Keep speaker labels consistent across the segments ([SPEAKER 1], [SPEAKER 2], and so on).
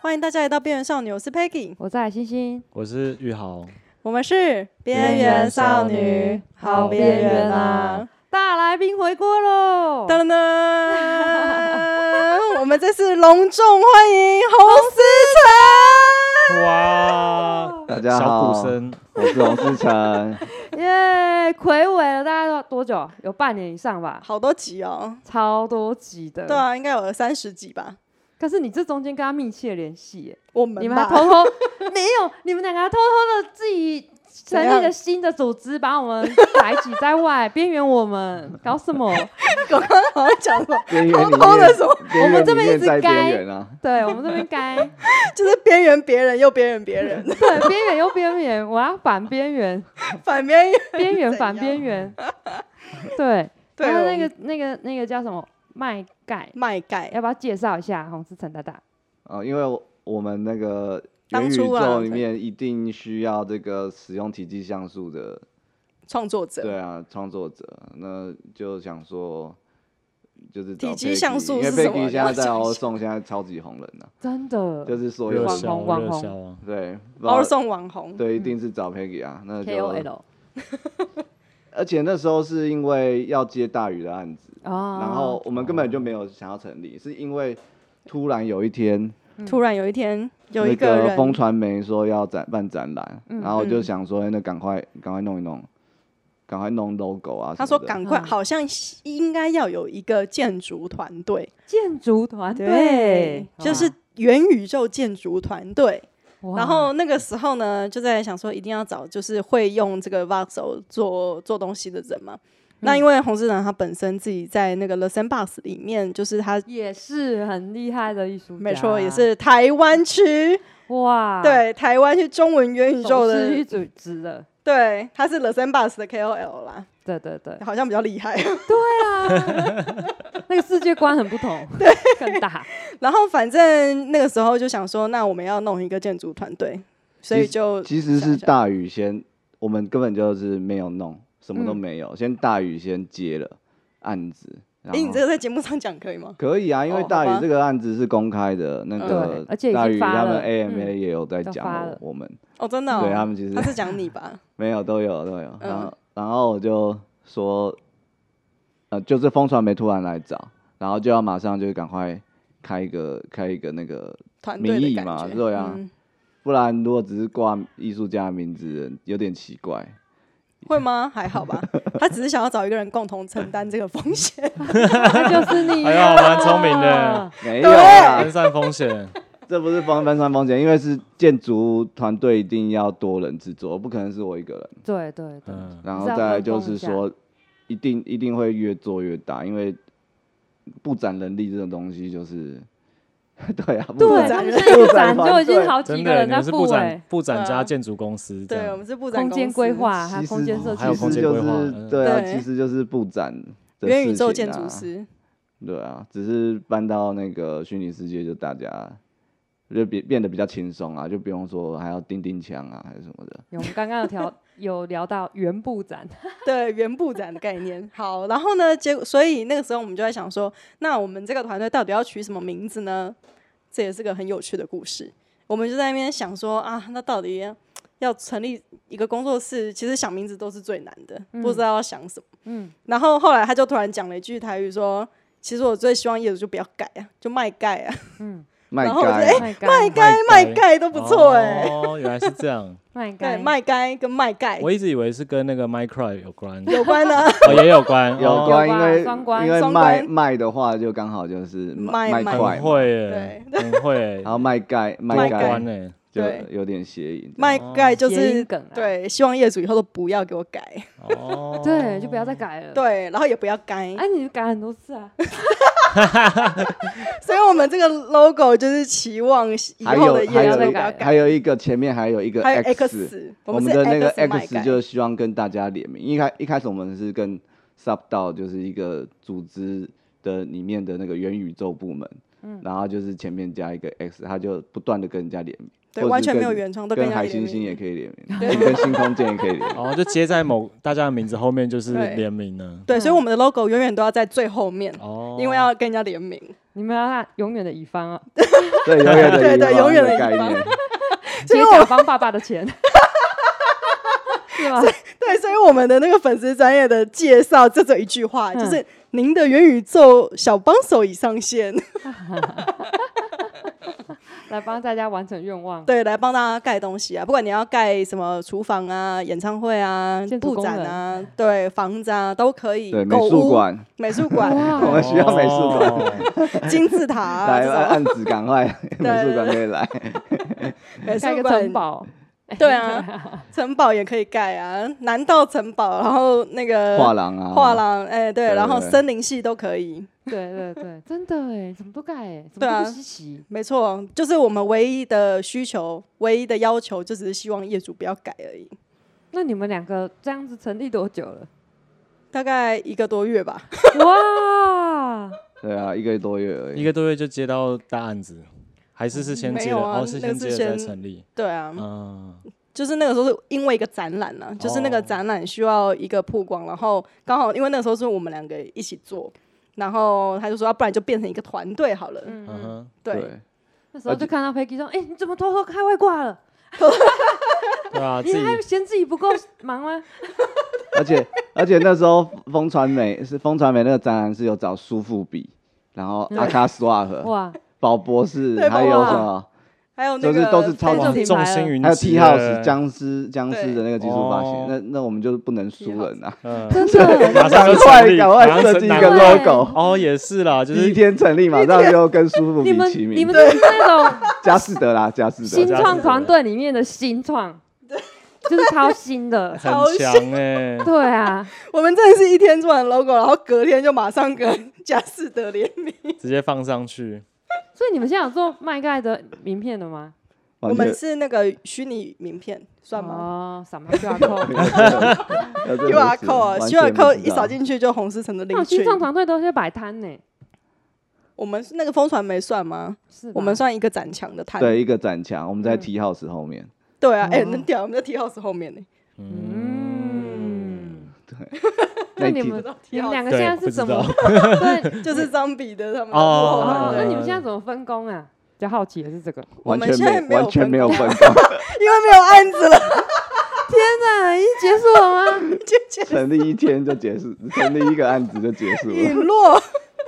[SPEAKER 1] 欢迎大家来到边缘少女，我是 Peggy，
[SPEAKER 2] 我在星星，
[SPEAKER 3] 我是玉豪，
[SPEAKER 1] 我们是边缘少女，好边缘啊！
[SPEAKER 2] 大来宾回锅喽！
[SPEAKER 1] 噔噔噔，我 们这次隆重欢迎洪思成。
[SPEAKER 3] 哇，
[SPEAKER 4] 大家
[SPEAKER 3] 小鼓
[SPEAKER 4] 好，
[SPEAKER 3] 声，
[SPEAKER 4] 我是洪 思成，
[SPEAKER 2] 耶，魁伟了，大概多久？啊有半年以上吧，
[SPEAKER 1] 好多集哦，
[SPEAKER 2] 超多集的。
[SPEAKER 1] 对啊，应该有三十集吧。
[SPEAKER 2] 可是你这中间跟他密切联系耶，
[SPEAKER 1] 我们
[SPEAKER 2] 你们还
[SPEAKER 1] 吧
[SPEAKER 2] 偷偷 没有，你们两个还偷偷的自己成立
[SPEAKER 1] 怎
[SPEAKER 2] 了
[SPEAKER 1] 样
[SPEAKER 2] 新的组织，把我们排挤在外，边缘我们，搞什么？
[SPEAKER 1] 我刚刚好像讲了，
[SPEAKER 4] 边
[SPEAKER 1] 偷
[SPEAKER 4] 缘里
[SPEAKER 1] 偷的
[SPEAKER 4] 面，
[SPEAKER 1] 说，
[SPEAKER 4] 边
[SPEAKER 2] 我们
[SPEAKER 4] 缘
[SPEAKER 2] 这
[SPEAKER 4] 里
[SPEAKER 2] 边一
[SPEAKER 4] 面
[SPEAKER 2] 直
[SPEAKER 4] 在
[SPEAKER 2] 该
[SPEAKER 4] 边缘啊，
[SPEAKER 2] 对我们这边该
[SPEAKER 1] 就是边缘别人又边缘别人，
[SPEAKER 2] 对边缘又边缘，我要反边缘，
[SPEAKER 1] 反边缘。
[SPEAKER 2] 边缘反
[SPEAKER 1] 怎样
[SPEAKER 2] 边缘，对。
[SPEAKER 1] 对，
[SPEAKER 2] 然后
[SPEAKER 1] 我
[SPEAKER 2] 那
[SPEAKER 1] 们
[SPEAKER 2] 个那个那个叫什么麦盖，
[SPEAKER 1] 麦盖
[SPEAKER 2] 要不要介绍一下洪思成大大？
[SPEAKER 4] 哦，因为我我们那个元
[SPEAKER 1] 当
[SPEAKER 4] 宇
[SPEAKER 1] 初啊
[SPEAKER 4] 宙里
[SPEAKER 1] 对
[SPEAKER 4] 面一定需要这个使用体积像素的，
[SPEAKER 1] 创作者，
[SPEAKER 4] 对啊，创作者，那就想说。就是找
[SPEAKER 1] 体积
[SPEAKER 4] Peggy，
[SPEAKER 1] 像素
[SPEAKER 4] 因为
[SPEAKER 1] 是什么
[SPEAKER 4] Peggy 现
[SPEAKER 1] 要
[SPEAKER 4] 在在
[SPEAKER 1] 讲一下
[SPEAKER 4] 欧颂现在超级红人呐、
[SPEAKER 2] 真的，
[SPEAKER 4] 就是所有
[SPEAKER 3] 热
[SPEAKER 2] 网
[SPEAKER 4] 的
[SPEAKER 3] 销，
[SPEAKER 2] 红网
[SPEAKER 3] 热
[SPEAKER 2] 红
[SPEAKER 3] 销啊！
[SPEAKER 4] 对，不知道
[SPEAKER 1] 奥送网红，
[SPEAKER 4] 对，一定是找 Peggy 啊，那就
[SPEAKER 2] KOL
[SPEAKER 4] 而且那时候是因为要接大宇的案子，
[SPEAKER 2] 哦，
[SPEAKER 4] 然后我们根本就没有想要成立，是因为突然有一天
[SPEAKER 1] 突然有一天有
[SPEAKER 4] 那
[SPEAKER 1] 一个人
[SPEAKER 4] 风传媒说要展办展览，
[SPEAKER 2] 嗯
[SPEAKER 4] 然后我就
[SPEAKER 1] 嗯
[SPEAKER 4] 想说，哎那赶快赶快弄一弄，赶快弄 logo 啊什么的。
[SPEAKER 1] 他说：“赶快，
[SPEAKER 2] 嗯
[SPEAKER 1] 好像是应该要有一个建筑团队，
[SPEAKER 2] 建筑团队
[SPEAKER 1] 就是元宇宙建筑团队。
[SPEAKER 2] 哇
[SPEAKER 1] 然后那个时候呢，就在想说一定要找就是会用这个 voxel 做做东西的人嘛。
[SPEAKER 2] 嗯
[SPEAKER 1] 那因为洪志长他本身自己在那个 The Sandbox 里面，就是他
[SPEAKER 2] 也是很厉害的艺术家，啊
[SPEAKER 1] 没错，也是台湾区，
[SPEAKER 2] 哇，，
[SPEAKER 1] 对台湾区中文元宇宙
[SPEAKER 2] 是一
[SPEAKER 1] 的，
[SPEAKER 2] 组织的，
[SPEAKER 1] 对，他是 The Sandbox 的 KOL 啦，，
[SPEAKER 2] 对对对
[SPEAKER 1] 好像比较厉害。”
[SPEAKER 2] 那个世界观很不同，更大，
[SPEAKER 1] 然后反正那个时候就想说，那我们要弄一个建筑团队，所以就
[SPEAKER 4] 其实
[SPEAKER 1] 想
[SPEAKER 4] 是
[SPEAKER 1] 一下
[SPEAKER 4] 大宇先，我们根本就是没有弄，什么都
[SPEAKER 2] 嗯
[SPEAKER 4] 没有，先大宇先接了案子。然
[SPEAKER 1] 诶，你
[SPEAKER 4] 后
[SPEAKER 1] 这个在节目上讲可以吗？
[SPEAKER 4] 可以啊，因为
[SPEAKER 1] 哦好
[SPEAKER 4] 大
[SPEAKER 1] 吧嗯
[SPEAKER 4] 宇这个案子是公开的，那
[SPEAKER 2] 对
[SPEAKER 4] 个
[SPEAKER 2] 而且已经
[SPEAKER 4] 大宇
[SPEAKER 2] 发
[SPEAKER 4] 他
[SPEAKER 2] 了
[SPEAKER 4] 们
[SPEAKER 2] 嗯
[SPEAKER 4] AMA 也有在
[SPEAKER 2] 都发
[SPEAKER 4] 讲
[SPEAKER 2] 了
[SPEAKER 4] 我我们，
[SPEAKER 1] 哦，真的、哦，
[SPEAKER 4] 对他们其实
[SPEAKER 1] 他是讲你 吧？
[SPEAKER 4] 没有，都有都有。然
[SPEAKER 1] 嗯
[SPEAKER 4] 后、然后我就说，呃，就是风传媒突然来找，然后就要马上就赶快开一个开一个那个，
[SPEAKER 1] 团队的
[SPEAKER 4] 民意
[SPEAKER 1] 感
[SPEAKER 4] 嘛
[SPEAKER 1] 觉，
[SPEAKER 4] 对啊
[SPEAKER 1] 嗯
[SPEAKER 4] 不然如果只是挂艺术家的名字，有点奇怪。
[SPEAKER 1] 会吗？还好 吧，他只是想要找一个人共同承担这个风险。
[SPEAKER 2] 那就是你啊，
[SPEAKER 3] 哎呀蛮聪明的
[SPEAKER 4] 没有啦
[SPEAKER 3] 分，散风险，
[SPEAKER 4] 这不是防分散风险，因为是建筑团队一定要多人制作，不可能是我一个人。
[SPEAKER 2] 对对对，
[SPEAKER 3] 嗯，
[SPEAKER 4] 然
[SPEAKER 2] 是
[SPEAKER 4] 后
[SPEAKER 2] 要
[SPEAKER 4] 再来
[SPEAKER 2] 分
[SPEAKER 4] 就
[SPEAKER 2] 工一
[SPEAKER 4] 是
[SPEAKER 2] 下
[SPEAKER 4] 说，一定一定会越做越大，因为不展能力这种东西就是， 对啊，不
[SPEAKER 2] 对，
[SPEAKER 4] 展
[SPEAKER 2] 他们现在一
[SPEAKER 4] 布展
[SPEAKER 2] 展就已经
[SPEAKER 4] 团队
[SPEAKER 2] 好几
[SPEAKER 3] 真
[SPEAKER 2] 个
[SPEAKER 3] 的，
[SPEAKER 2] 人
[SPEAKER 3] 你
[SPEAKER 2] 在
[SPEAKER 3] 们是
[SPEAKER 2] 布
[SPEAKER 3] 布展
[SPEAKER 2] 哎，
[SPEAKER 3] 布展
[SPEAKER 1] 对啊
[SPEAKER 3] 加建筑公司
[SPEAKER 4] 啊
[SPEAKER 3] 这
[SPEAKER 1] 对，我
[SPEAKER 3] 样，
[SPEAKER 1] 们是布展
[SPEAKER 2] 空
[SPEAKER 1] 公司
[SPEAKER 2] 间规划，还有
[SPEAKER 4] 其实
[SPEAKER 2] 空间设
[SPEAKER 4] 哦
[SPEAKER 2] 计
[SPEAKER 3] 还有
[SPEAKER 4] 其
[SPEAKER 3] 空
[SPEAKER 4] 实
[SPEAKER 3] 间
[SPEAKER 4] 就
[SPEAKER 3] 规划
[SPEAKER 4] 是
[SPEAKER 3] 嗯
[SPEAKER 4] 对啊，
[SPEAKER 1] 对
[SPEAKER 4] 其实就是布展的
[SPEAKER 1] 元宇
[SPEAKER 4] 事
[SPEAKER 1] 宙
[SPEAKER 4] 情
[SPEAKER 1] 建筑
[SPEAKER 4] 啊，
[SPEAKER 1] 师，
[SPEAKER 4] 对啊，只是搬到那个虚拟世界，就大家就变变得比较轻松啊，就不用说还要钉钉枪啊还是什么的。
[SPEAKER 2] 有我们刚刚有聊 有聊到原布展，
[SPEAKER 1] 对原布展 的概念。好，然后呢，结果所以那个时候我们就在想说，那我们这个团队到底要取什么名字呢？这也是个很有趣的故事。我们就在那边想说啊，那到底要要成立一个工作室，其实想名字都是最难的，不知道要想什么。
[SPEAKER 2] 嗯，
[SPEAKER 1] 然后后来他就突然讲了一句台语说。其实我最希望业主就不要改啊，就卖盖啊，
[SPEAKER 4] 卖
[SPEAKER 1] 然后我就
[SPEAKER 4] 盖
[SPEAKER 1] 哎
[SPEAKER 2] 卖
[SPEAKER 4] 啊，
[SPEAKER 1] 卖
[SPEAKER 2] 盖
[SPEAKER 1] 盖卖
[SPEAKER 3] 卖盖
[SPEAKER 1] 盖都不错哎、
[SPEAKER 3] 哦，原来是这样，
[SPEAKER 2] 卖
[SPEAKER 1] 对，
[SPEAKER 2] 盖，
[SPEAKER 1] 卖盖跟卖盖
[SPEAKER 3] 我一直以为是跟那个 Minecraft 有关，
[SPEAKER 1] 有关呢、啊，
[SPEAKER 3] 哦，也有关，
[SPEAKER 4] 有
[SPEAKER 3] 哦
[SPEAKER 4] 关，因
[SPEAKER 2] 有吧
[SPEAKER 4] 为
[SPEAKER 2] 双关
[SPEAKER 4] 因为
[SPEAKER 1] 双
[SPEAKER 4] 卖
[SPEAKER 1] 关
[SPEAKER 4] 卖的话就刚好就是
[SPEAKER 1] 卖
[SPEAKER 4] 卖
[SPEAKER 1] 卖
[SPEAKER 4] 快
[SPEAKER 3] 很
[SPEAKER 4] 嘛，
[SPEAKER 3] 会耶，很会耶，
[SPEAKER 4] 然后卖盖卖
[SPEAKER 3] 多
[SPEAKER 4] 盖
[SPEAKER 3] 关呢，
[SPEAKER 4] 就
[SPEAKER 1] 对
[SPEAKER 4] 有点谐音。
[SPEAKER 1] 卖
[SPEAKER 3] 哦
[SPEAKER 1] 盖就
[SPEAKER 2] 谐
[SPEAKER 1] 是
[SPEAKER 2] 音梗啊
[SPEAKER 1] 对，希望业主以后都不要给我改，
[SPEAKER 3] 哦，
[SPEAKER 2] 对，就不要再改 了。，
[SPEAKER 1] 对，然后也不要改，
[SPEAKER 2] 哎，你改很多次啊，
[SPEAKER 1] 所以我们这个 logo 就是期望以
[SPEAKER 4] 还
[SPEAKER 1] 后
[SPEAKER 4] 有
[SPEAKER 1] 的
[SPEAKER 4] 还
[SPEAKER 1] 业
[SPEAKER 4] 有
[SPEAKER 1] 主
[SPEAKER 2] 再
[SPEAKER 1] 不要
[SPEAKER 4] 一
[SPEAKER 2] 改
[SPEAKER 4] 个
[SPEAKER 1] 改。
[SPEAKER 4] 还有一个前面还有一个
[SPEAKER 1] 还有
[SPEAKER 4] X，
[SPEAKER 1] X，
[SPEAKER 4] 我
[SPEAKER 1] 们
[SPEAKER 4] 们
[SPEAKER 1] 是
[SPEAKER 4] 的那个
[SPEAKER 1] X 麦
[SPEAKER 4] X
[SPEAKER 1] 改
[SPEAKER 4] 就是希望跟大家联名。一开一开始我们是跟 Sub 到就是一个组织的里面的那个元宇宙部门，
[SPEAKER 1] 嗯
[SPEAKER 4] 然后就是前面加一个 X，它就不断的跟人家联名，
[SPEAKER 1] 对，
[SPEAKER 4] 或者是
[SPEAKER 1] 完全没有
[SPEAKER 4] 跟
[SPEAKER 1] 原创，都
[SPEAKER 4] 跟
[SPEAKER 1] 人家
[SPEAKER 4] 海
[SPEAKER 1] 联
[SPEAKER 4] 星星也
[SPEAKER 1] 名。
[SPEAKER 4] 可以联名，跟星空间也可以联名。
[SPEAKER 3] 哦，就接在某大家的名字后面就是
[SPEAKER 1] 对
[SPEAKER 3] 联名呢，
[SPEAKER 1] 对，所以我们的 logo 永远都要在最后面，
[SPEAKER 3] 哦，
[SPEAKER 1] 因为要跟人家联名。
[SPEAKER 2] 你们要看永远的乙方啊，
[SPEAKER 4] 对，永 远的
[SPEAKER 1] 对对
[SPEAKER 4] 乙方
[SPEAKER 1] 永远的
[SPEAKER 4] 的
[SPEAKER 1] 乙
[SPEAKER 4] 概
[SPEAKER 1] 方
[SPEAKER 4] 念，
[SPEAKER 2] 接甲方爸爸的 钱，是吗？
[SPEAKER 1] 对，所以我们的那个粉丝专业的介绍就只有一句话，
[SPEAKER 2] 嗯
[SPEAKER 1] 就是您的元宇宙小帮手已上线，
[SPEAKER 2] 来帮大家完成愿望。
[SPEAKER 1] 对，来帮大家盖东西啊，不管你要盖什么厨房啊、演唱会啊
[SPEAKER 2] 建、筑
[SPEAKER 1] 布
[SPEAKER 2] 工
[SPEAKER 1] 展
[SPEAKER 2] 人
[SPEAKER 1] 啊，对，房子啊都可以，
[SPEAKER 4] 对，美
[SPEAKER 1] 购
[SPEAKER 4] 术
[SPEAKER 1] 物、
[SPEAKER 4] 馆，
[SPEAKER 1] 美术 馆、
[SPEAKER 4] 我
[SPEAKER 2] 哇，
[SPEAKER 4] 们需要美术馆。
[SPEAKER 1] 哦
[SPEAKER 3] 馆，
[SPEAKER 1] 金字塔啊
[SPEAKER 4] 来
[SPEAKER 1] 这种，
[SPEAKER 4] 案子赶快，美术馆可以来。
[SPEAKER 2] 盖
[SPEAKER 1] 美术
[SPEAKER 2] 个城
[SPEAKER 1] 馆
[SPEAKER 2] 堡，
[SPEAKER 1] 对啊，城堡也可以盖啊，南道城堡，然后那个
[SPEAKER 4] 画廊啊，
[SPEAKER 1] 画廊，哎，对，
[SPEAKER 4] 对
[SPEAKER 1] 然后
[SPEAKER 4] 对
[SPEAKER 1] 森林系都可以，
[SPEAKER 2] 对对对，真的哎，怎么都盖哎，怎
[SPEAKER 1] 对
[SPEAKER 2] 么
[SPEAKER 1] 啊
[SPEAKER 2] 都不稀奇。
[SPEAKER 1] 没错，就是我们唯一的需求、唯一的要求，就只是希望业主不要改而已。
[SPEAKER 2] 那你们两个这样子成立多久 了？
[SPEAKER 1] 大概一个多月吧，
[SPEAKER 2] 哇，
[SPEAKER 4] 对啊，一个多月而
[SPEAKER 3] 一
[SPEAKER 4] 已。
[SPEAKER 3] 个多月就接到大案子，还是是先
[SPEAKER 1] 没
[SPEAKER 3] 接的，
[SPEAKER 1] 有啊
[SPEAKER 3] 哦，是
[SPEAKER 1] 那个
[SPEAKER 3] 先
[SPEAKER 1] 是
[SPEAKER 3] 接的再
[SPEAKER 1] 先
[SPEAKER 3] 成立，
[SPEAKER 1] 对啊，
[SPEAKER 3] 嗯，
[SPEAKER 1] 就是那个时候是因为一个展览呢、就是那个
[SPEAKER 3] 哦
[SPEAKER 1] 展览需要一个曝光，然后刚好因为那个时候是我们两个一起做，然后他就说，要不然就变成一个团队好了，
[SPEAKER 2] 嗯
[SPEAKER 3] 嗯
[SPEAKER 2] 嗯，
[SPEAKER 3] 哼，
[SPEAKER 1] 对，
[SPEAKER 4] 对，
[SPEAKER 2] 那时候就看到 Peggy 说，哎，你怎么偷偷开外挂了？
[SPEAKER 3] 对啊，自
[SPEAKER 2] 你
[SPEAKER 3] 己
[SPEAKER 2] 还嫌自己不够忙 吗？
[SPEAKER 4] 而且而且那时候风传媒是风传媒那个展览是有找苏富比，然后
[SPEAKER 2] 嗯
[SPEAKER 4] 阿卡斯瓦和
[SPEAKER 3] 啊
[SPEAKER 2] 哇，
[SPEAKER 4] 宝博士
[SPEAKER 1] 对，
[SPEAKER 4] 还有
[SPEAKER 2] 宝
[SPEAKER 4] 什
[SPEAKER 2] 博
[SPEAKER 4] 么，
[SPEAKER 1] 还有那
[SPEAKER 4] 就
[SPEAKER 1] 个哎
[SPEAKER 4] 是都是超
[SPEAKER 1] 但
[SPEAKER 2] 哇
[SPEAKER 3] 哇
[SPEAKER 2] 品
[SPEAKER 3] 众
[SPEAKER 2] 牌了
[SPEAKER 3] 星云集
[SPEAKER 4] 还有 T House
[SPEAKER 3] 了，
[SPEAKER 4] 僵尸僵尸的那个技术发
[SPEAKER 3] 哦
[SPEAKER 4] 型，那那我们就不能输人啊！
[SPEAKER 3] 嗯
[SPEAKER 2] 真 的，
[SPEAKER 3] 马上
[SPEAKER 4] 赶
[SPEAKER 3] 就成
[SPEAKER 4] 快
[SPEAKER 3] 立
[SPEAKER 4] 赶
[SPEAKER 3] 马
[SPEAKER 4] 快
[SPEAKER 3] 上
[SPEAKER 4] 设计一
[SPEAKER 3] 拿
[SPEAKER 4] 个
[SPEAKER 3] 过
[SPEAKER 1] 啊
[SPEAKER 2] 来
[SPEAKER 4] logo，
[SPEAKER 3] 哦，也是啦，就
[SPEAKER 4] 第一
[SPEAKER 3] 是
[SPEAKER 4] 天成立马上就跟苏富
[SPEAKER 2] 你
[SPEAKER 4] 比
[SPEAKER 2] 们
[SPEAKER 4] 齐
[SPEAKER 2] 你
[SPEAKER 4] 名
[SPEAKER 2] 们， 这是那 种
[SPEAKER 4] 佳士得啦，佳士得，
[SPEAKER 2] 新
[SPEAKER 3] 家
[SPEAKER 2] 创
[SPEAKER 3] 是，
[SPEAKER 2] 团队里面的新创，就是超新的
[SPEAKER 3] 很强哎，
[SPEAKER 2] 对啊，
[SPEAKER 1] 我们真的是一天做完 logo，然后隔天就马上 跟佳士得联名，
[SPEAKER 3] 直接放上去，
[SPEAKER 2] 所以你们现在有做麦盖的名片的吗？
[SPEAKER 1] 我
[SPEAKER 4] 完
[SPEAKER 1] 们
[SPEAKER 4] 全
[SPEAKER 1] 是那个虚拟名片算 吗
[SPEAKER 2] 哦，什么 QR code？
[SPEAKER 1] ？U R code 啊，U R code 一扫
[SPEAKER 4] 去。
[SPEAKER 1] 进去就红丝城的
[SPEAKER 2] 那种
[SPEAKER 1] 领
[SPEAKER 2] 新
[SPEAKER 1] 群。
[SPEAKER 2] 创哦团队都是摆摊呢，
[SPEAKER 1] 我们那个风传媒算吗？
[SPEAKER 2] 是吧
[SPEAKER 1] 我们算一个展墙的摊。
[SPEAKER 4] 对，一个展墙，我们在
[SPEAKER 2] 嗯
[SPEAKER 4] T house 后面。
[SPEAKER 1] 对啊，哎、
[SPEAKER 2] 哦
[SPEAKER 1] 很屌，我们在 T house 后面呢、
[SPEAKER 2] 嗯。
[SPEAKER 4] 那
[SPEAKER 2] 那你
[SPEAKER 4] 梯
[SPEAKER 2] 们
[SPEAKER 4] 子
[SPEAKER 2] 你们两个
[SPEAKER 3] 对
[SPEAKER 2] 现在
[SPEAKER 3] 不
[SPEAKER 2] 是
[SPEAKER 3] 知
[SPEAKER 2] 怎么
[SPEAKER 3] 道？
[SPEAKER 2] 对，
[SPEAKER 1] 就是张彼得他们的幕后
[SPEAKER 2] 哦
[SPEAKER 1] 团，
[SPEAKER 2] 那
[SPEAKER 1] 队，
[SPEAKER 2] 你们现在怎么分工啊？比较好奇的是这个。
[SPEAKER 1] 我
[SPEAKER 4] 完
[SPEAKER 1] 们现在
[SPEAKER 4] 全
[SPEAKER 1] 没
[SPEAKER 4] 没
[SPEAKER 1] 有
[SPEAKER 4] 完全
[SPEAKER 1] 分
[SPEAKER 4] 没有
[SPEAKER 1] 工
[SPEAKER 4] 分工，
[SPEAKER 1] 因为没有案 子了，
[SPEAKER 2] 天哪，已经结束了吗？
[SPEAKER 1] 就觉得
[SPEAKER 4] 成立一天就结束，成立一个案子就结束
[SPEAKER 1] 陨
[SPEAKER 4] 了。
[SPEAKER 1] 落。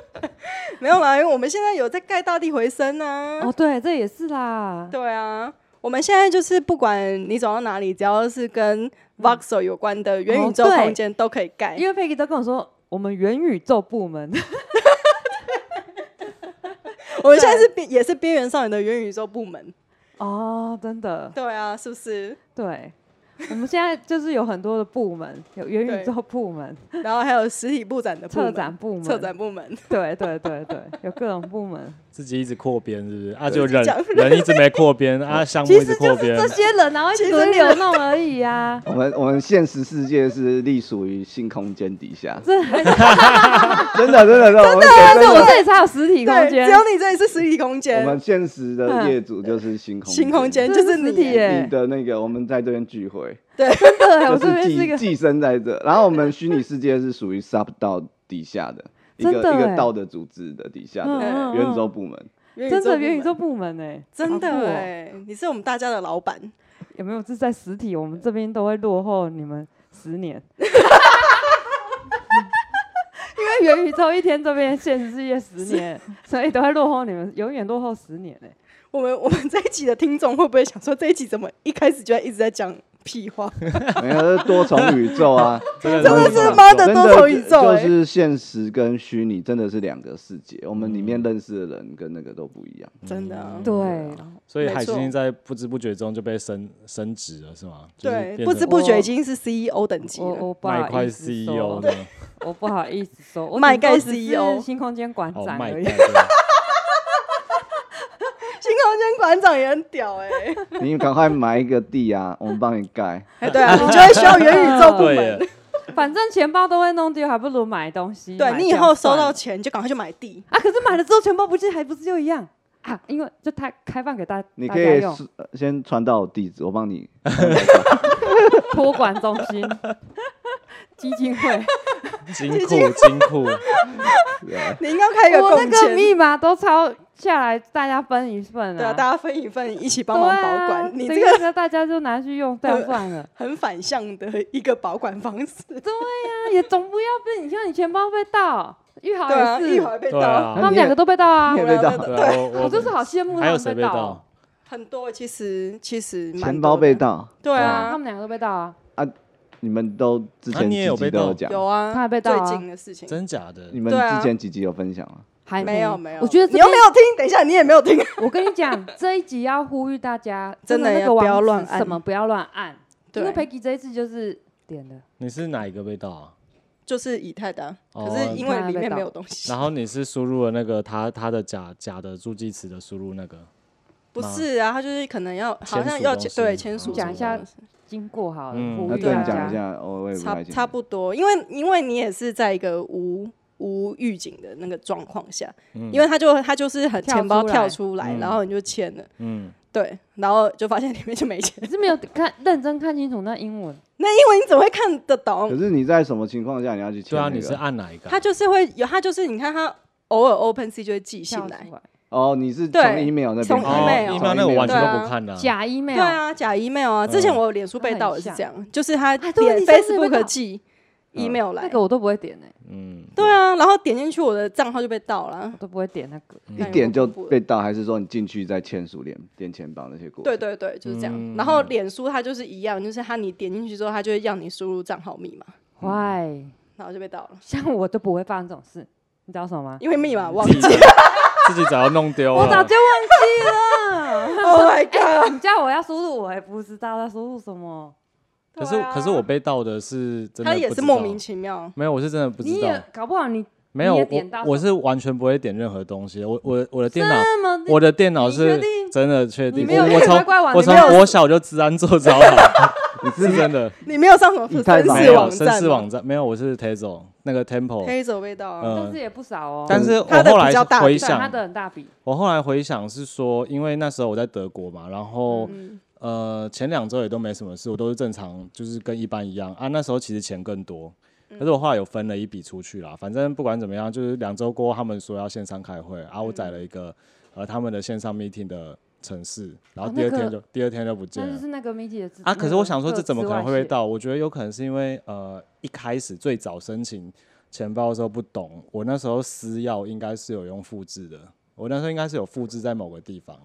[SPEAKER 1] 没有啦，因为我们现在有在盖大地回声啊。
[SPEAKER 2] 哦，对，这也是啦。
[SPEAKER 1] 对啊，我们现在就是不管你走到哪里，只要是跟 Voxel 有关的元宇
[SPEAKER 2] 嗯
[SPEAKER 1] 宙
[SPEAKER 2] 哦对
[SPEAKER 1] 空间都可以盖。
[SPEAKER 2] 因为 Peggy 都跟我说，我们元宇宙部门
[SPEAKER 1] 我们现在是边也是边缘少年的元宇宙部门。
[SPEAKER 2] 哦，真的，
[SPEAKER 1] 对啊，是不是？
[SPEAKER 2] 对，我们现在就是有很多的部门，有元宇宙部门、
[SPEAKER 1] 然后还有实体布展的部
[SPEAKER 2] 策
[SPEAKER 1] 门、
[SPEAKER 2] 展部门、
[SPEAKER 1] 策，展部门。
[SPEAKER 2] 对对对对，有各种部门。
[SPEAKER 3] 自己一直扩编是不是？啊，
[SPEAKER 4] 对
[SPEAKER 3] 就人
[SPEAKER 1] 讲
[SPEAKER 3] 人一直没扩编， 啊，项目
[SPEAKER 2] 其
[SPEAKER 3] 一
[SPEAKER 2] 实就
[SPEAKER 3] 直扩
[SPEAKER 2] 是
[SPEAKER 3] 编
[SPEAKER 2] 这，些人，然后一直轮流弄而已 啊。
[SPEAKER 4] 我们我们现实世界是隶属于新空间底 下，
[SPEAKER 2] 这
[SPEAKER 4] 真的真的真的，我们
[SPEAKER 2] 但是我们
[SPEAKER 4] 真的
[SPEAKER 2] 这里才有实体空
[SPEAKER 1] 对，
[SPEAKER 2] 间
[SPEAKER 1] 只，有你这里是实体空
[SPEAKER 4] 我
[SPEAKER 1] 间
[SPEAKER 4] 们，现实的业主就是新
[SPEAKER 2] 嗯
[SPEAKER 4] 空
[SPEAKER 1] 新空间
[SPEAKER 2] 这
[SPEAKER 1] 就是
[SPEAKER 2] 实
[SPEAKER 1] 你
[SPEAKER 2] 体
[SPEAKER 4] 你
[SPEAKER 2] 耶，
[SPEAKER 4] 的那个我们在这边聚会，
[SPEAKER 2] 真的哎耶，我
[SPEAKER 4] 就
[SPEAKER 2] 这边
[SPEAKER 4] 是
[SPEAKER 2] 是一
[SPEAKER 4] 寄
[SPEAKER 2] 个
[SPEAKER 4] 寄生在 这，然后我们虚拟世界是属于 sub 道底下的一个
[SPEAKER 2] 真的
[SPEAKER 4] 一
[SPEAKER 2] 耶
[SPEAKER 4] 个道的组织的底下的
[SPEAKER 2] 嗯嗯
[SPEAKER 4] 元宇宙
[SPEAKER 2] 嗯
[SPEAKER 4] 部门。
[SPEAKER 1] 元
[SPEAKER 2] 真
[SPEAKER 1] 部
[SPEAKER 2] 的
[SPEAKER 1] 门
[SPEAKER 2] 元宇宙部门哎，
[SPEAKER 1] 真的
[SPEAKER 2] 好酷哦
[SPEAKER 1] 哎、你是我们大家的老板，
[SPEAKER 2] 有没有？就是在实体，我们这边都会落后你们十年。 因为元宇宙一天这边现实世界十年，所以都会落后你们，永远落后十年哎、
[SPEAKER 1] 我们我们这一集的听众会不会想说，这一集怎么一开始就在一直在讲屁话？
[SPEAKER 3] 嗯
[SPEAKER 4] 没有，这是多重宇宙啊，
[SPEAKER 3] 真
[SPEAKER 1] 真的
[SPEAKER 3] 多
[SPEAKER 1] 是
[SPEAKER 3] 重宇
[SPEAKER 1] 妈
[SPEAKER 3] 宙
[SPEAKER 1] 的多重宇宙、
[SPEAKER 4] 就
[SPEAKER 1] 欸，
[SPEAKER 4] 是现实跟虚拟真的是两个世界，我们里面认识的人跟那个都不一 样。
[SPEAKER 1] 真的啊、
[SPEAKER 2] 对，
[SPEAKER 3] 所以
[SPEAKER 1] 没
[SPEAKER 3] 海
[SPEAKER 1] 错
[SPEAKER 3] 星在不知不觉中就被升升职了，是吗？就是
[SPEAKER 1] 对，
[SPEAKER 3] 变
[SPEAKER 1] 不
[SPEAKER 3] 成
[SPEAKER 1] 知不觉
[SPEAKER 2] 我
[SPEAKER 1] 已经是 CEO 等级
[SPEAKER 2] 我
[SPEAKER 1] 了。
[SPEAKER 2] 我不
[SPEAKER 3] 买
[SPEAKER 2] 好
[SPEAKER 3] 块 E
[SPEAKER 2] 意思
[SPEAKER 3] CEO
[SPEAKER 2] 说，
[SPEAKER 3] 的，
[SPEAKER 2] 我不好意思 说，我
[SPEAKER 1] 麦
[SPEAKER 2] 顶多
[SPEAKER 1] 盖
[SPEAKER 2] 只是
[SPEAKER 1] CEO
[SPEAKER 2] 新空间馆
[SPEAKER 3] 哦，
[SPEAKER 2] 长
[SPEAKER 3] 卖
[SPEAKER 2] 而
[SPEAKER 3] 盖
[SPEAKER 2] 已。
[SPEAKER 3] 对
[SPEAKER 1] 新空间馆长也很屌哎、欸，
[SPEAKER 4] 你赶快买一个地啊，我们帮你盖。
[SPEAKER 1] 哎 对啊，你就会需要元宇宙部
[SPEAKER 3] 对
[SPEAKER 1] 门。
[SPEAKER 3] 耶，
[SPEAKER 2] 反正钱包都会弄丢，还不如买东西。
[SPEAKER 1] 对
[SPEAKER 2] 买
[SPEAKER 1] 你以
[SPEAKER 2] 掉
[SPEAKER 1] 后收
[SPEAKER 2] 算
[SPEAKER 1] 到
[SPEAKER 2] 了
[SPEAKER 1] 钱就赶快去买地，
[SPEAKER 2] 啊，可是买了之后钱包不是还不是又一样啊？因为就它开放给大
[SPEAKER 4] 你
[SPEAKER 2] 大
[SPEAKER 4] 可
[SPEAKER 2] 家
[SPEAKER 4] 以
[SPEAKER 2] 用，
[SPEAKER 4] 是呃先传到我地址，我帮你。
[SPEAKER 2] 托管中心。基金会，
[SPEAKER 3] 金库金 库，
[SPEAKER 4] 对啊
[SPEAKER 1] 你应该开一个
[SPEAKER 2] 我那
[SPEAKER 1] 共
[SPEAKER 2] 个
[SPEAKER 1] 签，
[SPEAKER 2] 密码都抄下来，大家分一份
[SPEAKER 1] 对啊，
[SPEAKER 2] 对啊，啊
[SPEAKER 1] 大家分一份，一起帮忙保管。你这
[SPEAKER 2] 这
[SPEAKER 1] 个
[SPEAKER 2] 个大家就拿去用 掉算了。
[SPEAKER 1] 很反向的一个保管方式，
[SPEAKER 2] 那啊也总不要被你像你钱包被盗，玉豪
[SPEAKER 1] 对啊，
[SPEAKER 2] 也
[SPEAKER 1] 一
[SPEAKER 2] 是，
[SPEAKER 1] 会儿被
[SPEAKER 3] 对
[SPEAKER 1] 盗，
[SPEAKER 3] 啊
[SPEAKER 2] 他，们两个都被盗啊
[SPEAKER 4] 你。也
[SPEAKER 1] 我
[SPEAKER 4] 被
[SPEAKER 1] 要
[SPEAKER 4] 盗
[SPEAKER 1] 被，
[SPEAKER 3] 对啊，我
[SPEAKER 2] 我
[SPEAKER 3] 我
[SPEAKER 2] 真是好羡慕
[SPEAKER 3] 还
[SPEAKER 2] 他
[SPEAKER 3] 有
[SPEAKER 2] 们
[SPEAKER 3] 谁
[SPEAKER 2] 被
[SPEAKER 3] 被
[SPEAKER 2] 盗
[SPEAKER 3] 盗
[SPEAKER 2] 哦，？
[SPEAKER 1] 很多其实其实蛮
[SPEAKER 4] 钱
[SPEAKER 1] 多
[SPEAKER 4] 包
[SPEAKER 1] 的
[SPEAKER 4] 被，盗，
[SPEAKER 1] 对
[SPEAKER 2] 他
[SPEAKER 1] 啊
[SPEAKER 2] 们，两个都被盗啊，
[SPEAKER 4] 你们都之
[SPEAKER 3] 啊
[SPEAKER 4] 前
[SPEAKER 3] 你也
[SPEAKER 4] 几
[SPEAKER 3] 有
[SPEAKER 4] 集
[SPEAKER 3] 被
[SPEAKER 4] 都有
[SPEAKER 3] 盗
[SPEAKER 4] 讲，
[SPEAKER 1] 有啊，
[SPEAKER 2] 他还被盗啊
[SPEAKER 1] 最近的事情。
[SPEAKER 3] 真假的
[SPEAKER 4] 你？们
[SPEAKER 1] 对啊
[SPEAKER 4] 之前几集有分享吗？
[SPEAKER 2] 还
[SPEAKER 1] 没有没有，
[SPEAKER 2] 我觉得这
[SPEAKER 1] 你又没
[SPEAKER 2] 边
[SPEAKER 1] 有听，等一下你也没有听，
[SPEAKER 2] 我跟你讲，这一集要呼吁大家，
[SPEAKER 1] 真的
[SPEAKER 2] 那
[SPEAKER 1] 要
[SPEAKER 2] 个
[SPEAKER 1] 不要
[SPEAKER 2] 网址
[SPEAKER 1] 乱按
[SPEAKER 2] 什么不要乱按，因为
[SPEAKER 1] 对，
[SPEAKER 2] Peggy 这一次就是点的，
[SPEAKER 3] 你是哪一个被盗啊？
[SPEAKER 1] 就是以太的啊，
[SPEAKER 3] 哦
[SPEAKER 1] 可是因为里面没有东西，
[SPEAKER 3] 然后你是输入了那个他他的假假的助记词的输入那个，
[SPEAKER 1] 不是啊，他就是可能要好像要
[SPEAKER 3] 签署东西
[SPEAKER 1] 对签署
[SPEAKER 3] 你
[SPEAKER 2] 讲一下
[SPEAKER 1] 什么东西
[SPEAKER 2] 经过好了，
[SPEAKER 3] 嗯
[SPEAKER 2] 呼
[SPEAKER 4] 那
[SPEAKER 2] 吁
[SPEAKER 4] 对
[SPEAKER 2] 大
[SPEAKER 4] 你讲一
[SPEAKER 2] 家。
[SPEAKER 4] 下，哦我也不
[SPEAKER 1] 差
[SPEAKER 4] 太
[SPEAKER 1] 啊差不多，因为因为你也是在一个无无预警的那个状况下，
[SPEAKER 4] 嗯
[SPEAKER 1] 因为他就他就是很
[SPEAKER 2] 跳
[SPEAKER 1] 钱包
[SPEAKER 2] 出来
[SPEAKER 1] 跳出来，
[SPEAKER 3] 嗯
[SPEAKER 1] 然后你就签了，
[SPEAKER 3] 嗯，
[SPEAKER 1] 对，然后就发现里面就没钱，
[SPEAKER 2] 你是没有看认真看清楚那英文，
[SPEAKER 1] 因为你怎么会看得
[SPEAKER 4] 可
[SPEAKER 1] 懂？
[SPEAKER 4] 是你在什么情况下你要去签
[SPEAKER 3] 对啊，
[SPEAKER 4] 那个？
[SPEAKER 3] 你是按哪一个啊？
[SPEAKER 1] 他就是会有，他就是你看他偶尔 Open C 就会寄信
[SPEAKER 2] 跳
[SPEAKER 1] 来
[SPEAKER 2] 出，来
[SPEAKER 4] 哦，你是从
[SPEAKER 1] 对
[SPEAKER 4] email 那边
[SPEAKER 1] 从
[SPEAKER 4] 看的
[SPEAKER 3] 哦
[SPEAKER 1] email
[SPEAKER 4] 从
[SPEAKER 3] email 那个我完全都不看的啊，
[SPEAKER 2] 假 email，
[SPEAKER 1] 对，啊，假 email 啊，之前
[SPEAKER 3] 嗯
[SPEAKER 1] 我脸书被盗也是这样，就是他
[SPEAKER 2] 啊对
[SPEAKER 1] 点
[SPEAKER 2] 你上次也被盗
[SPEAKER 1] Facebook 寄
[SPEAKER 4] 嗯
[SPEAKER 1] email 来
[SPEAKER 2] 那，个我都不会点呢，欸
[SPEAKER 3] 嗯，
[SPEAKER 1] 对啊，然后点进去我的账号就被盗了
[SPEAKER 2] 我。都不会点那个。
[SPEAKER 4] 嗯一点就被盗，还是说你进去再签署联点钱包那些过程？
[SPEAKER 1] 对对对，就是这样。然后
[SPEAKER 3] 嗯
[SPEAKER 1] 脸书它就是一样，就是它你点进去之后，它就会让你输入账号密码，
[SPEAKER 3] 嗯
[SPEAKER 2] 坏，
[SPEAKER 1] 然后就被盗了，
[SPEAKER 2] 像我都不会发生这种事，你知道什么吗？
[SPEAKER 1] 因为密码忘哦
[SPEAKER 3] 自
[SPEAKER 1] 记
[SPEAKER 3] 己。自己早就弄丢了，
[SPEAKER 2] 我早就忘记了，
[SPEAKER 1] oh my god！
[SPEAKER 2] 你叫我要输入，我也不知道要输入什么。
[SPEAKER 3] 可是
[SPEAKER 2] 啊
[SPEAKER 3] 可是我被盗的是真的，
[SPEAKER 1] 他也是莫名其妙，
[SPEAKER 3] 没有，我是真的不
[SPEAKER 2] 你
[SPEAKER 3] 知道
[SPEAKER 2] 也，搞不好你
[SPEAKER 3] 没有
[SPEAKER 2] 你也
[SPEAKER 3] 我
[SPEAKER 2] 点到
[SPEAKER 3] 我是完全不会点任何东西的，我我我的电脑。
[SPEAKER 2] 这么
[SPEAKER 3] 我的电脑
[SPEAKER 2] 你确
[SPEAKER 3] 是
[SPEAKER 2] 定
[SPEAKER 3] 真的确定，
[SPEAKER 2] 你没有
[SPEAKER 3] 我
[SPEAKER 2] 用
[SPEAKER 3] 我从
[SPEAKER 2] 乖乖网
[SPEAKER 3] 我
[SPEAKER 2] 你
[SPEAKER 3] 从
[SPEAKER 2] 没有
[SPEAKER 3] 国小就治安做招了，是真的。
[SPEAKER 1] 你没有上什么
[SPEAKER 4] 以太
[SPEAKER 1] 绅
[SPEAKER 4] 坊
[SPEAKER 3] 没
[SPEAKER 1] 士
[SPEAKER 3] 有
[SPEAKER 1] 网
[SPEAKER 3] 绅
[SPEAKER 1] 站
[SPEAKER 3] 士
[SPEAKER 1] 吗，
[SPEAKER 3] 网站没有，我是 Tazo 那个 Temple，
[SPEAKER 1] 黑手被盗啊。
[SPEAKER 2] 但
[SPEAKER 3] 嗯
[SPEAKER 2] 是，也不少哦。
[SPEAKER 3] 但是
[SPEAKER 1] 它
[SPEAKER 3] 我
[SPEAKER 1] 的
[SPEAKER 3] 后
[SPEAKER 1] 比
[SPEAKER 3] 来
[SPEAKER 1] 较大
[SPEAKER 3] 回
[SPEAKER 1] 对
[SPEAKER 2] 他
[SPEAKER 3] 想，
[SPEAKER 2] 的很大笔，
[SPEAKER 3] 我后来回想是说，因为那时候我在德国嘛，然后、
[SPEAKER 2] 嗯
[SPEAKER 3] 呃前两周也都没什么事，我都是正常，就是跟一般一样啊。那时候其实钱更多，可是我后来有分了一笔出去啦。反正不管怎么样，就是两周过后他们说要线上开会，
[SPEAKER 2] 嗯
[SPEAKER 3] 啊，我载了一个、呃他们的线上 meeting 的城市，然后
[SPEAKER 2] 哦
[SPEAKER 3] 第
[SPEAKER 2] 那
[SPEAKER 3] 二
[SPEAKER 2] 个
[SPEAKER 3] 天就、第二天就不见
[SPEAKER 2] 那
[SPEAKER 3] 了
[SPEAKER 2] 就是。那个 Miki 的字
[SPEAKER 3] 啊，可是我想说，这怎么可能会被？
[SPEAKER 2] 那个
[SPEAKER 3] 盗？我觉得有可能是因为呃，一开始最早申请钱包的时候不懂，我那时候私钥应该是有用复制的，我那时候应该是有复制在某个地方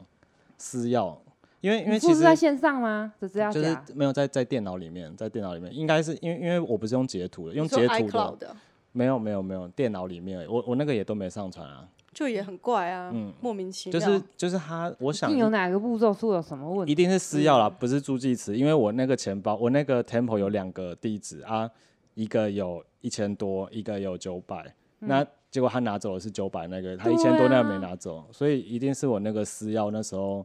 [SPEAKER 3] 私钥，因为因为
[SPEAKER 2] 你
[SPEAKER 3] 其
[SPEAKER 2] 不
[SPEAKER 3] 实
[SPEAKER 2] 是在啊线上吗？只是要
[SPEAKER 3] 就是
[SPEAKER 2] 假
[SPEAKER 3] 没有在在电脑里面，在电脑里面应该是因为因为我不是用截图的，用
[SPEAKER 1] 你说
[SPEAKER 3] 截图的
[SPEAKER 1] iCloud 的
[SPEAKER 3] 没有没有没有电脑里面而已，我我那个也都没上传啊，
[SPEAKER 1] 就也很怪啊，
[SPEAKER 3] 嗯
[SPEAKER 1] 莫名其
[SPEAKER 3] 就
[SPEAKER 1] 妙。
[SPEAKER 3] 是就是他，我
[SPEAKER 2] 一
[SPEAKER 3] 想
[SPEAKER 2] 定有哪个步骤出了什么问
[SPEAKER 3] 一
[SPEAKER 2] 题？
[SPEAKER 3] 定是私钥啦，不是助记词，因为我那个钱包，我那个 Temple 有两个地址啊，一个有一千多，一个有九百、那结果他拿走的是九百那个，他
[SPEAKER 2] 对
[SPEAKER 3] 一
[SPEAKER 2] 啊
[SPEAKER 3] 千多那个没拿走，所以一定是我那个私钥那时候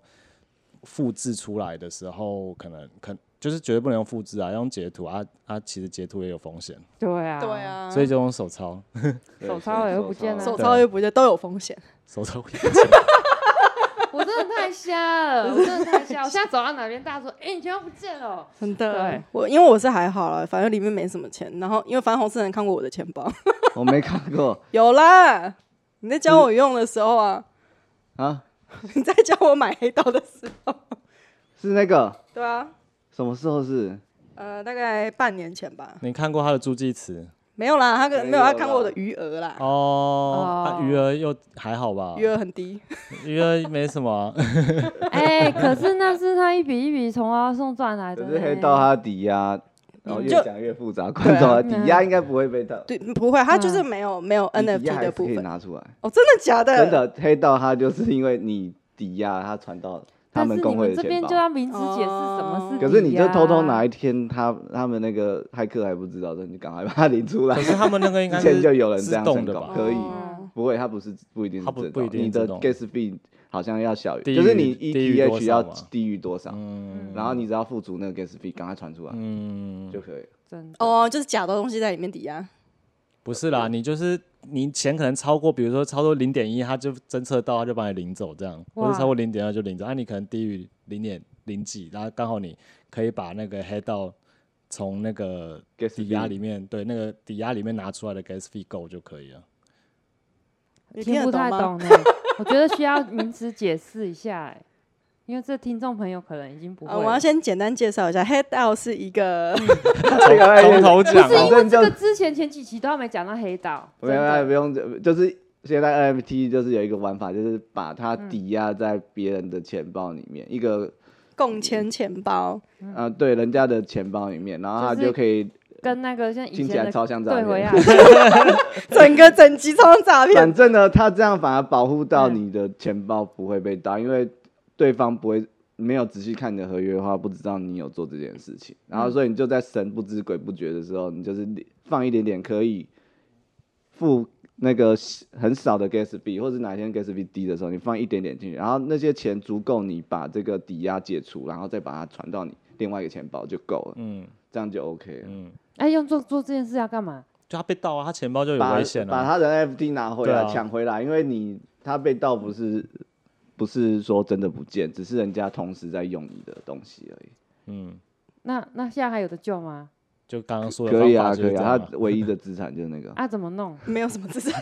[SPEAKER 3] 复制出来的时候，可能可就是绝对不能用复制啊，要用截图啊啊，其实截图也有风险，
[SPEAKER 2] 对啊，
[SPEAKER 1] 对，啊，
[SPEAKER 3] 所以就用手抄，
[SPEAKER 4] 对
[SPEAKER 2] 手抄也会不见啊
[SPEAKER 1] 手
[SPEAKER 3] 对
[SPEAKER 1] 抄又不对，都有风险。
[SPEAKER 3] 手抄会
[SPEAKER 2] 我真的太瞎了，我真的太瞎。我现在走到哪边，大家说：“哎，你钱包不见了
[SPEAKER 1] 真
[SPEAKER 2] 对，
[SPEAKER 1] 我因为我是还好了，反正里面没什么钱。然后因为反正红色人看过我的钱包，
[SPEAKER 4] 我没看过
[SPEAKER 1] 有啦。你在
[SPEAKER 3] 嗯
[SPEAKER 1] 教我用的时候啊，
[SPEAKER 4] 啊，
[SPEAKER 1] 你在教我买黑道的时候，
[SPEAKER 4] 是那个
[SPEAKER 1] 对啊，
[SPEAKER 4] 什么时候是？
[SPEAKER 1] 呃，大概半年前吧，
[SPEAKER 3] 你看过他的助记词
[SPEAKER 1] 没有啦，他跟没有他
[SPEAKER 4] 没有啦
[SPEAKER 1] 看过我的余额啦，
[SPEAKER 3] 哦，啊余额又还好吧，
[SPEAKER 4] 哦
[SPEAKER 1] 余额很低，
[SPEAKER 3] 余额没什么啊。！”
[SPEAKER 2] 哎，可是那是他一笔一笔从阿送赚来的
[SPEAKER 4] 可
[SPEAKER 2] 呢，
[SPEAKER 4] 是黑道他抵押，然后
[SPEAKER 1] 你
[SPEAKER 4] 越
[SPEAKER 1] 就
[SPEAKER 4] 讲越复杂，观众啊
[SPEAKER 2] 对啊
[SPEAKER 4] 抵押应该不会被盗，
[SPEAKER 1] 对，不会，他
[SPEAKER 4] 嗯
[SPEAKER 1] 就是没有没有
[SPEAKER 4] 抵押
[SPEAKER 1] NFT
[SPEAKER 4] 还
[SPEAKER 1] 的
[SPEAKER 4] 是可
[SPEAKER 1] 部
[SPEAKER 4] 以
[SPEAKER 1] 分。
[SPEAKER 4] 拿出来。
[SPEAKER 1] 哦，真的假的？
[SPEAKER 4] 真。的黑道他就是因为你抵押，他传到他
[SPEAKER 2] 但
[SPEAKER 4] 们
[SPEAKER 2] 是
[SPEAKER 4] 工
[SPEAKER 2] 你
[SPEAKER 4] 会
[SPEAKER 2] 们
[SPEAKER 4] 的
[SPEAKER 2] 这
[SPEAKER 4] 钱
[SPEAKER 2] 边
[SPEAKER 4] 包
[SPEAKER 2] 就。要明字解释什
[SPEAKER 1] 哦
[SPEAKER 2] 么是、
[SPEAKER 4] 可是你就偷偷哪一天他他们那个骇客还不知道的，你赶快把它领出来
[SPEAKER 3] 可。是他们那个应该
[SPEAKER 4] 之
[SPEAKER 3] 是
[SPEAKER 4] 前就有人这
[SPEAKER 3] 自
[SPEAKER 4] 样
[SPEAKER 3] 动
[SPEAKER 4] 申
[SPEAKER 3] 的
[SPEAKER 4] 告，
[SPEAKER 3] 吧？
[SPEAKER 4] 可以。
[SPEAKER 1] 哦
[SPEAKER 4] 不会，它不是不一定是
[SPEAKER 3] 它不
[SPEAKER 4] 自动
[SPEAKER 3] 不一定
[SPEAKER 4] 你
[SPEAKER 3] 是
[SPEAKER 4] 的
[SPEAKER 3] 自动
[SPEAKER 4] gas fee 好像要小于，
[SPEAKER 3] 低于
[SPEAKER 4] 就是你
[SPEAKER 3] 低于多
[SPEAKER 4] ETH
[SPEAKER 3] 少
[SPEAKER 4] 要
[SPEAKER 3] 嘛
[SPEAKER 4] 低于多少，
[SPEAKER 3] 嗯
[SPEAKER 4] 然后你只要付足那个 gas fee，赶快传出来
[SPEAKER 3] 嗯，
[SPEAKER 4] 就可以了。
[SPEAKER 2] 真的
[SPEAKER 1] 哦，就是假的东西在里面抵押。
[SPEAKER 3] 不是啦，你就是你钱可能超过，比如说超过零点一，他就侦测到，他就把你领走这样，
[SPEAKER 2] 哇
[SPEAKER 3] 或者超过零点二就领走。啊，你可能低于零点零几，然后刚好你可以把那个黑道从那个
[SPEAKER 4] Gas
[SPEAKER 3] 抵押
[SPEAKER 4] fee
[SPEAKER 3] 里面，对那个抵押里面拿出来的 gas fee 够就可以了。
[SPEAKER 1] 你听
[SPEAKER 2] 听
[SPEAKER 1] 得
[SPEAKER 2] 不
[SPEAKER 1] 懂
[SPEAKER 2] 太
[SPEAKER 1] 吗
[SPEAKER 2] 懂呢，我觉得需要名词解释一下、欸，因为这听众朋友可能已经不会
[SPEAKER 1] 啊，
[SPEAKER 2] 了。
[SPEAKER 1] 我要先简单介绍一下，head out 是一 个
[SPEAKER 4] 这个哎
[SPEAKER 3] 从头讲
[SPEAKER 4] 不
[SPEAKER 2] 是
[SPEAKER 4] 反
[SPEAKER 2] 因
[SPEAKER 3] 啊，
[SPEAKER 2] 为
[SPEAKER 4] 正
[SPEAKER 2] 这个
[SPEAKER 4] 就
[SPEAKER 2] 之前前几期都还没讲到黑道，
[SPEAKER 4] 没
[SPEAKER 2] 真
[SPEAKER 4] 有
[SPEAKER 2] 的
[SPEAKER 4] 哎不用，就是现在 NFT 就是有一个玩法，就是把它
[SPEAKER 2] 嗯
[SPEAKER 4] 抵押在别人的钱包里面，一个
[SPEAKER 1] 共签钱包，
[SPEAKER 4] 呃对人家的钱包里面，然后他
[SPEAKER 2] 嗯就是
[SPEAKER 4] 就可以
[SPEAKER 2] 跟那个像以
[SPEAKER 4] 听起
[SPEAKER 2] 前
[SPEAKER 4] 来
[SPEAKER 2] 的
[SPEAKER 4] 超像诈
[SPEAKER 2] 对 回
[SPEAKER 4] 骗
[SPEAKER 2] 来。，
[SPEAKER 1] 整个整集充满诈骗
[SPEAKER 4] 反。正呢，他这样反而保护到
[SPEAKER 2] 嗯
[SPEAKER 4] 你的钱包不会被盗，因为对方不会没有仔细看你的合约的话，不知道你有做这件事情。然后，所以你就在神不知鬼不觉的时候，你就是放一点点可以付那个很少的 gas 币，或者哪天 gas 币低的时候，你放一点点进去，然后那些钱足够你把这个抵押解除，然后再把它传到你另外一个钱包就够了，
[SPEAKER 3] 嗯
[SPEAKER 4] 这样就 OK 了。
[SPEAKER 3] 嗯，
[SPEAKER 2] 哎，用做做这件事要干嘛？
[SPEAKER 3] 就他被盗啊，他钱包就有
[SPEAKER 4] 把
[SPEAKER 3] 危险
[SPEAKER 4] 把
[SPEAKER 3] 了。
[SPEAKER 4] 他的 NFT 拿回来
[SPEAKER 3] 对啊
[SPEAKER 4] 抢、回来，因为你他被盗不是不是说真的不见，只是人家同时在用你的东西而已。
[SPEAKER 3] 嗯，
[SPEAKER 2] 那那现在还有的救吗？
[SPEAKER 3] 就刚刚说的
[SPEAKER 4] 可
[SPEAKER 3] 方
[SPEAKER 4] 以
[SPEAKER 3] 法
[SPEAKER 4] 啊，
[SPEAKER 3] 就
[SPEAKER 4] 可
[SPEAKER 3] 是
[SPEAKER 4] 以
[SPEAKER 3] 这样
[SPEAKER 4] 啊，
[SPEAKER 3] 啊
[SPEAKER 4] 他。唯一的资产就是那 个。
[SPEAKER 2] 啊，怎么弄？
[SPEAKER 1] 没有什么资 产，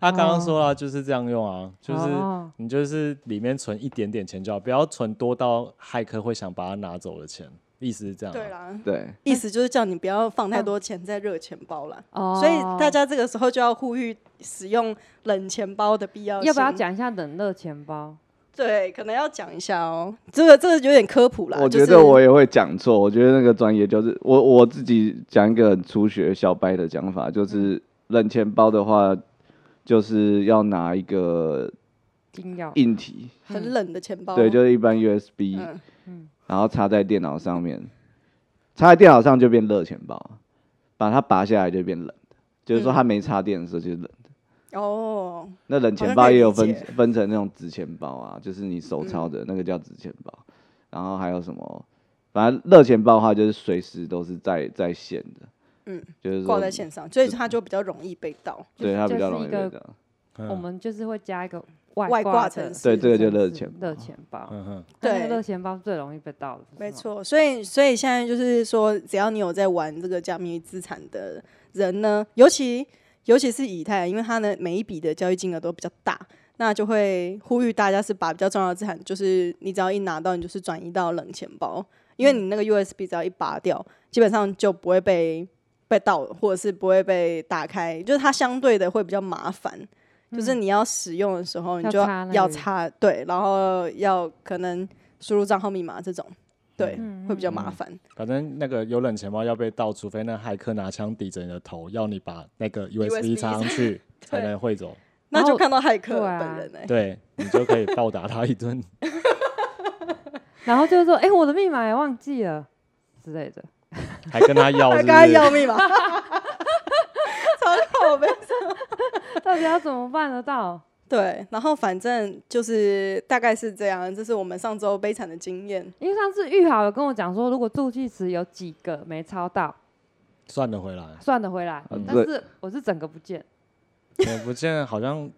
[SPEAKER 3] 他刚刚说了就是这样用啊，就是
[SPEAKER 2] 哦
[SPEAKER 3] 你就是里面存一点点钱就好，不要存多到骇客会想把它拿走的钱，意思是这样啊。
[SPEAKER 1] 对啦，
[SPEAKER 4] 对，
[SPEAKER 1] 意思就是叫你不要放太多钱在热钱包啦。
[SPEAKER 2] 哦，
[SPEAKER 1] 所以大家这个时候就要呼吁使用冷钱包的必要
[SPEAKER 2] 哦
[SPEAKER 1] 性。
[SPEAKER 2] 要不要？讲一下冷热钱包？
[SPEAKER 1] 对，可能要讲一下哦。这个这个有点科普啦。
[SPEAKER 3] 啊
[SPEAKER 4] 我
[SPEAKER 1] 就
[SPEAKER 4] 觉
[SPEAKER 1] 是
[SPEAKER 4] 得我也会讲错。我觉得那个专业就是我我自己讲一个很初学小白的讲法，就是
[SPEAKER 3] 嗯
[SPEAKER 4] 冷钱包的话，就是要拿一个
[SPEAKER 2] 金钥
[SPEAKER 4] 硬体，
[SPEAKER 1] 很冷的钱包，
[SPEAKER 4] 对，就是一般 USB，、
[SPEAKER 1] 哦嗯
[SPEAKER 4] 然后插在电脑上面，插在电脑上就变热钱包，把它拔下来就变冷的，就
[SPEAKER 1] 嗯
[SPEAKER 4] 是说它没插电的时候就是冷的。
[SPEAKER 1] 哦，
[SPEAKER 4] 那冷钱包也有
[SPEAKER 1] 好
[SPEAKER 4] 分
[SPEAKER 1] 像可以理解嗯
[SPEAKER 4] 分成那种纸钱包啊，就是你手抄的、那个叫纸钱包，然后还有什么，反正热钱包的话就是随时都是在在线的，
[SPEAKER 1] 嗯，
[SPEAKER 4] 就是说
[SPEAKER 1] 挂在，线上，所以它就比较容易被盗。
[SPEAKER 4] 对它比较
[SPEAKER 2] 就
[SPEAKER 4] 容
[SPEAKER 2] 是
[SPEAKER 4] 易
[SPEAKER 2] 一
[SPEAKER 4] 被
[SPEAKER 2] 个
[SPEAKER 4] 这样。
[SPEAKER 3] 嗯
[SPEAKER 2] 我们就是会加一个
[SPEAKER 1] 外挂
[SPEAKER 2] 挂
[SPEAKER 1] 程
[SPEAKER 2] 的
[SPEAKER 1] 式
[SPEAKER 4] 对，这个就热
[SPEAKER 2] 程式
[SPEAKER 4] 钱包
[SPEAKER 2] 热钱包。
[SPEAKER 3] 嗯哼，
[SPEAKER 2] 那那个
[SPEAKER 1] 对
[SPEAKER 2] 热钱包最容易被盗了，不是
[SPEAKER 1] 没
[SPEAKER 2] 吗。
[SPEAKER 1] 错，所以所以现在就是说，只要你有在玩这个加密资产的人呢，尤其尤其是以太，因为它呢每一笔的交易金额都比较大，那就会呼吁大家是把比较重要的资产，就是你只要一拿到，你就是转移到冷钱包，因
[SPEAKER 2] 嗯
[SPEAKER 1] 为你那个 USB 只要一拔掉，基本上就不会被被盗，或者是不会被打开，就是它相对的会比较麻烦。就是你要使用的时候，
[SPEAKER 2] 嗯
[SPEAKER 1] 你
[SPEAKER 2] 要
[SPEAKER 1] 就
[SPEAKER 2] 插那
[SPEAKER 1] 要
[SPEAKER 2] 个
[SPEAKER 1] 插对，然后要可能输入账号密码这种，对，
[SPEAKER 2] 嗯
[SPEAKER 1] 会比较麻烦。
[SPEAKER 3] 嗯反正那个有冷钱包要被盗，除非那骇客拿枪抵着你的头，要你把那个 USB 插上去才能汇走，
[SPEAKER 1] 那
[SPEAKER 2] 然
[SPEAKER 1] 就
[SPEAKER 2] 后
[SPEAKER 1] 看到骇客
[SPEAKER 2] 对啊
[SPEAKER 1] 本人哎、
[SPEAKER 3] 对你就可以暴打他一顿。
[SPEAKER 2] 然后就是说，哎，我的密码也忘记了之类 的。
[SPEAKER 3] 还跟他要
[SPEAKER 1] 他刚
[SPEAKER 3] 是不
[SPEAKER 1] 刚
[SPEAKER 3] 是？
[SPEAKER 1] 要密码， 超靠呗。
[SPEAKER 2] 到底要怎么办得到？
[SPEAKER 1] 对，然后反正就是大概是这样，这是我们上周悲惨的经验。
[SPEAKER 2] 因为上次玉豪有跟我讲说，如果助记词有几个没抄到，
[SPEAKER 3] 算得回来，
[SPEAKER 2] 算得回来。
[SPEAKER 4] 嗯
[SPEAKER 2] 但是我是整个不见，
[SPEAKER 3] 我不见好像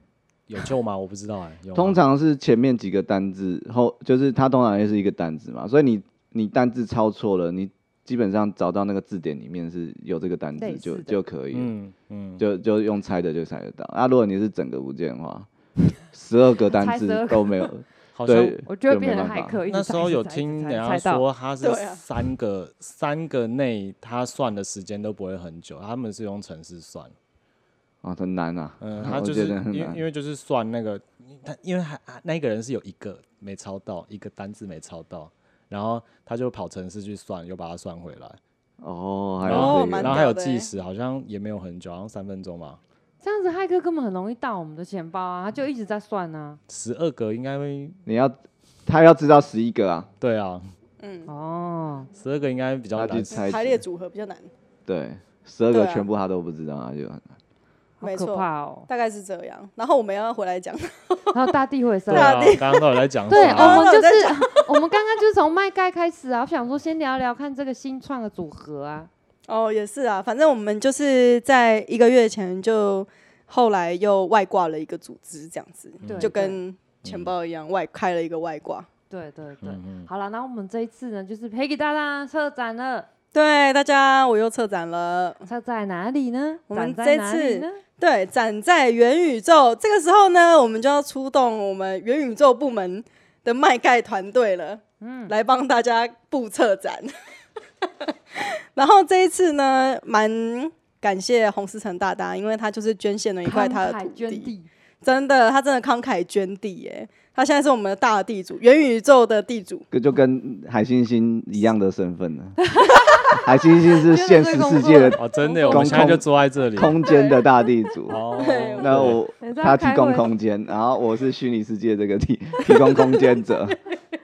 [SPEAKER 3] 有救吗？我不知道哎、有吗
[SPEAKER 4] 通常是前面几个单字，后就是它通常也是一个单字嘛，所以你你单字抄错了，你基本上找到那个字典里面是有这个单字
[SPEAKER 2] 类
[SPEAKER 4] 就
[SPEAKER 2] 似的
[SPEAKER 4] 就可以了。
[SPEAKER 3] 嗯嗯，
[SPEAKER 4] 就就用猜的就猜得到。啊，如果你是整个不见的话，十二个单
[SPEAKER 2] 猜
[SPEAKER 4] 字
[SPEAKER 2] 12
[SPEAKER 4] 都没有，
[SPEAKER 3] 好像
[SPEAKER 4] 对，
[SPEAKER 2] 我就会
[SPEAKER 4] 就没
[SPEAKER 2] 变成
[SPEAKER 4] 办法
[SPEAKER 2] 骇客。一直
[SPEAKER 3] 那
[SPEAKER 2] 猜
[SPEAKER 3] 时候有
[SPEAKER 2] 一直猜一直
[SPEAKER 3] 听
[SPEAKER 2] 猜
[SPEAKER 3] 人
[SPEAKER 2] 一直
[SPEAKER 3] 家
[SPEAKER 2] 猜到
[SPEAKER 3] 说他是
[SPEAKER 1] 对啊
[SPEAKER 3] 三个、三个内他算的时间都不会很久，他们是用程式算。
[SPEAKER 4] 啊，很难啊。
[SPEAKER 3] 嗯，
[SPEAKER 4] 我
[SPEAKER 3] 他就
[SPEAKER 4] 觉
[SPEAKER 3] 是
[SPEAKER 4] 得很
[SPEAKER 3] 因为
[SPEAKER 4] 难
[SPEAKER 3] 因为就是算那个他，因为还那一个人是有一个没抄到，一个单字没抄到，然后他就跑程式去算，又把它算回来，
[SPEAKER 4] 哦，还有
[SPEAKER 3] 哦
[SPEAKER 4] 这
[SPEAKER 1] 蛮
[SPEAKER 3] 然
[SPEAKER 4] 个
[SPEAKER 3] 后还有
[SPEAKER 1] 屌的欸
[SPEAKER 3] 计时，好像也没有很久，好像三分钟吧，
[SPEAKER 2] 这样子骇客根本很容易盗我们的钱包啊，他就一直在算啊。
[SPEAKER 3] 十二个应该会
[SPEAKER 4] 你要他要知道十一个啊，
[SPEAKER 3] 对啊，
[SPEAKER 1] 嗯，
[SPEAKER 2] 哦，
[SPEAKER 3] 十二个应该比较
[SPEAKER 4] 他去
[SPEAKER 3] 难。
[SPEAKER 4] 猜
[SPEAKER 1] 排列组合比较难，
[SPEAKER 4] 对，十二个
[SPEAKER 1] 对啊
[SPEAKER 4] 全部他都不知道，他就很难。
[SPEAKER 2] 好
[SPEAKER 1] 没
[SPEAKER 2] 可
[SPEAKER 1] 错。
[SPEAKER 2] 怕哦
[SPEAKER 1] 大概是这样。然后我们要回来讲，
[SPEAKER 2] 还有大 地回收
[SPEAKER 3] 对。啊，刚刚都有在讲
[SPEAKER 2] 对，啊哦
[SPEAKER 3] 啥
[SPEAKER 2] 我们就
[SPEAKER 1] 我在
[SPEAKER 2] 是我们刚刚就是从麦盖开始啊，我想说先聊聊看这个新创的组合啊，
[SPEAKER 1] 哦，也是啊，反正我们就是在一个月前就后来又外挂了一个组织，这样子
[SPEAKER 2] 嗯对
[SPEAKER 1] 就跟钱包一样外开了一个外挂。
[SPEAKER 2] 对对对，
[SPEAKER 3] 嗯
[SPEAKER 2] 好了，那我们这一次呢，就是 Peggy 大大策展了，
[SPEAKER 1] 对大家，我又策展了。
[SPEAKER 2] 策在哪里呢？
[SPEAKER 1] 我们
[SPEAKER 2] 展在
[SPEAKER 1] 这
[SPEAKER 2] 哪里
[SPEAKER 1] 次
[SPEAKER 2] 呢
[SPEAKER 1] 对，展在元宇宙。这个时候呢，我们就要出动我们元宇宙部门的麦盖团队了，嗯，来帮大家布策展。 然后这一次呢，蛮感谢洪思成大大，因为他就是捐献了一块他的
[SPEAKER 2] 慷
[SPEAKER 1] 土
[SPEAKER 2] 慨捐地，
[SPEAKER 1] 真的，他真的慷慨捐地耶。他现在是我们的大地主，元宇宙的地主。
[SPEAKER 4] 跟就跟海星星一样的身份呢。 海星星 是现实世界的
[SPEAKER 3] 哦，真的，我们现在就坐在这里。
[SPEAKER 4] 空间的大地主，
[SPEAKER 3] 哦，
[SPEAKER 4] 那我
[SPEAKER 2] 你在
[SPEAKER 4] 他提供
[SPEAKER 2] 开会
[SPEAKER 4] 空间，然后我是虚拟世界这个提 提供空间 者，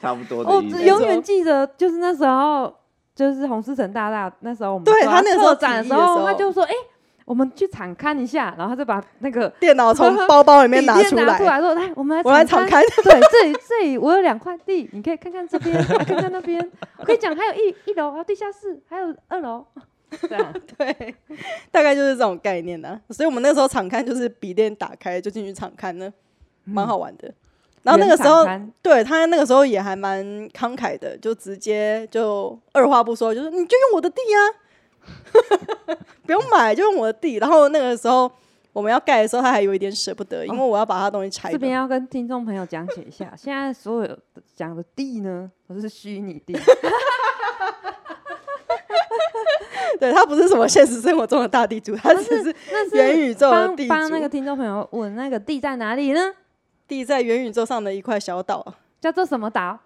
[SPEAKER 4] 差不多
[SPEAKER 1] 哦
[SPEAKER 4] 的
[SPEAKER 2] 我
[SPEAKER 4] 意
[SPEAKER 2] 哦只
[SPEAKER 4] 思。
[SPEAKER 2] 永远记得，就是那时候，就是洪思成大大那时候我们
[SPEAKER 1] 对
[SPEAKER 2] 说
[SPEAKER 1] 他
[SPEAKER 2] 要
[SPEAKER 1] 那个时候
[SPEAKER 2] 策展的
[SPEAKER 1] 提议的时候
[SPEAKER 2] 他就说：“哎、我们去场看一下。”然后他就把那个
[SPEAKER 1] 电脑从包包里 面拿
[SPEAKER 2] 笔
[SPEAKER 1] 出
[SPEAKER 2] 电拿
[SPEAKER 1] 来，
[SPEAKER 2] 出来说：“来，我们来
[SPEAKER 1] 我来
[SPEAKER 2] 敞
[SPEAKER 1] 敞开。
[SPEAKER 2] 对，这里这里我有两块地，你可以看看这边，啊看看那边。我跟你讲，还有一一楼，还有地下室，还有二楼。对啊，
[SPEAKER 1] 对，大概就是这种概念呢、所以我们那时候场刊就是笔电打开就进去场刊呢，蛮好玩的。 然后那个时候
[SPEAKER 2] 原，场刊
[SPEAKER 1] 对他那个时候也还蛮慷慨的，就直接就二话不说，就说你就用我的地啊， 不用买，就用我的地。然后那个时候我们要盖的时候，他还有一点舍不得，因为我要把他东西拆
[SPEAKER 2] 哦这边
[SPEAKER 1] 掉。
[SPEAKER 2] 要跟听众朋友讲解一下，现在所有的讲的地呢都是虚拟 地，
[SPEAKER 1] 对他不是什么现实生活中的大地主，他只是
[SPEAKER 2] 那是
[SPEAKER 1] 元宇宙的
[SPEAKER 2] 帮
[SPEAKER 1] 地主，
[SPEAKER 2] 帮那个听众朋友问那个地在哪里呢？
[SPEAKER 1] 地在元宇宙上的一块小岛啊，
[SPEAKER 2] 叫做什么岛？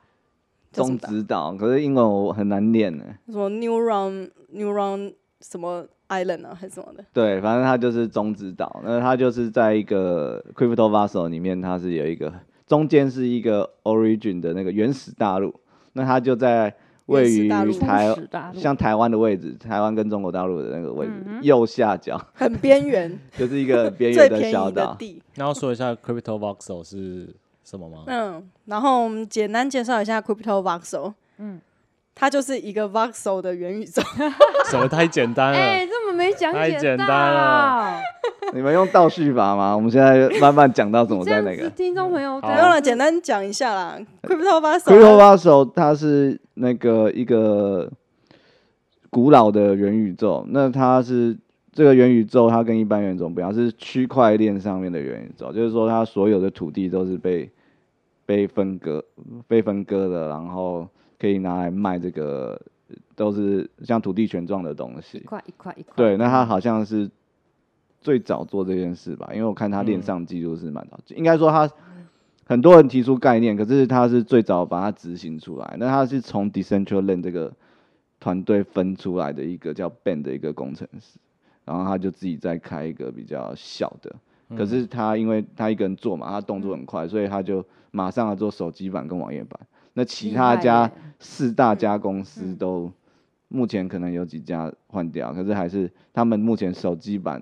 [SPEAKER 1] 叫什么
[SPEAKER 4] 中指岛，可是英文我很难念呢。
[SPEAKER 1] 什么 Neuron Neuron 什么 Island 啊，还是什么的？
[SPEAKER 4] 对，反正它就是中指岛，那它就是在一个 Crypto Vassal 里面，它是有一个中间是一个 Origin 的那个原始大陆，那它就在位
[SPEAKER 1] 原始
[SPEAKER 4] 于
[SPEAKER 1] 大陆
[SPEAKER 4] 台
[SPEAKER 2] 初始大陆
[SPEAKER 4] 像台湾的位置，台湾跟中国大陆的那个位置、
[SPEAKER 2] 嗯哼
[SPEAKER 4] 右下角，
[SPEAKER 1] 很边缘，
[SPEAKER 4] 就是一 个 边
[SPEAKER 1] 最
[SPEAKER 4] 缘的
[SPEAKER 1] 便
[SPEAKER 4] 小
[SPEAKER 1] 宜
[SPEAKER 4] 岛
[SPEAKER 1] 的。地。
[SPEAKER 3] 那要说一下 Crypto Voxel 是什么吗？
[SPEAKER 1] 嗯，然后我们简单介绍一下 Crypto Voxel。嗯，它就是一个 Voxel 的元宇宙。
[SPEAKER 3] 什么太简单
[SPEAKER 2] 哎、
[SPEAKER 3] 了，
[SPEAKER 2] 这么没讲
[SPEAKER 3] 太
[SPEAKER 2] 解
[SPEAKER 3] 简
[SPEAKER 2] 到，
[SPEAKER 3] 单了
[SPEAKER 4] 你们用倒叙法吗？我们现在慢慢讲到怎么
[SPEAKER 2] 这
[SPEAKER 4] 在
[SPEAKER 2] 样
[SPEAKER 4] 那
[SPEAKER 2] 子
[SPEAKER 4] 个。
[SPEAKER 2] 听众朋友
[SPEAKER 3] 好
[SPEAKER 1] 不用了，简单讲一下啦。Crypto
[SPEAKER 4] Crypto
[SPEAKER 1] Voxel，
[SPEAKER 4] Vassal 它是那个一个古老的元宇宙，那它是这个元宇宙，它跟一般元宇宙不一样，是区块链上面的元宇宙，就是说它所有的土地都是被被分割、被分割的，然后可以拿来卖这个，都是像土地权状的东
[SPEAKER 2] 一
[SPEAKER 4] 西。
[SPEAKER 2] 块一块一嗯块，
[SPEAKER 4] 对，那他好像是最早做这件事吧，因为我看他链
[SPEAKER 3] 嗯
[SPEAKER 4] 上记录是蛮早，应该说他很多人提出概念，可是他是最早把它执行出来。那他是从 Decentraland 这个团队分出来的一个叫 Ben 的一个工程师，然后他就自己再开一个比较小的。
[SPEAKER 2] 嗯
[SPEAKER 4] 可是他因为他一个人做嘛，他动作很快，所以他就马上要做手机版跟网页版。那其
[SPEAKER 2] 厉
[SPEAKER 4] 他
[SPEAKER 2] 害
[SPEAKER 4] 家
[SPEAKER 2] 耶
[SPEAKER 4] 四大家公司
[SPEAKER 2] 嗯
[SPEAKER 4] 都目前可能有几家换掉，可是还是他们目前手机版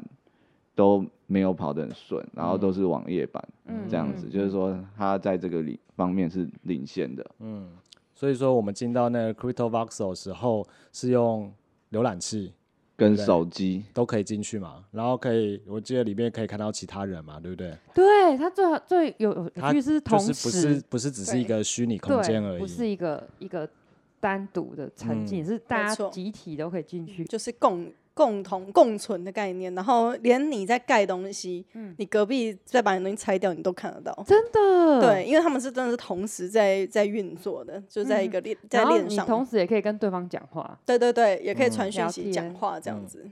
[SPEAKER 4] 都没有跑得很顺，然后都是网页版
[SPEAKER 2] 嗯
[SPEAKER 4] 这样子，就是说它在这个领方面是领先的。
[SPEAKER 3] 嗯所以说我们进到那个 Crypto Voxel 的时候是用浏览器
[SPEAKER 4] 跟
[SPEAKER 3] 对
[SPEAKER 4] 手机
[SPEAKER 3] 都可以进去嘛，然后可以，我记得里面可以看到其他人嘛，对不对？
[SPEAKER 2] 对他最好最有有
[SPEAKER 3] 他
[SPEAKER 2] 趣是同
[SPEAKER 3] 就是
[SPEAKER 2] 时，
[SPEAKER 3] 不是不是只是一个虚拟空间而
[SPEAKER 2] 对，
[SPEAKER 3] 已，嗯
[SPEAKER 2] 不是一个一个单独的沉浸，是大
[SPEAKER 1] 没
[SPEAKER 2] 家
[SPEAKER 1] 错
[SPEAKER 2] 集体都可以进去。
[SPEAKER 1] 就是共共同共存的概念。然后连你在盖东西，
[SPEAKER 2] 嗯
[SPEAKER 1] 你隔壁再把你东西拆掉，你都看得到。
[SPEAKER 2] 真的，
[SPEAKER 1] 对，因为他们是真的是同时在在运作的，就在一个链、
[SPEAKER 2] 嗯
[SPEAKER 1] 在
[SPEAKER 2] 然后
[SPEAKER 1] 链
[SPEAKER 2] 你
[SPEAKER 1] 上。
[SPEAKER 2] 同时也可以跟对方讲话，
[SPEAKER 1] 对对对，也可以传讯
[SPEAKER 2] 聊
[SPEAKER 1] 息、
[SPEAKER 2] 天
[SPEAKER 1] 讲话这样
[SPEAKER 3] 嗯
[SPEAKER 1] 子。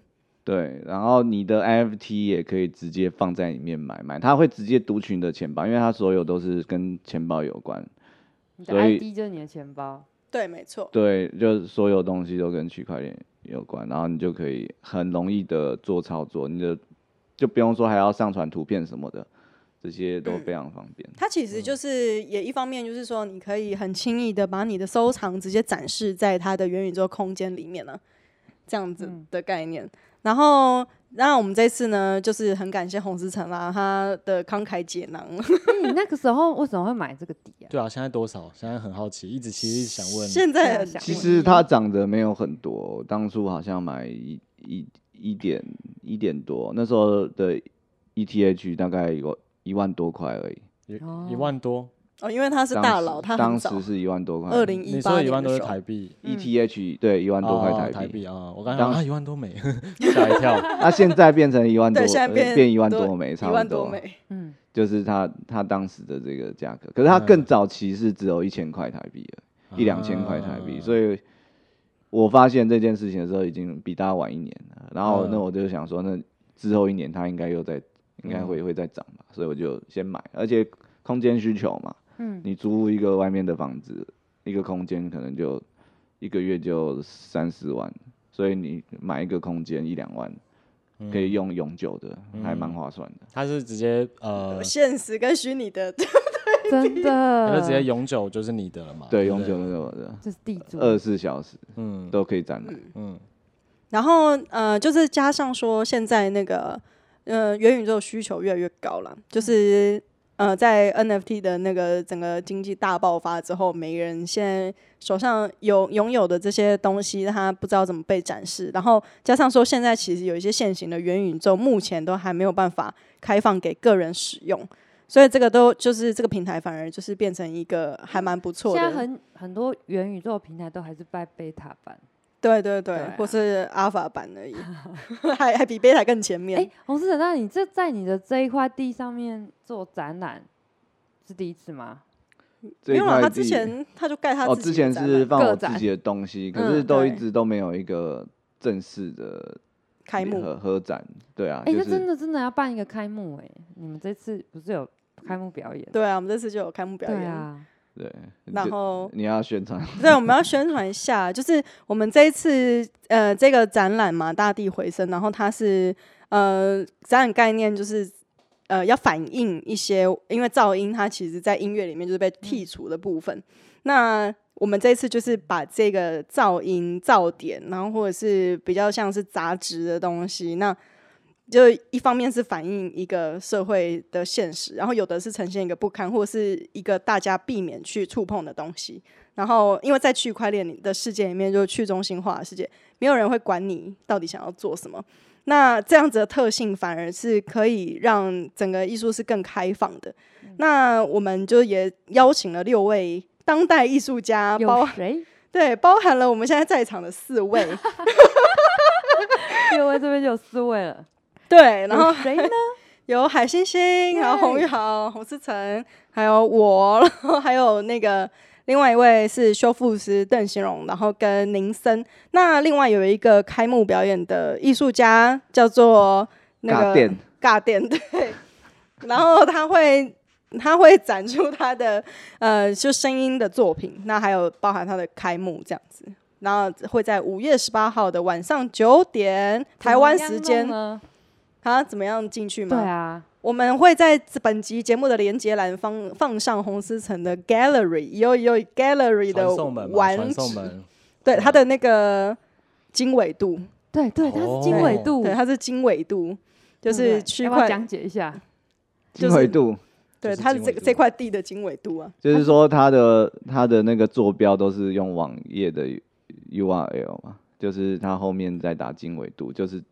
[SPEAKER 4] 对，然后你的 NFT 也可以直接放在里面买卖，它会直接读取你的钱包，因为它所有都是跟钱包有关。
[SPEAKER 2] 你的
[SPEAKER 4] 所以
[SPEAKER 2] ID 就是你的钱包，
[SPEAKER 1] 对，没错。
[SPEAKER 4] 对，就是所有东西都跟区块链有关，然后你就可以很容易的做操作，你的就不用说还要上传图片什么的，这些都非常方便。
[SPEAKER 1] 它其实就是也一方面就是说，你可以很轻易的把你的收藏直接展示在它的元宇宙空间里面呢、啊这样子的概念。然后，那我们这次呢，就是很感谢洪思成啦，他的慷慨解囊。
[SPEAKER 2] 那哎你那个时候为什么会买这个底啊？
[SPEAKER 3] 对啊，现在多少？现在很好奇，一直其实一直想问，
[SPEAKER 1] 现在很
[SPEAKER 2] 想
[SPEAKER 4] 其
[SPEAKER 2] 问
[SPEAKER 4] 实它涨得没有很多，当初好像买一一一点一点多，那时 E 候的 ETH 大概有一万多块而已。
[SPEAKER 3] 一
[SPEAKER 2] 哦
[SPEAKER 3] 一万多，
[SPEAKER 1] 哦，因为他是大佬，他
[SPEAKER 4] 当
[SPEAKER 1] 很早
[SPEAKER 4] 时，是一万多块，
[SPEAKER 1] 二零
[SPEAKER 3] 你
[SPEAKER 1] 一
[SPEAKER 3] 说
[SPEAKER 1] 八
[SPEAKER 3] 的一
[SPEAKER 1] 年
[SPEAKER 3] 万多
[SPEAKER 1] 的时
[SPEAKER 3] 是
[SPEAKER 1] 候
[SPEAKER 3] 台币，
[SPEAKER 4] ETH 对一万多块
[SPEAKER 3] 哦
[SPEAKER 4] 台
[SPEAKER 3] 台
[SPEAKER 4] 币，
[SPEAKER 3] 币啊！我刚才
[SPEAKER 4] 当
[SPEAKER 3] 啊一万多 美，吓一跳。
[SPEAKER 4] 那现在变成一万多，
[SPEAKER 1] 对，现在
[SPEAKER 4] 呃
[SPEAKER 1] 变
[SPEAKER 4] 变一万多枚，
[SPEAKER 1] 一
[SPEAKER 4] 差
[SPEAKER 1] 万
[SPEAKER 4] 不
[SPEAKER 1] 多
[SPEAKER 4] 多，
[SPEAKER 1] 美，
[SPEAKER 2] 嗯，
[SPEAKER 4] 就是它它当时的这个价格。可是它
[SPEAKER 3] 嗯
[SPEAKER 4] 更早期是只有一千块台币了，一两千块台币，所以我发现这件事情的时候已经比大家晚一年了。然后
[SPEAKER 3] 嗯
[SPEAKER 4] 那我就想说，那之后一年它应该又在，应该会会再涨吧，所以我就先买，而且空间需求嘛，
[SPEAKER 2] 嗯，
[SPEAKER 4] 你租一个外面的房子，一个空间可能就一个月就三四万，所以你买一个空间一两万，可以用永久的，还蛮划算的。
[SPEAKER 3] 他是直接呃，
[SPEAKER 1] 现实跟虚拟的，
[SPEAKER 2] 真的，
[SPEAKER 3] 他就直
[SPEAKER 1] 呃
[SPEAKER 3] 接永久就是你的了嘛。
[SPEAKER 4] 对，
[SPEAKER 3] 不
[SPEAKER 4] 永久的什么的，
[SPEAKER 2] 这是地主，
[SPEAKER 4] 二十四小时
[SPEAKER 3] 嗯
[SPEAKER 4] 都可以展览。
[SPEAKER 3] 嗯，
[SPEAKER 1] 然后呃，就是加上说现在那个呃元宇宙需求越来越高了，就是呃在 NFT 的那个整个经济大爆发之后，每个人现在手上有拥有的这些东西，他不知道怎么被展示。然后加上说现在其实有一些现行的元宇宙，目前都还没有办法开放给个人使用。所以这个都就是这个平台，反而就是变成一个还蛮不错
[SPEAKER 2] 现
[SPEAKER 1] 的。
[SPEAKER 2] 在很很多元宇宙平台都还是拜贝塔版。
[SPEAKER 1] 对对对，
[SPEAKER 2] 对啊
[SPEAKER 1] 或是阿法版而已， 还还比贝塔更前面。
[SPEAKER 2] 哎，洪思成，那你这在你的这一块地上面做展览是第一次吗？
[SPEAKER 4] 这
[SPEAKER 1] 没
[SPEAKER 4] 一
[SPEAKER 1] 有啦，
[SPEAKER 4] 块
[SPEAKER 1] 他
[SPEAKER 4] 地
[SPEAKER 1] 之前他就盖他
[SPEAKER 4] 哦，
[SPEAKER 1] 自
[SPEAKER 4] 之
[SPEAKER 1] 己的
[SPEAKER 4] 前
[SPEAKER 1] 展
[SPEAKER 4] 是
[SPEAKER 1] 览
[SPEAKER 4] 放
[SPEAKER 2] 个
[SPEAKER 4] 我自
[SPEAKER 2] 展
[SPEAKER 4] 己的东西，可
[SPEAKER 2] 嗯
[SPEAKER 4] 是都一
[SPEAKER 1] 对
[SPEAKER 4] 直都没有一个正式的
[SPEAKER 1] 开幕，
[SPEAKER 4] 合合展。对啊，
[SPEAKER 2] 哎，
[SPEAKER 4] 就
[SPEAKER 2] 那真
[SPEAKER 4] 是
[SPEAKER 2] 的真的要办一个开幕哎，你们这次不是有开幕表演？
[SPEAKER 1] 对啊，我们这次就有开幕表
[SPEAKER 2] 对
[SPEAKER 1] 演。
[SPEAKER 2] 啊，
[SPEAKER 4] 对，
[SPEAKER 1] 然
[SPEAKER 4] 嗯就
[SPEAKER 1] 后
[SPEAKER 4] 你要宣传，
[SPEAKER 1] 对，我们要宣传一下，就是我们这一次呃这个展览嘛，大地回声，然后它是呃展览概念就是呃要反映一些，因为噪音它其实在音乐里面就是被
[SPEAKER 2] 嗯
[SPEAKER 1] 剔除的部分。那我们这一次就是把这个噪音、噪点，然后或者是比较像是杂质的东西，那就一方面是反映一个社会的现实，然后有的是呈现一个不堪或是一个大家避免去触碰的东西。然后因为在区块链的世界里面，就是去中心化的世界，没有人会管你到底想要做什么。那这样子的特性反而是可以让整个艺术是更开放的。那我们就也邀请了六位当代艺术家，
[SPEAKER 2] 有
[SPEAKER 1] 啊包
[SPEAKER 2] 谁？
[SPEAKER 1] 对包含了我们现在在场的四位，
[SPEAKER 2] 六位这边就有四位了，
[SPEAKER 1] 对， 然后
[SPEAKER 2] 有谁呢？
[SPEAKER 1] 有海星星，然后洪玉豪、洪思成，还有我，然后还有那个另外一位是修复师邓兴荣，然后跟林森。那另外有一个开幕表演的艺术家叫做 那
[SPEAKER 4] 尬
[SPEAKER 1] 个
[SPEAKER 4] 电
[SPEAKER 1] 尬电，对。然后他会他会展出他的呃就声音的作品，那还有包含他的开幕这样子。然后会在五月十八号的晚上九点 台湾时
[SPEAKER 2] 怎
[SPEAKER 1] 间
[SPEAKER 2] 么样，弄呢？啊
[SPEAKER 1] 他怎么样进去吗？
[SPEAKER 2] 对啊，
[SPEAKER 1] 我们会在本集节目的连接栏放放上洪思成的 gallery，有有 gallery 的
[SPEAKER 3] 传送门嘛，
[SPEAKER 1] 玩
[SPEAKER 3] 传送
[SPEAKER 1] 址，
[SPEAKER 3] 门，
[SPEAKER 1] 对它的那个经纬度，
[SPEAKER 2] 对对，它是经纬
[SPEAKER 3] 哦
[SPEAKER 2] 度
[SPEAKER 1] 对，，它是经纬度，
[SPEAKER 2] 对
[SPEAKER 1] 就
[SPEAKER 2] 嗯不对
[SPEAKER 1] 是区
[SPEAKER 2] 要不要
[SPEAKER 1] 块，
[SPEAKER 2] 讲解一下。
[SPEAKER 1] 就
[SPEAKER 4] 经
[SPEAKER 1] 是
[SPEAKER 4] 纬度
[SPEAKER 1] 对，
[SPEAKER 3] 就是
[SPEAKER 1] 它的
[SPEAKER 3] 经
[SPEAKER 1] 这
[SPEAKER 3] 纬度
[SPEAKER 1] 这块地的经纬度啊，
[SPEAKER 4] 就是说它的它的那个坐标都是用网页的 URL 嘛，就是它后面再打经纬度，就是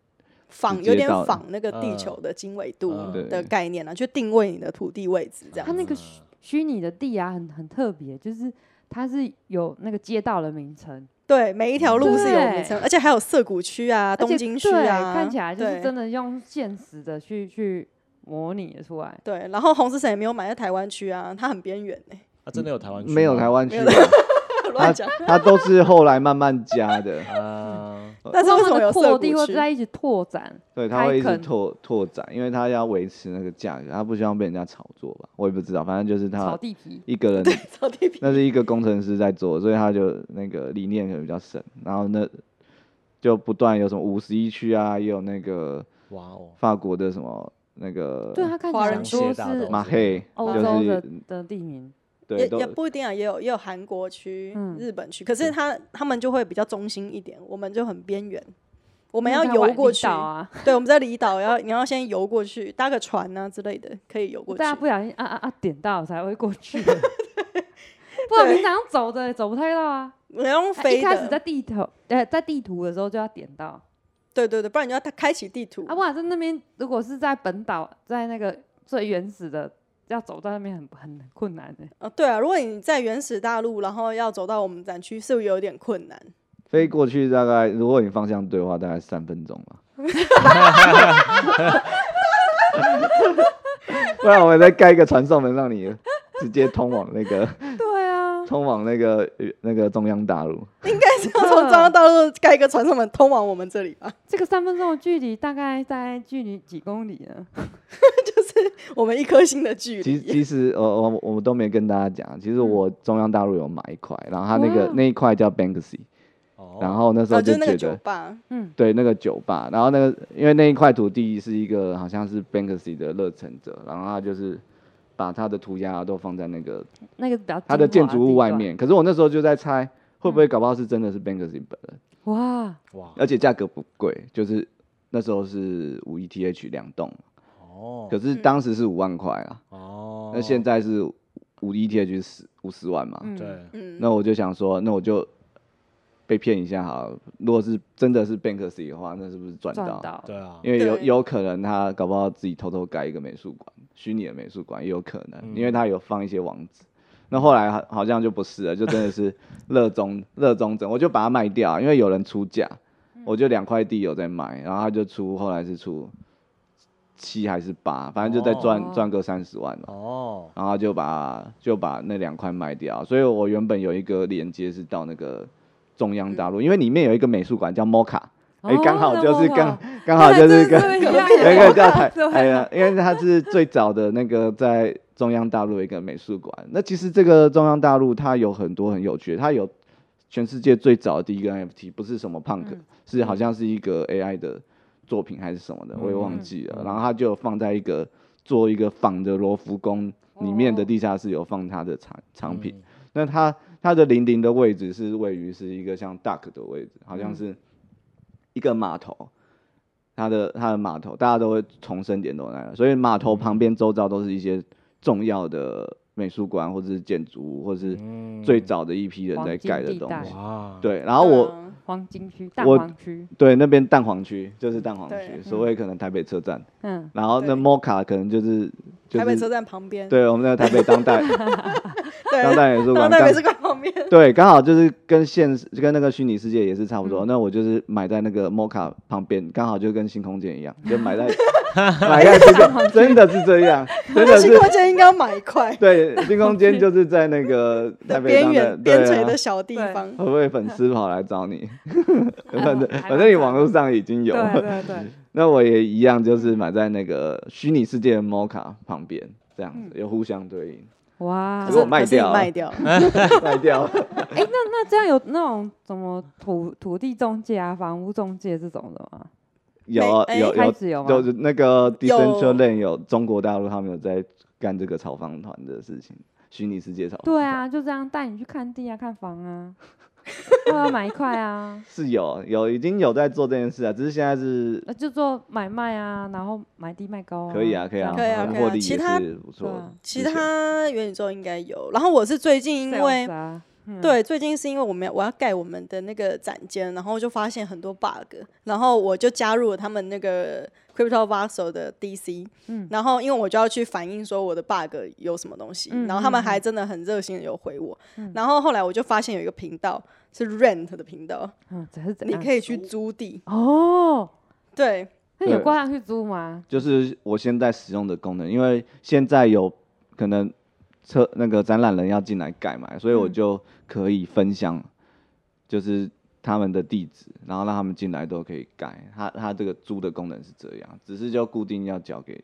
[SPEAKER 1] 仿
[SPEAKER 4] 直接
[SPEAKER 1] 有点
[SPEAKER 4] 到
[SPEAKER 1] 仿那个地球的经纬度
[SPEAKER 3] 嗯
[SPEAKER 4] 嗯
[SPEAKER 1] 的概念啊，去定位你的土地位置这样嗯
[SPEAKER 2] 它。那个虚虚拟的地啊，很很特别，就是它是有那个街道的名称，
[SPEAKER 1] 对，每一条路是有
[SPEAKER 2] 对
[SPEAKER 1] 名称，而且还有涩谷区啊、
[SPEAKER 2] 而且
[SPEAKER 1] 东京区
[SPEAKER 2] 对
[SPEAKER 1] 啊，
[SPEAKER 2] 看起来就是
[SPEAKER 1] 对
[SPEAKER 2] 真的用现实的去去模拟的出来。
[SPEAKER 1] 对。然后洪思成也没有买在台湾区啊，他很边缘 哎，
[SPEAKER 3] 啊，真的有台湾区吗？，
[SPEAKER 4] 没有台湾
[SPEAKER 1] 没
[SPEAKER 4] 区
[SPEAKER 1] 有
[SPEAKER 4] 啊，
[SPEAKER 1] 乱讲。
[SPEAKER 4] 它都是后来慢慢加 的
[SPEAKER 3] 啊，
[SPEAKER 1] 但是为什么有
[SPEAKER 2] 不知道它的扩
[SPEAKER 1] 涩谷
[SPEAKER 2] 地会
[SPEAKER 1] 区？
[SPEAKER 2] 在一起拓展？
[SPEAKER 4] 对，它会一
[SPEAKER 2] 开
[SPEAKER 4] 直
[SPEAKER 2] 垦
[SPEAKER 4] 拓拓展，因为它要维持那个价格，它不希望被人家炒作吧，我也不知道，反正就是
[SPEAKER 2] 炒
[SPEAKER 4] 它
[SPEAKER 2] 地皮，
[SPEAKER 4] 一个人，
[SPEAKER 1] 扫地皮。
[SPEAKER 4] 那是一个工程师在做，所以他就那个理念可能比较深，然后那就不断有什么五十一区啊，也有那个
[SPEAKER 3] 哇哦，
[SPEAKER 4] 法国的什么那个
[SPEAKER 2] 对它看起
[SPEAKER 1] 华
[SPEAKER 2] 来
[SPEAKER 1] 人
[SPEAKER 2] 很
[SPEAKER 3] 街
[SPEAKER 2] 多
[SPEAKER 3] 大道
[SPEAKER 2] 是
[SPEAKER 4] 马黑，
[SPEAKER 2] 欧
[SPEAKER 4] 就
[SPEAKER 2] 洲的
[SPEAKER 4] 是
[SPEAKER 2] 的地名，
[SPEAKER 1] 也
[SPEAKER 4] 对都
[SPEAKER 1] 也不一定啊，也有也有韩国区、
[SPEAKER 2] 嗯
[SPEAKER 1] 日本区，可是他他们就会比较中心一点，我们就很边缘。我
[SPEAKER 2] 我
[SPEAKER 1] 们要游过去，
[SPEAKER 2] 啊！
[SPEAKER 1] 对，我们在离岛要你要先游过去，搭个船啊之类的，可以游过去
[SPEAKER 2] 大。家不小心啊啊啊点到才会过去，不然平常走的走不太到啊。
[SPEAKER 1] 我要用
[SPEAKER 2] 它
[SPEAKER 1] 飞
[SPEAKER 2] 一开始在
[SPEAKER 1] 的，
[SPEAKER 2] 地头，呃，在地图的时候就要点到。
[SPEAKER 1] 对对对，不然你要开启地图
[SPEAKER 2] 啊，。不然在那边，如果是在本岛，在那个最原始的要走到那边很很很困难的、
[SPEAKER 1] 呃，对啊，如果你在原始大陆，然后要走到我们展区，是不是有点困 难？
[SPEAKER 4] 飞过去大概，如果你方向对的话，大概三分钟 吧。不然我们再盖一个传送门，让你直接通往 那个
[SPEAKER 2] 对啊，
[SPEAKER 4] 通往那个那个中央大陆。
[SPEAKER 1] 应该是要从中央大陆盖一个传送门通往我们这里吧？
[SPEAKER 2] 这个三分钟的距离大概大概距离几公里呢？
[SPEAKER 1] 我们一颗星的距
[SPEAKER 4] 其
[SPEAKER 1] 离。
[SPEAKER 4] 其实呃我我我都没跟大家讲，其实
[SPEAKER 2] 嗯
[SPEAKER 4] 我中央大陆有买一块，然后它那个
[SPEAKER 2] 哇
[SPEAKER 4] 那一块叫 Banksy，然
[SPEAKER 3] 哦
[SPEAKER 4] 后那时候
[SPEAKER 1] 啊，嗯就是那
[SPEAKER 4] 觉
[SPEAKER 1] 个酒
[SPEAKER 4] 得。
[SPEAKER 1] 吧，
[SPEAKER 2] 嗯，
[SPEAKER 4] 对，那个酒吧，然后那个因为那一块土地是一个好像是 Banksy 的热忱者，然后他就是把他的涂鸦都放在那个
[SPEAKER 2] 那个比较
[SPEAKER 4] 它的
[SPEAKER 2] 精
[SPEAKER 4] 建
[SPEAKER 2] 华
[SPEAKER 4] 筑物外
[SPEAKER 2] 地段嗯
[SPEAKER 4] 面。可是我那时候就在猜，会不会搞不好是真的是 Banksy 本人，
[SPEAKER 2] 哇，
[SPEAKER 3] 哇
[SPEAKER 4] 而且价格不贵，就是那时候是五 ETH 两栋，
[SPEAKER 3] 哦
[SPEAKER 4] 可是当时是五万块啊，
[SPEAKER 3] 哦，
[SPEAKER 4] 那现在是五 ETH 十五十万嘛，
[SPEAKER 2] 嗯
[SPEAKER 3] 对
[SPEAKER 1] 嗯，
[SPEAKER 4] 那我就想说，那我就。被骗一下好了，如果是真的是 Banksy 的话，那是不是赚
[SPEAKER 2] 赚
[SPEAKER 4] 到？
[SPEAKER 2] 到，
[SPEAKER 3] 对啊，
[SPEAKER 4] 因为有
[SPEAKER 1] 对
[SPEAKER 4] 有可能他搞不好自己偷偷盖一个美术馆，虚拟的美术馆也有可能，因为
[SPEAKER 3] 嗯
[SPEAKER 4] 他有放一些网址。那后来好好像就不是了，就真 的是热衷热衷整，我就把它卖掉啊，因为有人出价，
[SPEAKER 2] 嗯
[SPEAKER 4] 我就两块地有在卖，然后他就出，后来是出七还是八，反正就在赚
[SPEAKER 2] 哦
[SPEAKER 4] 赚个三十万嘛，
[SPEAKER 3] 哦，
[SPEAKER 4] 然后就把就把那两块卖掉，啊所以我原本有一个连接是到那个中央大陆，因为里面有一个美术馆叫 Moca，哎、
[SPEAKER 2] 嗯哦
[SPEAKER 4] 刚好
[SPEAKER 2] 那
[SPEAKER 4] 就
[SPEAKER 2] 么
[SPEAKER 4] 是
[SPEAKER 2] 好
[SPEAKER 4] 刚刚好就是跟
[SPEAKER 2] 那真的是
[SPEAKER 1] 隔
[SPEAKER 2] 一
[SPEAKER 1] 壁
[SPEAKER 2] 样
[SPEAKER 4] 有一个叫台
[SPEAKER 2] 对啊，
[SPEAKER 4] 哎呀，因为它是最早的那个在中央大陆的一个美术馆。那其实这个中央大陆它有很多很有趣的，它有全世界最早的第一个 NFT，不是什么 Punk，、
[SPEAKER 2] 嗯嗯
[SPEAKER 4] 是好像是一个 AI 的作品还是什么的，我也忘记了。然后它就放在一个做一个仿的罗浮宫里面
[SPEAKER 2] 哦
[SPEAKER 4] 的地下室，有放它的产藏
[SPEAKER 2] 嗯
[SPEAKER 4] 品。那它它的零零的位置是位于是一个像 duck 的位置，好
[SPEAKER 2] 嗯
[SPEAKER 4] 像是一个码头，它的它的码头大家都会重申点都来了，所以码头旁边周遭都是一些重要的美术馆或者是建筑物，或者是
[SPEAKER 3] 嗯
[SPEAKER 4] 最早的一批人在盖的东
[SPEAKER 2] 黄金地
[SPEAKER 4] 西
[SPEAKER 2] 带。
[SPEAKER 3] 哇，
[SPEAKER 4] 对，然后我
[SPEAKER 1] 嗯
[SPEAKER 2] 黄金区、蛋
[SPEAKER 4] 我
[SPEAKER 2] 黄区，
[SPEAKER 4] 对那边蛋黄区就是蛋黄
[SPEAKER 1] 对嗯
[SPEAKER 4] 区，所谓可能台北车站，
[SPEAKER 2] 嗯，
[SPEAKER 4] 然后
[SPEAKER 1] 对
[SPEAKER 4] 那 Moca 可能就是就
[SPEAKER 1] 台北车
[SPEAKER 4] 是
[SPEAKER 1] 站旁边，
[SPEAKER 4] 对我们那个台北当 代
[SPEAKER 1] 对，
[SPEAKER 4] 当代美术
[SPEAKER 1] 当
[SPEAKER 4] 馆，
[SPEAKER 1] 代
[SPEAKER 4] 刚
[SPEAKER 1] 美术馆旁边，
[SPEAKER 4] 对，刚好就是跟现实跟那个虚拟世界也是差
[SPEAKER 1] 嗯
[SPEAKER 4] 不多。那我就是买在那个 Moca 旁边，刚好就跟新空间一样，就 买在买在这个， 真的是这样，真的
[SPEAKER 1] 新
[SPEAKER 4] 是
[SPEAKER 1] 空间应该要买一块
[SPEAKER 4] 对。新空间就是在那个台北
[SPEAKER 1] 边
[SPEAKER 4] 当的
[SPEAKER 1] 缘边
[SPEAKER 4] 对
[SPEAKER 1] 陲
[SPEAKER 4] 啊
[SPEAKER 1] 的。小地方。
[SPEAKER 4] 会不会粉丝跑来找你？反正
[SPEAKER 2] 还蛮
[SPEAKER 4] 反正你网络上已经有
[SPEAKER 2] 对
[SPEAKER 4] 了，
[SPEAKER 2] 对 对，
[SPEAKER 4] 那我也一样，就是买在那个虚拟世界的 Moca 旁边，这样子有互相对应，
[SPEAKER 2] 哇，
[SPEAKER 1] 可
[SPEAKER 4] 如
[SPEAKER 1] 是
[SPEAKER 4] 果
[SPEAKER 1] 可
[SPEAKER 4] 卖
[SPEAKER 1] 是你
[SPEAKER 4] 掉啊了
[SPEAKER 1] 卖 掉，
[SPEAKER 4] 卖掉了。
[SPEAKER 2] 哎，那那这样有那种什么土土地中介啊、房屋中介这种的吗？
[SPEAKER 4] 有
[SPEAKER 1] 没
[SPEAKER 4] 啊
[SPEAKER 1] 哎
[SPEAKER 4] 有
[SPEAKER 2] 开
[SPEAKER 4] 有
[SPEAKER 2] 始有吗
[SPEAKER 4] 就是那个
[SPEAKER 1] 有
[SPEAKER 4] Decentraland 有中国大陆他们有在干这个炒房团的事情，虚拟世界炒。
[SPEAKER 2] 对，啊，就这样带你去看地啊、看房啊， 对啊，买一块啊，
[SPEAKER 4] 是有有已经有在做这件事啊，只是现在是
[SPEAKER 2] 呃就做买卖啊，然后买低卖高啊，
[SPEAKER 4] 可以啊，可以啊，
[SPEAKER 1] 可以啊可
[SPEAKER 4] 嗯
[SPEAKER 1] 以啊
[SPEAKER 4] 获利
[SPEAKER 1] 其
[SPEAKER 4] 也
[SPEAKER 1] 他
[SPEAKER 4] 是不
[SPEAKER 2] 对
[SPEAKER 4] 错
[SPEAKER 2] 啊。
[SPEAKER 1] 其他元宇宙应该有。然后我是最近因为
[SPEAKER 2] 啊，嗯，
[SPEAKER 1] 对，最近是因为我们要我要盖我们的那个展间，然后就发现很多 bug，然后我就加入了他们那个 Crypto Vassal 的 DC，
[SPEAKER 2] 嗯
[SPEAKER 1] 然后因为我就要去反映说我的 bug 有什么东西，
[SPEAKER 2] 嗯
[SPEAKER 1] 然后他们
[SPEAKER 2] 嗯
[SPEAKER 1] 还真的很热心的有回我，然后后来我就发现有一个频道是 Rent 的频道，
[SPEAKER 2] 嗯，只是怎
[SPEAKER 1] 你
[SPEAKER 2] 样？
[SPEAKER 1] 可以去租地，
[SPEAKER 2] 哦，
[SPEAKER 1] 对，
[SPEAKER 2] 那有
[SPEAKER 4] 对
[SPEAKER 2] 挂上去租吗？
[SPEAKER 4] 就是我现在使用的功能，因为现在有可能车那个展览人要进来盖嘛，所以我
[SPEAKER 2] 嗯
[SPEAKER 4] 就可以分享，就是他们的地址，然后让他们进来都可以盖。它它这个租的功能是这样，只是就固定要交给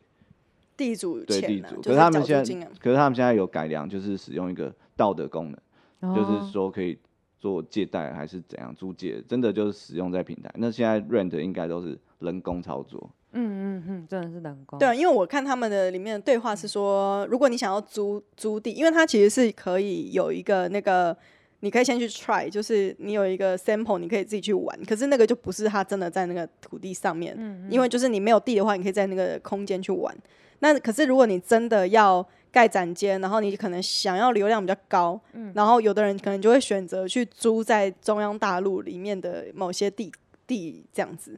[SPEAKER 1] 地主
[SPEAKER 4] 对地
[SPEAKER 1] 钱啊
[SPEAKER 4] 主，，
[SPEAKER 1] 就
[SPEAKER 4] 可是他们
[SPEAKER 1] 缴
[SPEAKER 4] 现
[SPEAKER 1] 租
[SPEAKER 4] 在
[SPEAKER 1] 金啊，
[SPEAKER 4] 可是他们现在有改良，就是使用一个道德功能，就是
[SPEAKER 2] 哦，
[SPEAKER 4] 说可以做借贷还是怎样租借，真的就是使用在平台。那现在 rent 应该都是人工操作，
[SPEAKER 2] 嗯嗯嗯，真的是人工，
[SPEAKER 1] 对啊，因为我看他们的里面的对话是说，如果你想要租租地，因为它其实是可以有一个那个，你可以先去 try，就是你有一个 sample，你可以自己去玩。可是那个就不是它真的在那个土地上面，因为就是你没有地的话，你可以在那个空间去玩。那可是如果你真的要盖展间，然后你可能想要流量比较高，然后有的人可能就会选择去租在中央大陆里面的某些地地这 样子。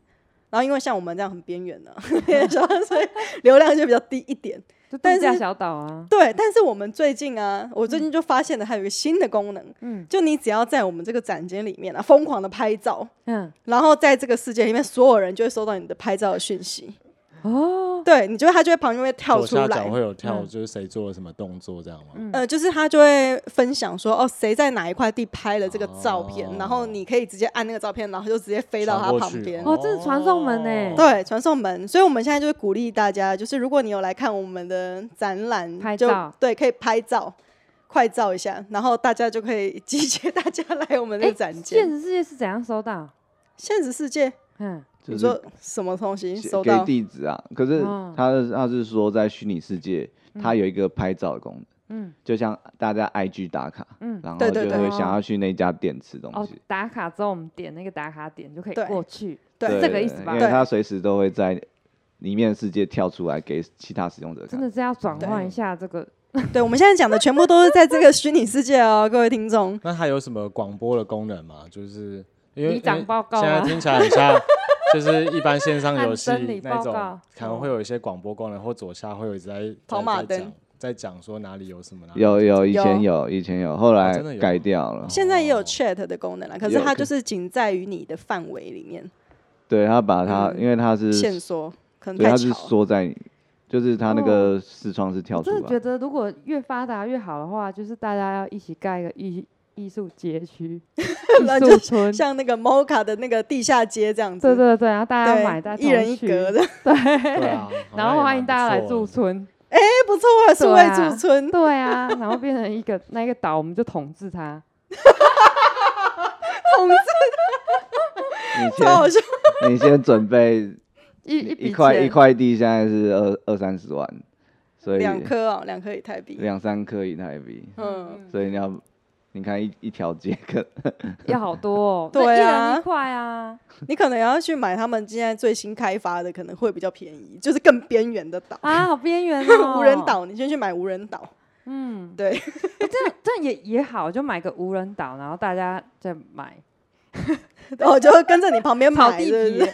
[SPEAKER 1] 然后因为像我们这样很边缘的、所以流量就比较低一点。
[SPEAKER 2] 就
[SPEAKER 1] 但
[SPEAKER 2] 度假
[SPEAKER 1] 是
[SPEAKER 2] 小岛啊，
[SPEAKER 1] 对，但是我们最近啊，我最近就发现了还有一个新的功能，
[SPEAKER 2] 嗯
[SPEAKER 1] 就你只要在我们这个展间里面啊，疯狂的拍照，
[SPEAKER 2] 嗯，
[SPEAKER 1] 然后在这个世界里面，所有人就会收到你的拍照的讯息，
[SPEAKER 2] 哦，
[SPEAKER 1] 对你就会它就会旁边会跳
[SPEAKER 3] 左
[SPEAKER 1] 出
[SPEAKER 3] 下角
[SPEAKER 1] 来。
[SPEAKER 3] 会有跳，
[SPEAKER 2] 嗯
[SPEAKER 3] 就是谁做了什么动作这样吗？
[SPEAKER 2] 嗯
[SPEAKER 1] 呃，就是它就会分享说，哦，谁在哪一块地拍了这个照片，
[SPEAKER 3] 哦
[SPEAKER 1] 然后你可以直接按那个照片，然后就直接飞到
[SPEAKER 3] 传
[SPEAKER 1] 它
[SPEAKER 3] 过
[SPEAKER 1] 旁
[SPEAKER 3] 去
[SPEAKER 1] 边。
[SPEAKER 2] 哦这是传送门欸
[SPEAKER 1] 对，传送门。所以我们现在就是鼓励大家，就是如果你有来看我们的展览，
[SPEAKER 2] 拍
[SPEAKER 1] 就
[SPEAKER 2] 照
[SPEAKER 1] 对，可以拍照，快照一下，然后大家就可以 集结大家来我们的
[SPEAKER 2] 哎，
[SPEAKER 1] 展
[SPEAKER 2] 现
[SPEAKER 1] 间。
[SPEAKER 2] 实世界是怎样收到？
[SPEAKER 1] 现实世界，
[SPEAKER 2] 嗯，
[SPEAKER 1] 你
[SPEAKER 4] 就是
[SPEAKER 1] 说什么东西
[SPEAKER 4] 写
[SPEAKER 1] 收
[SPEAKER 4] 给
[SPEAKER 1] 到？嗯
[SPEAKER 4] 地址啊。可是
[SPEAKER 2] 哦
[SPEAKER 4] 他是他是说在虚拟世界，它有一个拍照的功能，
[SPEAKER 2] 嗯
[SPEAKER 4] 就像大家 IG 打卡，
[SPEAKER 2] 嗯，
[SPEAKER 4] 然后
[SPEAKER 1] 对
[SPEAKER 4] 就
[SPEAKER 1] 对对哦
[SPEAKER 4] 会想要去那家店吃东
[SPEAKER 2] 哦
[SPEAKER 4] 西。，
[SPEAKER 2] 打卡之后我们点那个打卡点就可以
[SPEAKER 1] 对
[SPEAKER 2] 过去，
[SPEAKER 1] 对
[SPEAKER 2] 是这个意思吧
[SPEAKER 4] 因
[SPEAKER 1] 对
[SPEAKER 4] 为它随时都会在里面的世界跳出来给其他使用者
[SPEAKER 2] 真
[SPEAKER 4] 看。
[SPEAKER 2] 的是要转换一下这个
[SPEAKER 1] 对，我们现在讲的全部都是在这个虚拟世界哦，各位听众。
[SPEAKER 3] 那还有什么广播的功能吗？就是因为
[SPEAKER 2] 里长
[SPEAKER 3] 因为
[SPEAKER 2] 报告啊
[SPEAKER 3] 现在听起来很像， 就是一般线上游戏
[SPEAKER 2] 按真理
[SPEAKER 3] 那
[SPEAKER 2] 报
[SPEAKER 3] 种
[SPEAKER 2] 告，
[SPEAKER 3] 可能会有一些广播功能，或左下会有一直在
[SPEAKER 1] 跑马灯，
[SPEAKER 3] 在在讲在讲说哪里有什么，哪里
[SPEAKER 4] 有有，以前
[SPEAKER 1] 有
[SPEAKER 4] 有，以前有，后来
[SPEAKER 3] 哦真的有
[SPEAKER 4] 改掉了。
[SPEAKER 1] 现在也有
[SPEAKER 3] 哦
[SPEAKER 1] chat 的功能了，可是
[SPEAKER 4] 有
[SPEAKER 1] 它
[SPEAKER 4] 可
[SPEAKER 1] 就是仅在于你的范围里面，
[SPEAKER 4] 对他把它，
[SPEAKER 1] 嗯
[SPEAKER 4] 因为它是，
[SPEAKER 1] 限缩可能
[SPEAKER 4] 对，
[SPEAKER 1] 太
[SPEAKER 4] 它
[SPEAKER 1] 吵
[SPEAKER 4] 是
[SPEAKER 1] 了。哦
[SPEAKER 4] 缩在，就是它那个视窗是跳
[SPEAKER 2] 我
[SPEAKER 4] 出
[SPEAKER 2] 真的觉
[SPEAKER 4] 来。
[SPEAKER 2] 得，如果越发达越好的话，就是大家要一起盖一个艺艺术街 区、艺
[SPEAKER 1] 就
[SPEAKER 2] 术村，
[SPEAKER 1] 像那个 Mocha 的那个地下街这样子，
[SPEAKER 2] 对对对，然后大家
[SPEAKER 1] 对，
[SPEAKER 2] 买在
[SPEAKER 1] 一人一格的，
[SPEAKER 3] 对啊，好
[SPEAKER 2] 然
[SPEAKER 3] 像
[SPEAKER 2] 后
[SPEAKER 3] 也
[SPEAKER 2] 欢
[SPEAKER 3] 蛮
[SPEAKER 2] 迎大家来
[SPEAKER 3] 不
[SPEAKER 2] 驻
[SPEAKER 3] 错的。
[SPEAKER 2] 村，
[SPEAKER 1] 哎，不错啊，数
[SPEAKER 2] 对
[SPEAKER 1] 位
[SPEAKER 2] 啊
[SPEAKER 1] 驻村，
[SPEAKER 2] 对啊，然后变成一个那一个岛，我们就统治它。
[SPEAKER 1] 统治
[SPEAKER 4] 你
[SPEAKER 1] 超好
[SPEAKER 4] 先，
[SPEAKER 1] 笑。
[SPEAKER 4] 你先准备
[SPEAKER 2] 一一
[SPEAKER 4] 一
[SPEAKER 2] 笔
[SPEAKER 4] 块一
[SPEAKER 2] 钱
[SPEAKER 4] 块地，现在是二二三十万，所以
[SPEAKER 1] 两颗哦，两颗以太币。
[SPEAKER 4] 两三颗以太币，
[SPEAKER 1] 嗯，
[SPEAKER 4] 所以你要，你看一一条街可
[SPEAKER 2] 要好多 哦，
[SPEAKER 1] 对
[SPEAKER 2] 那一人
[SPEAKER 1] 啊
[SPEAKER 2] 一块啊，
[SPEAKER 1] 你可能要去买他们现在最新开发的，可能会比较便宜，就是更边缘的岛，
[SPEAKER 2] 啊，好边缘哦，
[SPEAKER 1] 无人，岛，你先去买无人岛。
[SPEAKER 2] 嗯，
[SPEAKER 1] 对，
[SPEAKER 2] 这样这样也也好，就买个无人岛，然后大家再买
[SPEAKER 1] 然后就会跟着你旁边
[SPEAKER 2] 草
[SPEAKER 1] 买，
[SPEAKER 2] 地
[SPEAKER 1] 对不
[SPEAKER 2] 皮
[SPEAKER 1] 对？，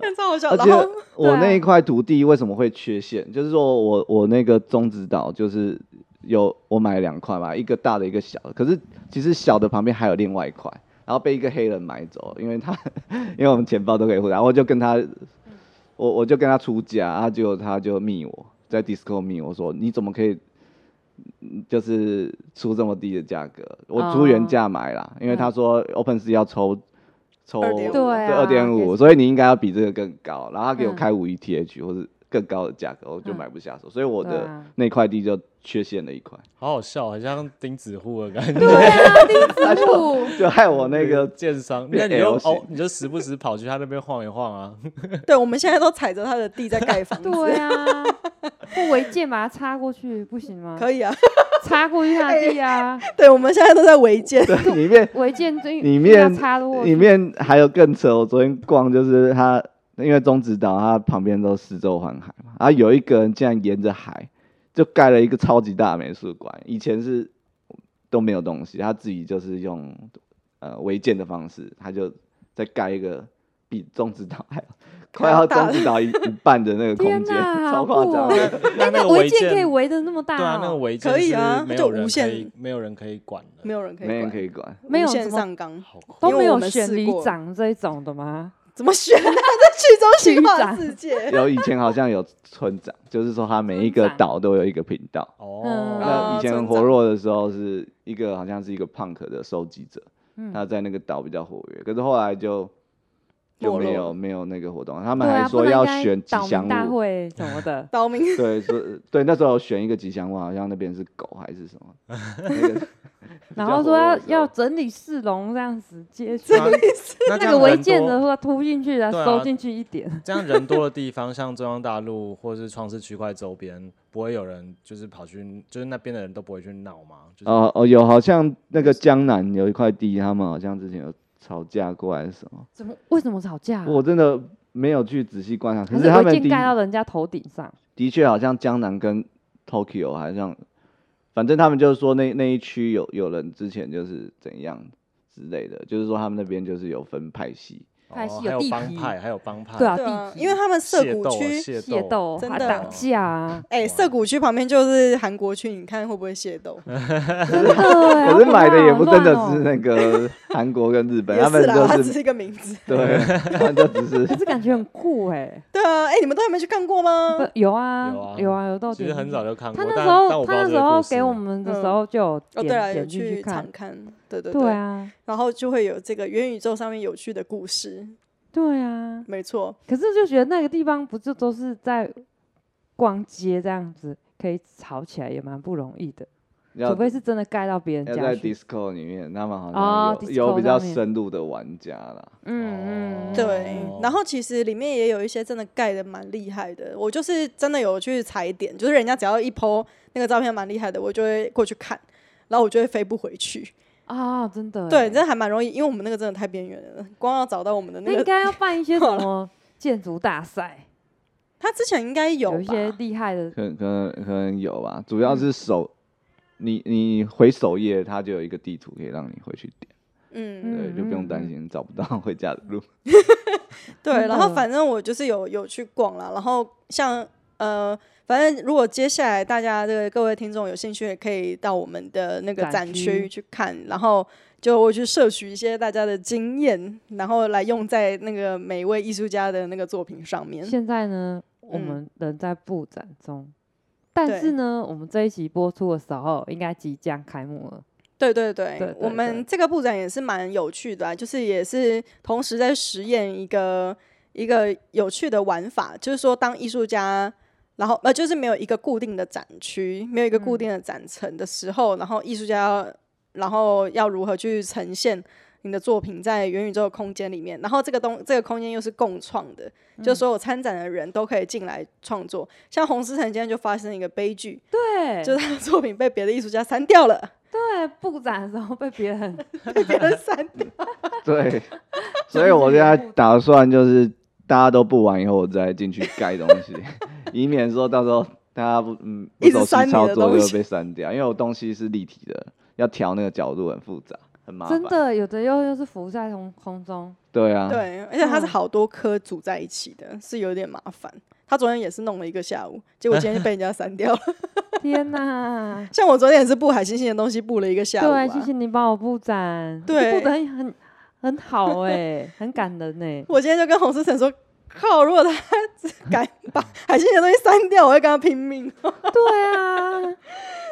[SPEAKER 1] 看超好笑。
[SPEAKER 4] 而
[SPEAKER 1] 然
[SPEAKER 4] 且
[SPEAKER 1] 后
[SPEAKER 4] 我
[SPEAKER 2] 对啊
[SPEAKER 4] 那一块土地为什么会缺陷？就是说我我那个中指岛就是有我买了两块嘛，一个大的，一个小的。可是其实小的旁边还有另外一块，然后被一个黑人买走，因为他 因为我们钱包都可以互，然后我就跟他我我就跟他出价，然后结果他就密我在 Disco 密我说你怎么可以。嗯就是出这么低的价格，我出原价买啦，因为他说 OpenSea 要抽抽
[SPEAKER 1] 2.5
[SPEAKER 2] 对啊
[SPEAKER 4] 二点
[SPEAKER 2] 给
[SPEAKER 4] 五，所以你应该要比这个更高。然后他给我
[SPEAKER 2] 嗯
[SPEAKER 4] 开五 ETH 或是更高的价格，我就
[SPEAKER 2] 嗯
[SPEAKER 4] 买不下手，所以我
[SPEAKER 2] 对
[SPEAKER 4] 的
[SPEAKER 2] 啊
[SPEAKER 4] 那块地就缺陷了一 块，
[SPEAKER 3] 好好笑，好像钉子户的感觉。
[SPEAKER 2] 对啊， 钉子户。
[SPEAKER 4] 就害我那个
[SPEAKER 3] 建商， 那
[SPEAKER 4] 变
[SPEAKER 3] 你就
[SPEAKER 4] L 型
[SPEAKER 3] 哦，你就时不时跑去他那边晃一晃啊。
[SPEAKER 1] 对，我们现在都踩着他的地在盖 房子，
[SPEAKER 2] 对 啊，不违建把它插过去不行吗？
[SPEAKER 1] 可以哎啊。
[SPEAKER 2] 插过去它的地啊，
[SPEAKER 1] 对，我们现在都在违建。
[SPEAKER 4] 里面
[SPEAKER 2] 违建最
[SPEAKER 4] 里
[SPEAKER 2] 要
[SPEAKER 4] 面
[SPEAKER 2] 插过
[SPEAKER 4] 里
[SPEAKER 2] 去，
[SPEAKER 4] 面还有更扯。我昨天逛就是他，因为中指岛它旁边都四周环海嘛，然后有一个人竟然沿着海就盖了一个超级大的美术馆，以前是都没有东西，他自己就是用呃违建的方式，他就再盖一个比中指岛还 要快要中指岛一一半的那个空
[SPEAKER 2] 天
[SPEAKER 4] 间，
[SPEAKER 2] 哪
[SPEAKER 4] 超夸
[SPEAKER 2] 好
[SPEAKER 4] 张
[SPEAKER 2] 酷哦。
[SPEAKER 3] 那那
[SPEAKER 2] 那
[SPEAKER 3] 个
[SPEAKER 2] 违
[SPEAKER 3] 违
[SPEAKER 2] 建
[SPEAKER 3] 建
[SPEAKER 2] 可以围的那么大、哦，
[SPEAKER 3] 对啊，那个违建
[SPEAKER 1] 可以啊
[SPEAKER 3] 是没
[SPEAKER 1] 就
[SPEAKER 3] 有
[SPEAKER 1] 无
[SPEAKER 3] 人可
[SPEAKER 1] 限
[SPEAKER 3] 以，没有人可以管的，
[SPEAKER 2] 嗯
[SPEAKER 1] 没有人可以
[SPEAKER 4] 没人
[SPEAKER 1] 管，
[SPEAKER 4] 可以管，
[SPEAKER 1] 无
[SPEAKER 2] 没有
[SPEAKER 1] 限
[SPEAKER 2] 什么
[SPEAKER 1] 上纲，
[SPEAKER 3] 好酷。
[SPEAKER 2] 都
[SPEAKER 1] 因为
[SPEAKER 2] 没
[SPEAKER 1] 我
[SPEAKER 2] 有
[SPEAKER 1] 们
[SPEAKER 2] 选
[SPEAKER 1] 试
[SPEAKER 2] 里
[SPEAKER 1] 过
[SPEAKER 2] 长这一种的吗？
[SPEAKER 1] 怎么选 啊？在去中心化
[SPEAKER 2] 区长
[SPEAKER 1] 世界，
[SPEAKER 4] 有以前好像有村长，就是说他每一个
[SPEAKER 2] 村长
[SPEAKER 4] 岛都有一个频道，
[SPEAKER 2] 嗯
[SPEAKER 3] 哦，
[SPEAKER 1] 啊
[SPEAKER 4] 那以前
[SPEAKER 1] 村长
[SPEAKER 4] 很活络的时候，是一个好像是一个 punk 的收集者，
[SPEAKER 2] 嗯
[SPEAKER 4] 他在那个岛比较活跃，可是后来就就
[SPEAKER 1] 没落
[SPEAKER 4] 没
[SPEAKER 1] 了，
[SPEAKER 4] 有没有那个活动，
[SPEAKER 2] 对
[SPEAKER 4] 他们还
[SPEAKER 2] 啊，不
[SPEAKER 4] 说
[SPEAKER 2] 然
[SPEAKER 4] 要
[SPEAKER 2] 应该
[SPEAKER 4] 选吉
[SPEAKER 2] 岛民
[SPEAKER 4] 祥
[SPEAKER 2] 大
[SPEAKER 4] 物，
[SPEAKER 2] 会什么的
[SPEAKER 1] 岛民
[SPEAKER 4] 对，是，对，那时候有选一个吉祥物，好像那边是狗还是什么，那个
[SPEAKER 2] 然
[SPEAKER 4] 比较
[SPEAKER 2] 后说
[SPEAKER 4] 活
[SPEAKER 2] 要
[SPEAKER 4] 络的时候
[SPEAKER 2] 要整理市 容这样子街区，
[SPEAKER 3] 那那
[SPEAKER 2] 那
[SPEAKER 3] 这样
[SPEAKER 2] 个违
[SPEAKER 3] 人
[SPEAKER 2] 建
[SPEAKER 3] 多
[SPEAKER 2] 的话突进去啊，
[SPEAKER 3] 对啊
[SPEAKER 2] 收进去一点，
[SPEAKER 3] 这样人多的地方，像中央大陆或是创世区块周边，不会有人就是跑去，就是那边的人都不会去闹吗？就是
[SPEAKER 4] 哦哦有，好像那个江南有一块地，他们好像之前有吵架过还是什么，
[SPEAKER 2] 怎么为什么吵架、啊？
[SPEAKER 4] 我真的没有去仔细观察，可
[SPEAKER 2] 还
[SPEAKER 4] 是他
[SPEAKER 2] 违
[SPEAKER 4] 们
[SPEAKER 2] 建
[SPEAKER 4] 的
[SPEAKER 2] 盖到人家头顶上，
[SPEAKER 4] 的确好像江南跟 Tokyo 好像，反正他们就是说那那一区有有人之前就是怎样之类的，就是说他们那边就是有分派系，
[SPEAKER 2] 派
[SPEAKER 3] 哦
[SPEAKER 2] 系
[SPEAKER 3] 还有
[SPEAKER 2] 地
[SPEAKER 3] 帮
[SPEAKER 2] 痞，
[SPEAKER 3] 派，还有帮派，
[SPEAKER 2] 对啊，
[SPEAKER 1] 对
[SPEAKER 2] 地
[SPEAKER 1] 啊
[SPEAKER 2] 痞，，
[SPEAKER 1] 因为他们涩
[SPEAKER 3] 械
[SPEAKER 1] 谷
[SPEAKER 3] 斗啊
[SPEAKER 1] 区，
[SPEAKER 2] 械斗、
[SPEAKER 1] 真
[SPEAKER 2] 打
[SPEAKER 1] 的
[SPEAKER 2] 打架啊，
[SPEAKER 1] 哎，涩谷区旁边就是韩国区，你看会不会械斗？
[SPEAKER 4] 嗯
[SPEAKER 2] 真的欸，好
[SPEAKER 4] 可是买的也
[SPEAKER 2] 怕
[SPEAKER 4] 不
[SPEAKER 2] 好
[SPEAKER 4] 真的
[SPEAKER 2] 乱哦
[SPEAKER 4] 是那个韩国跟 日本，
[SPEAKER 1] 也
[SPEAKER 4] 他们
[SPEAKER 1] 是啦，它
[SPEAKER 4] 就
[SPEAKER 1] 只
[SPEAKER 4] 是
[SPEAKER 1] 是一个名字。
[SPEAKER 4] 对，他们就只是
[SPEAKER 2] 可是感觉很酷哎、
[SPEAKER 1] 对啊，哎，你们都还没去看过吗？
[SPEAKER 2] 不有啊
[SPEAKER 3] 有啊
[SPEAKER 2] 有啊有到
[SPEAKER 3] 其
[SPEAKER 2] 点
[SPEAKER 3] 实很
[SPEAKER 2] 进
[SPEAKER 3] 早就看
[SPEAKER 2] 他
[SPEAKER 3] 过，
[SPEAKER 2] 那时
[SPEAKER 3] 但但
[SPEAKER 2] 候
[SPEAKER 3] 我不知
[SPEAKER 2] 他那
[SPEAKER 3] 道这
[SPEAKER 2] 时
[SPEAKER 3] 个
[SPEAKER 2] 候
[SPEAKER 3] 故事
[SPEAKER 2] 给我们的时
[SPEAKER 1] 嗯
[SPEAKER 2] 候就有
[SPEAKER 1] 哦，
[SPEAKER 2] 点
[SPEAKER 1] 对了，有
[SPEAKER 2] 点进
[SPEAKER 1] 去
[SPEAKER 2] 去看
[SPEAKER 1] 常，看，对对
[SPEAKER 2] 对。啊
[SPEAKER 1] 然后就会有这个元宇宙上面有趣的故事，
[SPEAKER 2] 对啊，
[SPEAKER 1] 没错，
[SPEAKER 2] 可是就觉得那个地方不就都是在逛街这样子，可以吵起来也蛮不容易的，
[SPEAKER 4] 要
[SPEAKER 2] 除非是真的盖到别人
[SPEAKER 4] 要
[SPEAKER 2] 家
[SPEAKER 4] 在
[SPEAKER 2] 去。
[SPEAKER 4] Disco 里面，他们好
[SPEAKER 2] 哦
[SPEAKER 4] 像有
[SPEAKER 2] ，Discord
[SPEAKER 4] 有比较
[SPEAKER 2] 上面
[SPEAKER 4] 深入的玩家啦。
[SPEAKER 2] 嗯嗯，
[SPEAKER 1] 对
[SPEAKER 3] 哦。
[SPEAKER 1] 然后其实里面也有一些真的盖的蛮厉害的，我就是真的有去踩点，就是人家只要一 PO 那个照片蛮厉害的，我就会过去看，然后我就会飞不回去。
[SPEAKER 2] 啊，真的
[SPEAKER 1] 对，
[SPEAKER 2] 欸，
[SPEAKER 1] 真的还蛮容易，因为我们那个真的太边缘了，光要找到我们的
[SPEAKER 2] 那
[SPEAKER 1] 那
[SPEAKER 2] 应
[SPEAKER 1] 个，
[SPEAKER 2] 该要办一些 什么建筑大赛，
[SPEAKER 1] 他之前应该有
[SPEAKER 2] 有一些
[SPEAKER 1] 吧？
[SPEAKER 2] 厉害的
[SPEAKER 4] 可能可能可能有吧，主要
[SPEAKER 2] 嗯
[SPEAKER 4] 是首，你你回首页，它就有一个地图可以让你回去点，
[SPEAKER 1] 嗯，
[SPEAKER 4] 对，就不用
[SPEAKER 2] 嗯嗯
[SPEAKER 4] 担心找不到回家的路。
[SPEAKER 1] 对，
[SPEAKER 2] 真
[SPEAKER 1] 然后
[SPEAKER 2] 的
[SPEAKER 1] 反正我就是有有去逛啦，然后像呃，反正如果接下来大家这个各位听众有兴趣，也可以到我们的那个
[SPEAKER 2] 展
[SPEAKER 1] 展区
[SPEAKER 2] 区
[SPEAKER 1] 去看，然后就我去摄取一些大家的经验，然后来用在那个每一位艺术家的那个作品上面。
[SPEAKER 2] 现在呢，我
[SPEAKER 1] 嗯
[SPEAKER 2] 们人在布展中，但
[SPEAKER 1] 对
[SPEAKER 2] 是呢，我们这一期播出的时候，应该即将开幕了。
[SPEAKER 1] 对对对，
[SPEAKER 2] 对对
[SPEAKER 1] 我
[SPEAKER 2] 对
[SPEAKER 1] 们这个布展也是蛮有趣的、啊，就是也是同时在实验一个一个有趣的玩法，就是说当艺术家，然后呃，就是没有一个固定的展区，没有一个固
[SPEAKER 2] 嗯
[SPEAKER 1] 定的展层的时候，然后艺术家，然后要如何去呈现你的作品在元宇宙的空间里面，然后这个东这个空间又是共创的，
[SPEAKER 2] 嗯
[SPEAKER 1] 就所有参展的人都可以进来创作。像洪思成今天就发生一个悲剧，
[SPEAKER 2] 对，
[SPEAKER 1] 就是他的作品被别的艺术家删掉了。
[SPEAKER 2] 对布展的时候被别 人
[SPEAKER 1] 被别人删掉。
[SPEAKER 4] 对，所以我现在打算就是大家都不玩以后，我再进去盖东 西，以免说到时候大家不嗯不
[SPEAKER 1] 一直
[SPEAKER 4] 熟悉
[SPEAKER 1] 删你的
[SPEAKER 4] 操作
[SPEAKER 1] 东
[SPEAKER 4] 就
[SPEAKER 1] 西
[SPEAKER 4] 被删掉，因为我东西是立体的，要调那个角度很复杂，很麻烦。
[SPEAKER 2] 真，的有的又又是浮在空空中，
[SPEAKER 4] 对啊，
[SPEAKER 1] 对，而且它是
[SPEAKER 2] 嗯
[SPEAKER 1] 好多颗组在一起的，是有点麻烦。他昨天也是弄了一个下午，结果今天就被人家删掉了。 ！
[SPEAKER 2] 天哪
[SPEAKER 1] 像我昨天也是布海星星的东西布了一个下午、啊，
[SPEAKER 2] 对，谢谢你帮我布展，
[SPEAKER 1] 对
[SPEAKER 2] 布的很很很好哎、很感人哎、
[SPEAKER 1] 我今天就跟洪思成说。靠！如果他 敢把海星星的东西删掉，我会跟他拼命，
[SPEAKER 2] 对啊，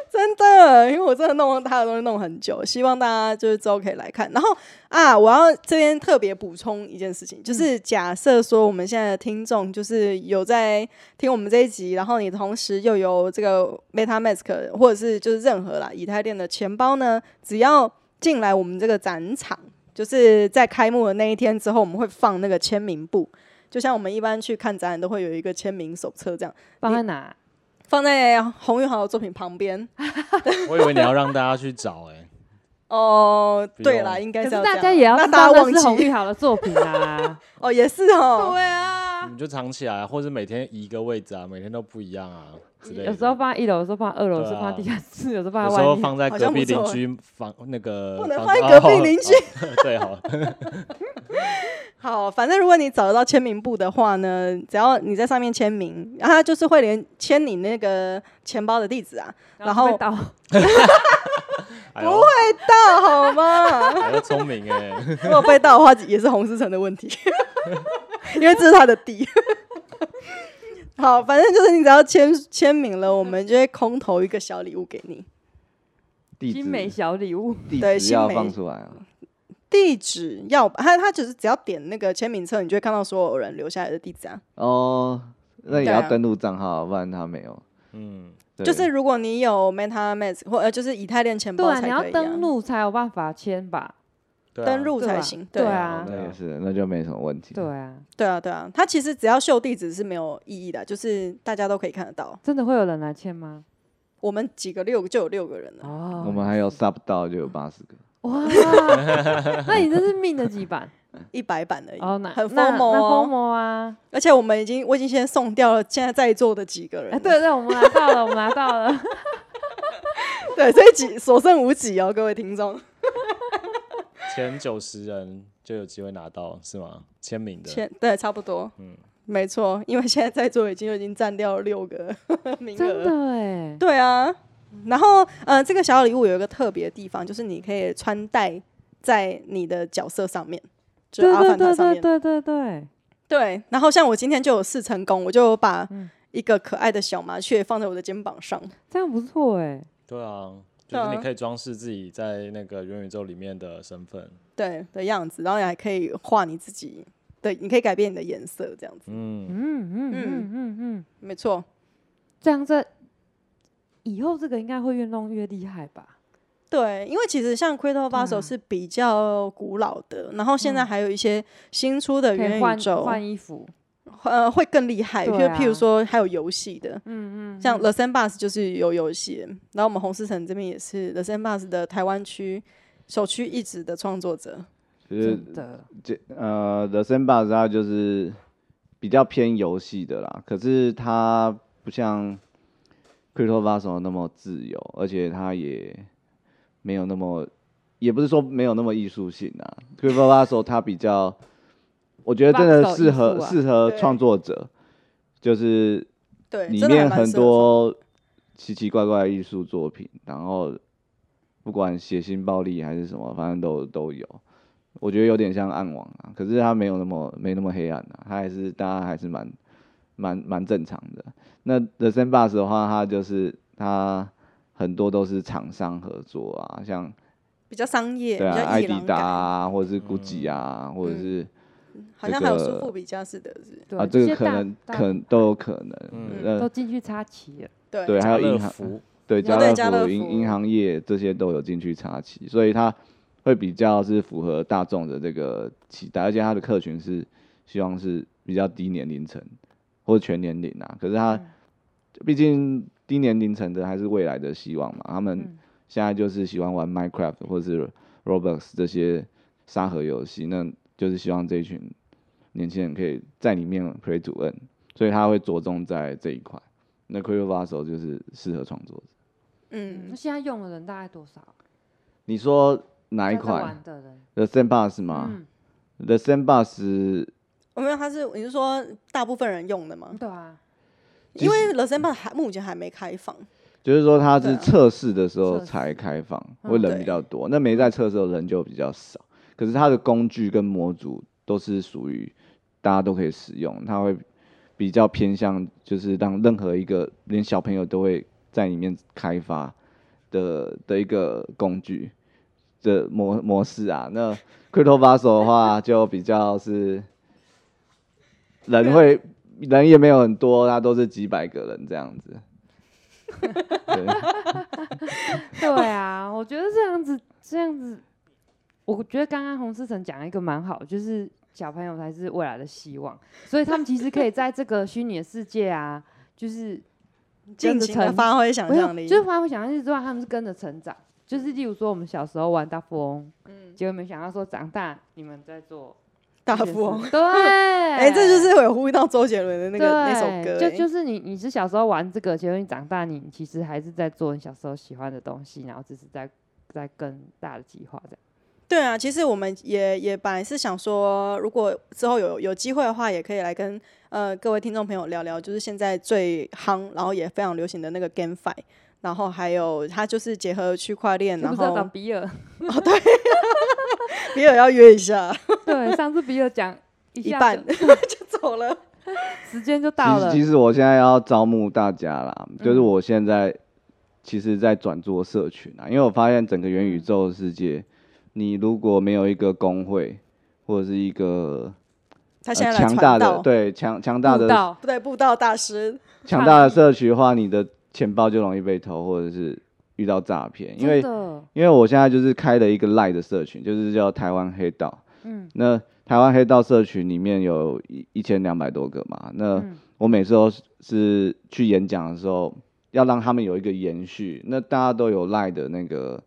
[SPEAKER 1] 真的，因为我真的弄了他的东西弄很久。希望大家就是之后可以来看。然后啊，我要这边特别补充一件事情，就是假设说我们现在的听众就是有在听我们这一集，然后你同时又有这个 MetaMask 或者是就是任何啦以太链的钱包呢，只要进来我们这个展场，就是在开幕的那一天之后，我们会放那个签名簿，就像我们一般去看展览都会有一个签名手册这样，
[SPEAKER 2] 放在哪？
[SPEAKER 1] 放在洪玉豪的作品旁边。
[SPEAKER 3] 我以为你要让大家去找哎、
[SPEAKER 1] 哦，
[SPEAKER 3] 不
[SPEAKER 1] 对
[SPEAKER 3] 用
[SPEAKER 1] 啦，应该
[SPEAKER 2] 可是
[SPEAKER 1] 要
[SPEAKER 2] 大
[SPEAKER 1] 这
[SPEAKER 2] 家
[SPEAKER 1] 样
[SPEAKER 2] 也要
[SPEAKER 1] 那
[SPEAKER 2] 知
[SPEAKER 1] 大
[SPEAKER 2] 道
[SPEAKER 1] 家
[SPEAKER 2] 那
[SPEAKER 1] 忘
[SPEAKER 2] 是红
[SPEAKER 1] 记
[SPEAKER 2] 玉好的作品 啊。
[SPEAKER 1] 哦，也是哦，
[SPEAKER 2] 对啊，
[SPEAKER 3] 你就藏起来啊，或者每天移一个位置啊，每天都不一 样啊之类的。
[SPEAKER 2] 有时候放在一楼，有时候放在二楼，有时候
[SPEAKER 3] 对啊
[SPEAKER 2] 放在地下室，有时候放
[SPEAKER 3] 有
[SPEAKER 2] 在
[SPEAKER 3] 时
[SPEAKER 2] 外
[SPEAKER 3] 候
[SPEAKER 2] 面。
[SPEAKER 3] 放
[SPEAKER 1] 好
[SPEAKER 3] 在隔
[SPEAKER 1] 像
[SPEAKER 3] 壁
[SPEAKER 1] 不
[SPEAKER 3] 邻
[SPEAKER 2] 欸
[SPEAKER 1] 错
[SPEAKER 3] 居房那个
[SPEAKER 1] 不能
[SPEAKER 3] 房
[SPEAKER 1] 放
[SPEAKER 3] 子
[SPEAKER 1] 在隔壁
[SPEAKER 3] 哦
[SPEAKER 1] 邻居。
[SPEAKER 3] 哦对，好，
[SPEAKER 1] 好，反正如果你找得到签名簿的话呢，只要你在上面签名，然后它就是会连签你那个钱包的地址啊，然
[SPEAKER 2] 就被
[SPEAKER 1] 后
[SPEAKER 2] 盗
[SPEAKER 3] 不 会，
[SPEAKER 1] 被盗好吗？
[SPEAKER 2] 啊
[SPEAKER 3] 哎呦聪明哎，
[SPEAKER 1] 如果被盗的话，也是洪思成的问题， 因为这是他的地。 好，反正就是你只要签签名了，我们就会空投一个小礼物给你，
[SPEAKER 4] 地
[SPEAKER 2] 精美
[SPEAKER 4] 址
[SPEAKER 2] 小礼物，
[SPEAKER 4] 地
[SPEAKER 1] 对
[SPEAKER 4] 址
[SPEAKER 1] 新
[SPEAKER 4] 要
[SPEAKER 1] 美
[SPEAKER 4] 放出来啊。
[SPEAKER 1] 地址要他他只是只要点那个签名册，你就会看到所有人留下来的地址啊。
[SPEAKER 4] 哦，那也
[SPEAKER 1] 对
[SPEAKER 4] 要
[SPEAKER 1] 啊
[SPEAKER 4] 登录账号，不然他没有。
[SPEAKER 3] 嗯，
[SPEAKER 4] 对
[SPEAKER 1] 就是如果你有 MetaMask 或呃就是以太链钱
[SPEAKER 2] 对
[SPEAKER 1] 包
[SPEAKER 2] 啊，
[SPEAKER 1] 才可
[SPEAKER 2] 你
[SPEAKER 1] 以、
[SPEAKER 2] 要登、录才有办法签吧？
[SPEAKER 3] 对啊
[SPEAKER 1] 登录
[SPEAKER 2] 对啊
[SPEAKER 1] 才行。
[SPEAKER 2] 对
[SPEAKER 1] 对
[SPEAKER 4] 哦
[SPEAKER 2] 啊，
[SPEAKER 4] 那也是，那就没什么问题。
[SPEAKER 2] 对，啊，
[SPEAKER 1] 对啊，对啊，它其实只要秀地址是没有意义的，就是大家都可以看得到。
[SPEAKER 2] 真的会有人来签吗？
[SPEAKER 1] 我们几个六个就有六个人了，
[SPEAKER 2] 哦，
[SPEAKER 4] 我们还有 sub 到就有八十个，
[SPEAKER 2] 哇，那你这是命的几版？
[SPEAKER 1] 一百版而已，
[SPEAKER 2] 哦，那
[SPEAKER 1] 很
[SPEAKER 2] 那
[SPEAKER 1] formal
[SPEAKER 2] 那
[SPEAKER 1] 哦
[SPEAKER 2] formal 啊！
[SPEAKER 1] 而且我们已经我已经先送掉了现在在座的几个人了，
[SPEAKER 2] 哎，对对，我们拿到了，我们拿到 了，
[SPEAKER 1] 对，所以几所剩无几哦，各位听众。
[SPEAKER 3] 前九十人就有机会拿到是吗？签名的，
[SPEAKER 1] 签对，差不多，嗯，没错，因为现在在座已经已经占掉了六个 名额，
[SPEAKER 2] 真的哎，
[SPEAKER 1] 对啊，然后呃，这个小礼物有一个特别的地方，就是你可以穿戴在你的角色上面，就是
[SPEAKER 2] 对
[SPEAKER 1] 阿
[SPEAKER 2] 对
[SPEAKER 1] 凡达
[SPEAKER 2] 对
[SPEAKER 1] 上
[SPEAKER 2] 对
[SPEAKER 1] 面。
[SPEAKER 2] 对对对，
[SPEAKER 1] 对，然后像我今天就有试成功，我就把
[SPEAKER 2] 嗯
[SPEAKER 1] 一个可爱的小麻雀放在我的肩膀上。
[SPEAKER 2] 这样不错哎，
[SPEAKER 3] 对啊，
[SPEAKER 1] 对
[SPEAKER 3] 就是你
[SPEAKER 1] 啊
[SPEAKER 3] 可以装饰自己在那个元宇宙里面的身份，
[SPEAKER 1] 对的样子，然后你还可以画你自己的，你可以改变你的颜色，这样子，
[SPEAKER 3] 嗯，
[SPEAKER 2] 嗯嗯
[SPEAKER 1] 嗯
[SPEAKER 2] 嗯嗯嗯，
[SPEAKER 1] 没错。
[SPEAKER 2] 这样这以后这个应该会越弄越厉害吧？
[SPEAKER 1] 对，因为其实像 Crypto b u z z l
[SPEAKER 2] 啊
[SPEAKER 1] 是比较古老的，然后现在还有一些新出的
[SPEAKER 2] 嗯可
[SPEAKER 1] 元
[SPEAKER 2] 以
[SPEAKER 1] 宇
[SPEAKER 2] 换
[SPEAKER 1] 宙，
[SPEAKER 2] 换衣服，
[SPEAKER 1] 呃，会更厉害。就、
[SPEAKER 2] 对啊
[SPEAKER 1] 譬如说，还有游戏的，
[SPEAKER 2] 嗯嗯，
[SPEAKER 1] 像 The Sandbox 就是有游戏，然后我们红石城这边也是 The Sandbox 的台湾区首屈一指的创作者。
[SPEAKER 4] 就是
[SPEAKER 2] 真的，
[SPEAKER 4] 这呃，The Sandbox 它就是比较偏游戏的啦，可是它不像 Crypto v a s o 那么自由，而且它也没有那么，也不是说没有那么艺术性啊。Crypto v a s o 它比较，我觉得真
[SPEAKER 2] Vaso
[SPEAKER 4] 的
[SPEAKER 2] 艺
[SPEAKER 4] 适合
[SPEAKER 2] 术啊
[SPEAKER 4] 适合
[SPEAKER 1] 对
[SPEAKER 4] 创作者，就是
[SPEAKER 1] 对，
[SPEAKER 4] 里
[SPEAKER 1] 真的还
[SPEAKER 4] 面
[SPEAKER 1] 蛮
[SPEAKER 4] 很
[SPEAKER 1] 适合
[SPEAKER 4] 多奇奇怪怪的艺术作品，然后不管血腥暴力还是什么，反正都都有。我觉得有点像暗网啊，可是它没有那么没那么黑暗啊，它还是大家还是蛮蛮蛮正常的。那 The Sandbox 的话，它就是它很多都是厂商合作啊，像
[SPEAKER 1] 比较商业，
[SPEAKER 4] 对啊，
[SPEAKER 1] 比较
[SPEAKER 4] 艾
[SPEAKER 1] 伊
[SPEAKER 4] 迪
[SPEAKER 1] 朗
[SPEAKER 4] 达
[SPEAKER 1] 感，嗯
[SPEAKER 4] 啊，或
[SPEAKER 3] 嗯
[SPEAKER 4] 者是 GUCCI 啊，或者是、
[SPEAKER 1] 好像还有
[SPEAKER 4] 这个
[SPEAKER 1] 苏富比加似的，是不是
[SPEAKER 2] 对
[SPEAKER 4] 啊，
[SPEAKER 2] 这
[SPEAKER 4] 这
[SPEAKER 2] 些
[SPEAKER 4] 个可
[SPEAKER 2] 大
[SPEAKER 4] 能
[SPEAKER 2] 大
[SPEAKER 4] 可能都有可能。
[SPEAKER 3] 嗯
[SPEAKER 4] 那
[SPEAKER 2] 都进去插旗了，
[SPEAKER 1] 对
[SPEAKER 4] 呃对，还有
[SPEAKER 3] 乐
[SPEAKER 4] 银行，
[SPEAKER 3] 福，
[SPEAKER 4] 哦
[SPEAKER 1] 对
[SPEAKER 4] 对家乐
[SPEAKER 1] 家乐
[SPEAKER 4] 福、银
[SPEAKER 1] 福
[SPEAKER 4] 银行业这些都有进去插旗，所以它会比较是符合大众的这个期待，而且它的客群是希望是比较低年龄层或者全年龄啊。可是它毕竟低年龄层的还是未来的希望嘛，他们
[SPEAKER 2] 嗯
[SPEAKER 4] 现在就是喜欢玩 Minecraft 或是 Roblox 这些沙盒游戏，那就是希望这一群年轻人可以在里面 play to earn，所以他会着重在这一块。那 c r y p t o v a s o 就是适合创作者。
[SPEAKER 2] 嗯，
[SPEAKER 1] 嗯
[SPEAKER 2] 那，现在用的人大概多少？
[SPEAKER 4] 你说哪一
[SPEAKER 2] 现在在
[SPEAKER 4] 款啊
[SPEAKER 2] 玩的人？
[SPEAKER 4] ？The Sandbox 吗、
[SPEAKER 2] 嗯，
[SPEAKER 4] t h e Sandbox
[SPEAKER 1] 我没有，他是你是说大部分人用的吗？
[SPEAKER 2] 对啊，
[SPEAKER 4] 其
[SPEAKER 1] 因为 The Sandbox 还目前还没开放，
[SPEAKER 4] 就是说它是
[SPEAKER 1] 对啊
[SPEAKER 4] 测试的时候
[SPEAKER 2] 测试
[SPEAKER 4] 才开放，
[SPEAKER 2] 嗯
[SPEAKER 4] 会人比较多。那没在测试的时候人就比较少，可是它的工具跟模组都是属于大家都可以使用，它会比较偏向就是让任何一个连小朋友都会在里面开发的的一个工具的模模式啊。那 Crypto v a s o 的话就比较是人会人也没有很多，它都是几百个人这样子。对。
[SPEAKER 2] 对啊， 我觉得这样子，这样子，我觉得刚刚洪思成讲一个蛮好，就是小朋友才是未来的希望，所以他们其实可以在这个虚拟的世界啊，就是
[SPEAKER 1] 尽
[SPEAKER 2] 着
[SPEAKER 1] 情的
[SPEAKER 2] 成
[SPEAKER 1] 发挥想
[SPEAKER 2] 没有
[SPEAKER 1] 象，力，
[SPEAKER 2] 就是发挥想象力之外，他们是跟着成长。就是例如说，我们小时候玩大富翁，嗯，结果没想到说长大你们在做
[SPEAKER 1] 大
[SPEAKER 2] 这件
[SPEAKER 1] 富翁
[SPEAKER 2] 事。对，哎
[SPEAKER 1] 哎、这就是有呼应到周杰伦的那个那首
[SPEAKER 2] 对
[SPEAKER 1] 歌、
[SPEAKER 2] 就
[SPEAKER 1] 哎
[SPEAKER 2] 就是你你是小时候玩这个，结果你长大你其实还是在做你小时候喜欢的东西，然后只是在在更大的计划这样。
[SPEAKER 1] 对啊，其实我们也也本来是想说，如果之后有有机会的话，也可以来跟呃各位听众朋友聊聊，就是现在最夯，然后也非常流行的那个 GameFi，然后还有它就是结合区块链，
[SPEAKER 2] 就
[SPEAKER 1] 然
[SPEAKER 2] 不知道 长
[SPEAKER 1] 后
[SPEAKER 2] 比尔，
[SPEAKER 1] 比尔要约一 下，
[SPEAKER 2] 对，上次比尔讲一
[SPEAKER 1] 一
[SPEAKER 2] 下
[SPEAKER 1] 半
[SPEAKER 2] 就
[SPEAKER 1] 就走了。
[SPEAKER 2] 时间就到了
[SPEAKER 4] 其实，其实我现在要招募大家啦，就是
[SPEAKER 2] 嗯
[SPEAKER 4] 我现在其实在转做社群啊，因为我发现整个元
[SPEAKER 1] 嗯
[SPEAKER 4] 宇宙世界，你如果没有一个工会或者是一个
[SPEAKER 1] 他
[SPEAKER 4] 呃
[SPEAKER 1] 现在来
[SPEAKER 4] 强大
[SPEAKER 1] 传
[SPEAKER 4] 的
[SPEAKER 1] 道，
[SPEAKER 4] 对强强大
[SPEAKER 2] 步
[SPEAKER 4] 的
[SPEAKER 2] 道
[SPEAKER 1] 不对，布道大师，
[SPEAKER 4] 强
[SPEAKER 2] 倡
[SPEAKER 4] 大的
[SPEAKER 2] 议
[SPEAKER 4] 社群的话，你的钱包就容易被偷或者是遇到诈骗，因为
[SPEAKER 2] 真的
[SPEAKER 4] 因为我现在就是开了一个赖的社群，就是叫台湾黑道。
[SPEAKER 2] 嗯
[SPEAKER 4] 那台湾黑道社群里面有一一千两百多个嘛，那
[SPEAKER 2] 嗯
[SPEAKER 4] 我每次都是是去演讲的时候，要让他们有一个延续。那大家都有赖的那个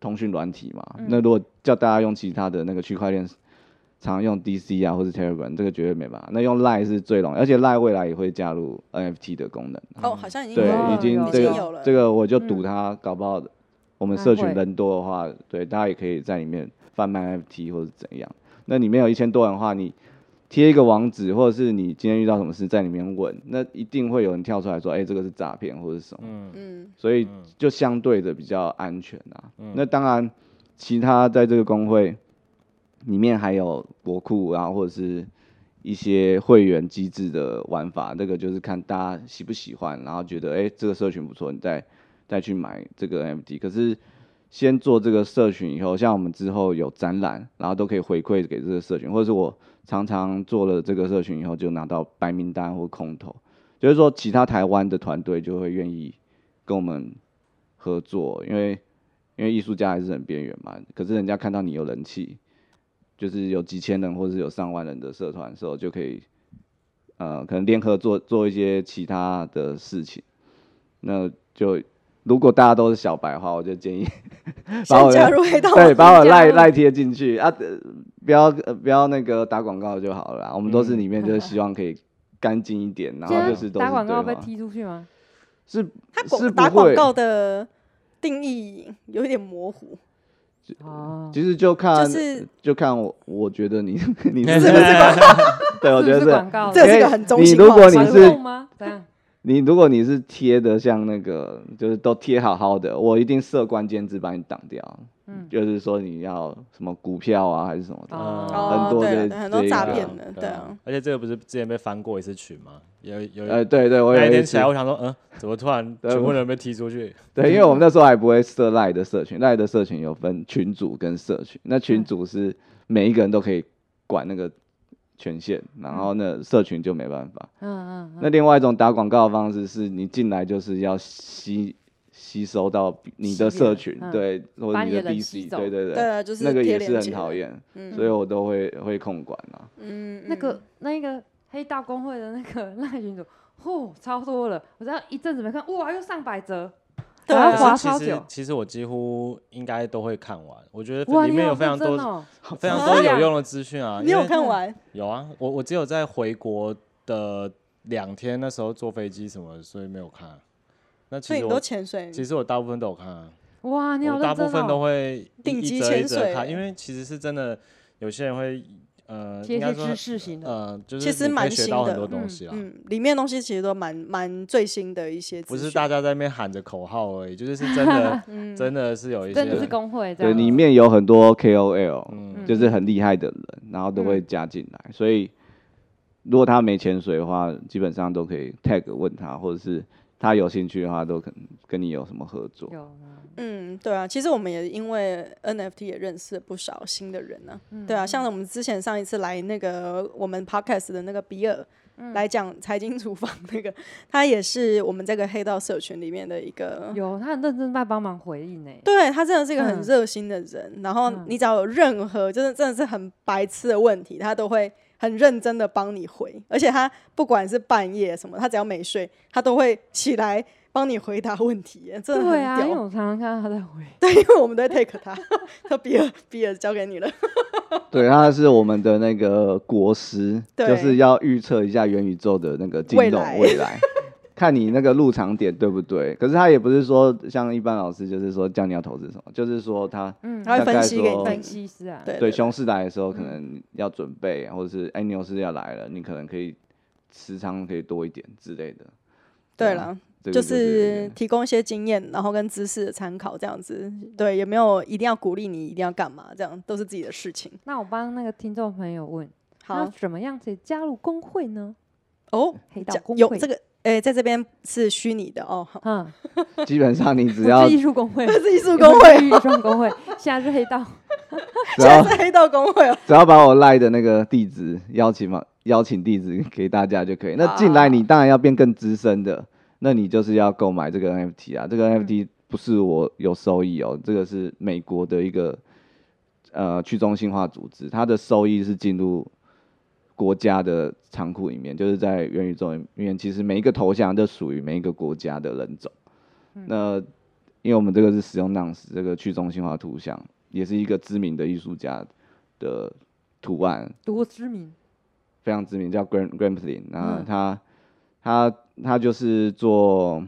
[SPEAKER 4] 通讯软体嘛，那如果叫大家用其他的那个区块链，常用 DC 啊或是 Telegram，这个绝对没办法。那用赖是最容易，而且赖未来也会加入 NFT 的功能。
[SPEAKER 1] 哦，好像已经
[SPEAKER 4] 嗯对，
[SPEAKER 1] 有了
[SPEAKER 4] 已经
[SPEAKER 2] 有
[SPEAKER 4] 这
[SPEAKER 1] 已经有
[SPEAKER 4] 个
[SPEAKER 1] 了
[SPEAKER 4] 这个我就
[SPEAKER 2] 嗯
[SPEAKER 4] 赌它，搞不好我们
[SPEAKER 2] 它
[SPEAKER 4] 社群
[SPEAKER 2] 会
[SPEAKER 4] 人多的话，对，大家也可以在里面贩卖 FT 或者怎样。那里面有一千多人的话，你贴一个网址，或者是你今天遇到什么事在里面问，那一定会有人跳出来说，哎、这个是诈骗或者是什么。
[SPEAKER 3] 嗯
[SPEAKER 1] 嗯
[SPEAKER 4] 所以就相对的比较安全啊。那当然，其他在这个工会里面还有国库，然后或者是一些会员机制的玩法，这个就是看大家喜不喜欢，然后觉得哎、诶这个社群不错，你再再去买这个 NFT。可是先做这个社群以后，像我们之后有展览，然后都可以回馈给这个社群，或者是我常常做了这个社群以后，就拿到白名单或空投。就是说，其他台湾的团队就会愿意跟我们合作，因为因为艺术家还是很边缘嘛。可是人家看到你有人气，就是有几千人或是有上万人的社团的时候，就可以呃，可能联合做做一些其他的事情。那就如果大家都是小白的话，我就建议 把
[SPEAKER 1] 先
[SPEAKER 4] 我
[SPEAKER 1] 加
[SPEAKER 4] 的
[SPEAKER 1] 入黑 道，
[SPEAKER 4] 对把我
[SPEAKER 2] 加
[SPEAKER 4] 赖
[SPEAKER 2] 入
[SPEAKER 4] 赖贴进去啊，呃不要呃不要那个打广告就好了啦。我们都是
[SPEAKER 3] 嗯
[SPEAKER 4] 里面就是希望可以干净一点，呃然
[SPEAKER 2] 现
[SPEAKER 4] 后
[SPEAKER 2] 在
[SPEAKER 4] 就是都是
[SPEAKER 2] 打广告
[SPEAKER 4] 对
[SPEAKER 2] 被
[SPEAKER 4] 话
[SPEAKER 2] 踢出去吗？
[SPEAKER 4] 是
[SPEAKER 1] 他
[SPEAKER 4] 是
[SPEAKER 1] 广
[SPEAKER 4] 不
[SPEAKER 1] 打广
[SPEAKER 4] 会
[SPEAKER 1] 告的定义有一点模糊，
[SPEAKER 2] 哦，
[SPEAKER 4] 其实就看
[SPEAKER 1] 就是
[SPEAKER 4] 就看我，我觉得你 你
[SPEAKER 3] 是
[SPEAKER 4] 是
[SPEAKER 3] 不是广
[SPEAKER 4] 对，我
[SPEAKER 2] 是
[SPEAKER 4] 觉
[SPEAKER 2] 不是
[SPEAKER 4] 得
[SPEAKER 2] 广告
[SPEAKER 1] 这
[SPEAKER 4] 因
[SPEAKER 1] 是一
[SPEAKER 4] 为
[SPEAKER 1] 个很中
[SPEAKER 4] 哦你
[SPEAKER 1] 性
[SPEAKER 4] 如
[SPEAKER 1] 化的
[SPEAKER 4] 果你
[SPEAKER 1] 传
[SPEAKER 2] 管
[SPEAKER 1] 统
[SPEAKER 4] 是
[SPEAKER 2] 控 吗？怎样？
[SPEAKER 4] 你如果你是贴的像那个，就是都贴好好的，我一定设关键字把你挡掉。
[SPEAKER 2] 嗯
[SPEAKER 4] 就是说你要什么股票啊，还是什么的，
[SPEAKER 2] 哦，
[SPEAKER 1] 哦，
[SPEAKER 4] 很多
[SPEAKER 1] 对
[SPEAKER 4] 这
[SPEAKER 1] 了对很多
[SPEAKER 4] 这一
[SPEAKER 1] 诈
[SPEAKER 4] 个
[SPEAKER 1] 骗
[SPEAKER 3] 啊
[SPEAKER 1] 的，
[SPEAKER 3] 对
[SPEAKER 1] 对
[SPEAKER 3] 啊
[SPEAKER 1] 啊，
[SPEAKER 3] 而且这个不是之前被翻过一次群吗？有有
[SPEAKER 4] 呃，对对，我
[SPEAKER 3] 那一
[SPEAKER 4] 有一
[SPEAKER 3] 天起
[SPEAKER 4] 次
[SPEAKER 3] 来，我想说，嗯，怎么突然
[SPEAKER 4] 对啊
[SPEAKER 3] 全部人被踢出去？
[SPEAKER 4] 对，因为我们那时候还不会设赖的社群，赖的社群有分群主跟社群，那群主是
[SPEAKER 2] 嗯
[SPEAKER 4] 每一个人都可以管那个权限，然后那社群就没办法。
[SPEAKER 2] 嗯嗯嗯，
[SPEAKER 4] 那另外一种打广告的方式是你进来就是要吸吸收到比你的
[SPEAKER 2] 吸引
[SPEAKER 4] 社
[SPEAKER 2] 人
[SPEAKER 4] 群，
[SPEAKER 2] 嗯
[SPEAKER 4] 对，或
[SPEAKER 2] 把
[SPEAKER 4] 者
[SPEAKER 2] 你
[SPEAKER 4] 你的
[SPEAKER 2] 的人吸
[SPEAKER 4] DC，
[SPEAKER 2] 走
[SPEAKER 4] 对对
[SPEAKER 1] 对啊，就是
[SPEAKER 4] 那个也
[SPEAKER 1] 贴
[SPEAKER 4] 是
[SPEAKER 1] 链
[SPEAKER 4] 很
[SPEAKER 1] 接
[SPEAKER 4] 讨，厌，
[SPEAKER 1] 嗯
[SPEAKER 4] 所以我都会会控管啊。
[SPEAKER 1] 嗯，
[SPEAKER 2] 那个
[SPEAKER 1] 嗯
[SPEAKER 2] 那个黑道工会的那个赖群主，嚯，超多了！我知道一阵子没看，哇，又上百折，
[SPEAKER 1] 对
[SPEAKER 2] 然
[SPEAKER 1] 啊
[SPEAKER 2] 后滑
[SPEAKER 3] 可是
[SPEAKER 2] 超
[SPEAKER 3] 其
[SPEAKER 2] 久
[SPEAKER 3] 实。其实我几乎应该都会看完，我觉
[SPEAKER 2] 哇，
[SPEAKER 3] 得里
[SPEAKER 2] 你
[SPEAKER 3] 面
[SPEAKER 2] 好
[SPEAKER 3] 有非常
[SPEAKER 2] 认真
[SPEAKER 3] 多
[SPEAKER 2] 哦，
[SPEAKER 3] 非常
[SPEAKER 1] 啊
[SPEAKER 3] 多有用的资讯啊。
[SPEAKER 1] 你
[SPEAKER 3] 因
[SPEAKER 1] 有
[SPEAKER 3] 为
[SPEAKER 1] 看完？
[SPEAKER 3] 有啊，我我只有在回国的两天，那时候坐飞机什么，所以没有看。那
[SPEAKER 1] 所
[SPEAKER 3] 其
[SPEAKER 1] 以
[SPEAKER 3] 实
[SPEAKER 1] 你都
[SPEAKER 3] 我
[SPEAKER 1] 潜水，
[SPEAKER 3] 其实我大部分都有看啊，
[SPEAKER 2] 哇，你好
[SPEAKER 3] 我大
[SPEAKER 2] 认
[SPEAKER 3] 部
[SPEAKER 2] 真
[SPEAKER 3] 分都
[SPEAKER 2] 哦。
[SPEAKER 3] 会一
[SPEAKER 1] 顶
[SPEAKER 3] 一
[SPEAKER 1] 级
[SPEAKER 3] 则一
[SPEAKER 1] 潜
[SPEAKER 3] 则
[SPEAKER 1] 水
[SPEAKER 3] 看，因为其实是真的，有些人会呃，
[SPEAKER 2] 贴
[SPEAKER 3] 应
[SPEAKER 2] 一
[SPEAKER 3] 该
[SPEAKER 2] 些
[SPEAKER 3] 说
[SPEAKER 2] 知识型的，
[SPEAKER 3] 呃，就是
[SPEAKER 1] 其实
[SPEAKER 3] 你可以
[SPEAKER 1] 蛮
[SPEAKER 3] 学
[SPEAKER 1] 新
[SPEAKER 3] 到
[SPEAKER 1] 的
[SPEAKER 3] 很多东
[SPEAKER 2] 嗯
[SPEAKER 3] 西啊。
[SPEAKER 1] 嗯，里面的东西其实都蛮蛮最新的一些资
[SPEAKER 3] 不
[SPEAKER 1] 讯，
[SPEAKER 3] 是大家在那边喊着口号而已，就是是真的，真的是呃有一些
[SPEAKER 2] 真的是工会这
[SPEAKER 4] 对，
[SPEAKER 2] 样。
[SPEAKER 4] 里面有很多 KOL，
[SPEAKER 3] 嗯
[SPEAKER 2] 嗯
[SPEAKER 4] 就是很厉害的人，然后都
[SPEAKER 1] 嗯
[SPEAKER 4] 会加进来，所以如果他没潜水的话，基本上都可以 tag 问他，或者是他有兴趣的话，都可能跟你有什么合作。
[SPEAKER 2] 有吗？
[SPEAKER 1] 嗯，对啊，其实我们也因为 NFT 也认识了不少新的人呢、
[SPEAKER 2] 嗯
[SPEAKER 1] 对啊，
[SPEAKER 3] 嗯
[SPEAKER 1] 像我们之前上一次来那个我们 podcast 的那个比尔、
[SPEAKER 3] 嗯
[SPEAKER 1] 来讲财经厨房那个，他也是我们这个黑道社群里面的一个。
[SPEAKER 2] 有，他很认真在帮忙回应欸呢。
[SPEAKER 1] 对他真的是一个
[SPEAKER 2] 嗯
[SPEAKER 1] 很热心的人，然后
[SPEAKER 2] 嗯
[SPEAKER 1] 你只要有任何就是真的是很白痴的问题，他都会很认真的帮你回，而且他不管是半夜什么，他只要没睡，他都会起来帮你回答问题，真的很
[SPEAKER 2] 对
[SPEAKER 1] 屌。
[SPEAKER 2] 啊，因为我常常看到他在回。
[SPEAKER 1] 对，因为我们都会 take 他， 他比尔比尔交给你了。
[SPEAKER 4] 对，他是我们的那个国师，
[SPEAKER 1] 对
[SPEAKER 4] 就是要预测一下元宇宙的那个金
[SPEAKER 1] 未
[SPEAKER 4] 融
[SPEAKER 1] 来
[SPEAKER 4] 未来，看你那个入场点对不对。可是他也不是说像一般老师，就是说叫你要投资什么，就是说他
[SPEAKER 2] 嗯，
[SPEAKER 1] 他会
[SPEAKER 4] 大
[SPEAKER 1] 分
[SPEAKER 4] 概
[SPEAKER 1] 析给你
[SPEAKER 4] 说
[SPEAKER 1] 听
[SPEAKER 2] 分析师啊，
[SPEAKER 1] 对嗯
[SPEAKER 4] 对熊市来的时候可能要准备，或者是哎牛市要来了，你可能可以持仓可以多一点之类的。
[SPEAKER 1] 对
[SPEAKER 4] 对啊
[SPEAKER 1] 了，
[SPEAKER 4] 这个
[SPEAKER 1] 就是是提供一些经验，然后跟知识的参考，这样子。对，也没有一定要鼓励你一定要干嘛，这样都是自己的事情。
[SPEAKER 2] 那我帮那个听众朋友问，那
[SPEAKER 1] 好
[SPEAKER 2] 怎么样才加入工会呢？
[SPEAKER 1] 哦，
[SPEAKER 2] 黑道
[SPEAKER 1] 讲
[SPEAKER 2] 工
[SPEAKER 1] 有
[SPEAKER 2] 会
[SPEAKER 1] 这个，诶，在这边是虚拟的哦，好，
[SPEAKER 2] 嗯，
[SPEAKER 4] 基本上你 只
[SPEAKER 2] 不
[SPEAKER 4] 要
[SPEAKER 2] 是艺术工会，
[SPEAKER 1] 这是艺术
[SPEAKER 2] 有没
[SPEAKER 1] 工
[SPEAKER 2] 有
[SPEAKER 1] 会，
[SPEAKER 2] 艺术工会， 现在是黑道，
[SPEAKER 4] 只
[SPEAKER 1] 现在
[SPEAKER 4] 要
[SPEAKER 1] 是黑道工会哦。
[SPEAKER 4] 只要把我赖的那个地址邀请嘛，邀请地址给大家就可以。那进来你当然要变更资深的，那你就是要购买这个 NFT 啊。这个 NFT 不是我有收益哦，这个是美国的一个呃去中心化组织，它的收益是进入国家的仓库里面，就是在元宇宙里面，其实每一个头像都属于每一个国家的人种。那因为我们这个是使用 Nouns 这个去中心化图像，也是一个知名的艺术家的图案，
[SPEAKER 2] 多知名，
[SPEAKER 4] 非常知名，叫 Gram Gramplin。那
[SPEAKER 2] 嗯
[SPEAKER 4] 他、他他就是做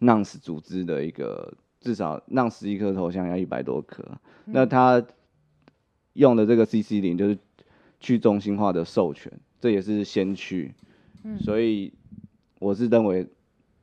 [SPEAKER 4] Nouns 组织的
[SPEAKER 2] 嗯
[SPEAKER 4] 一个，至少 Nouns 一颗头像要一百多颗。那他用的这个 CC 零就是去中心化的授权，这也是先驱。
[SPEAKER 2] 嗯
[SPEAKER 4] 所以我是认为，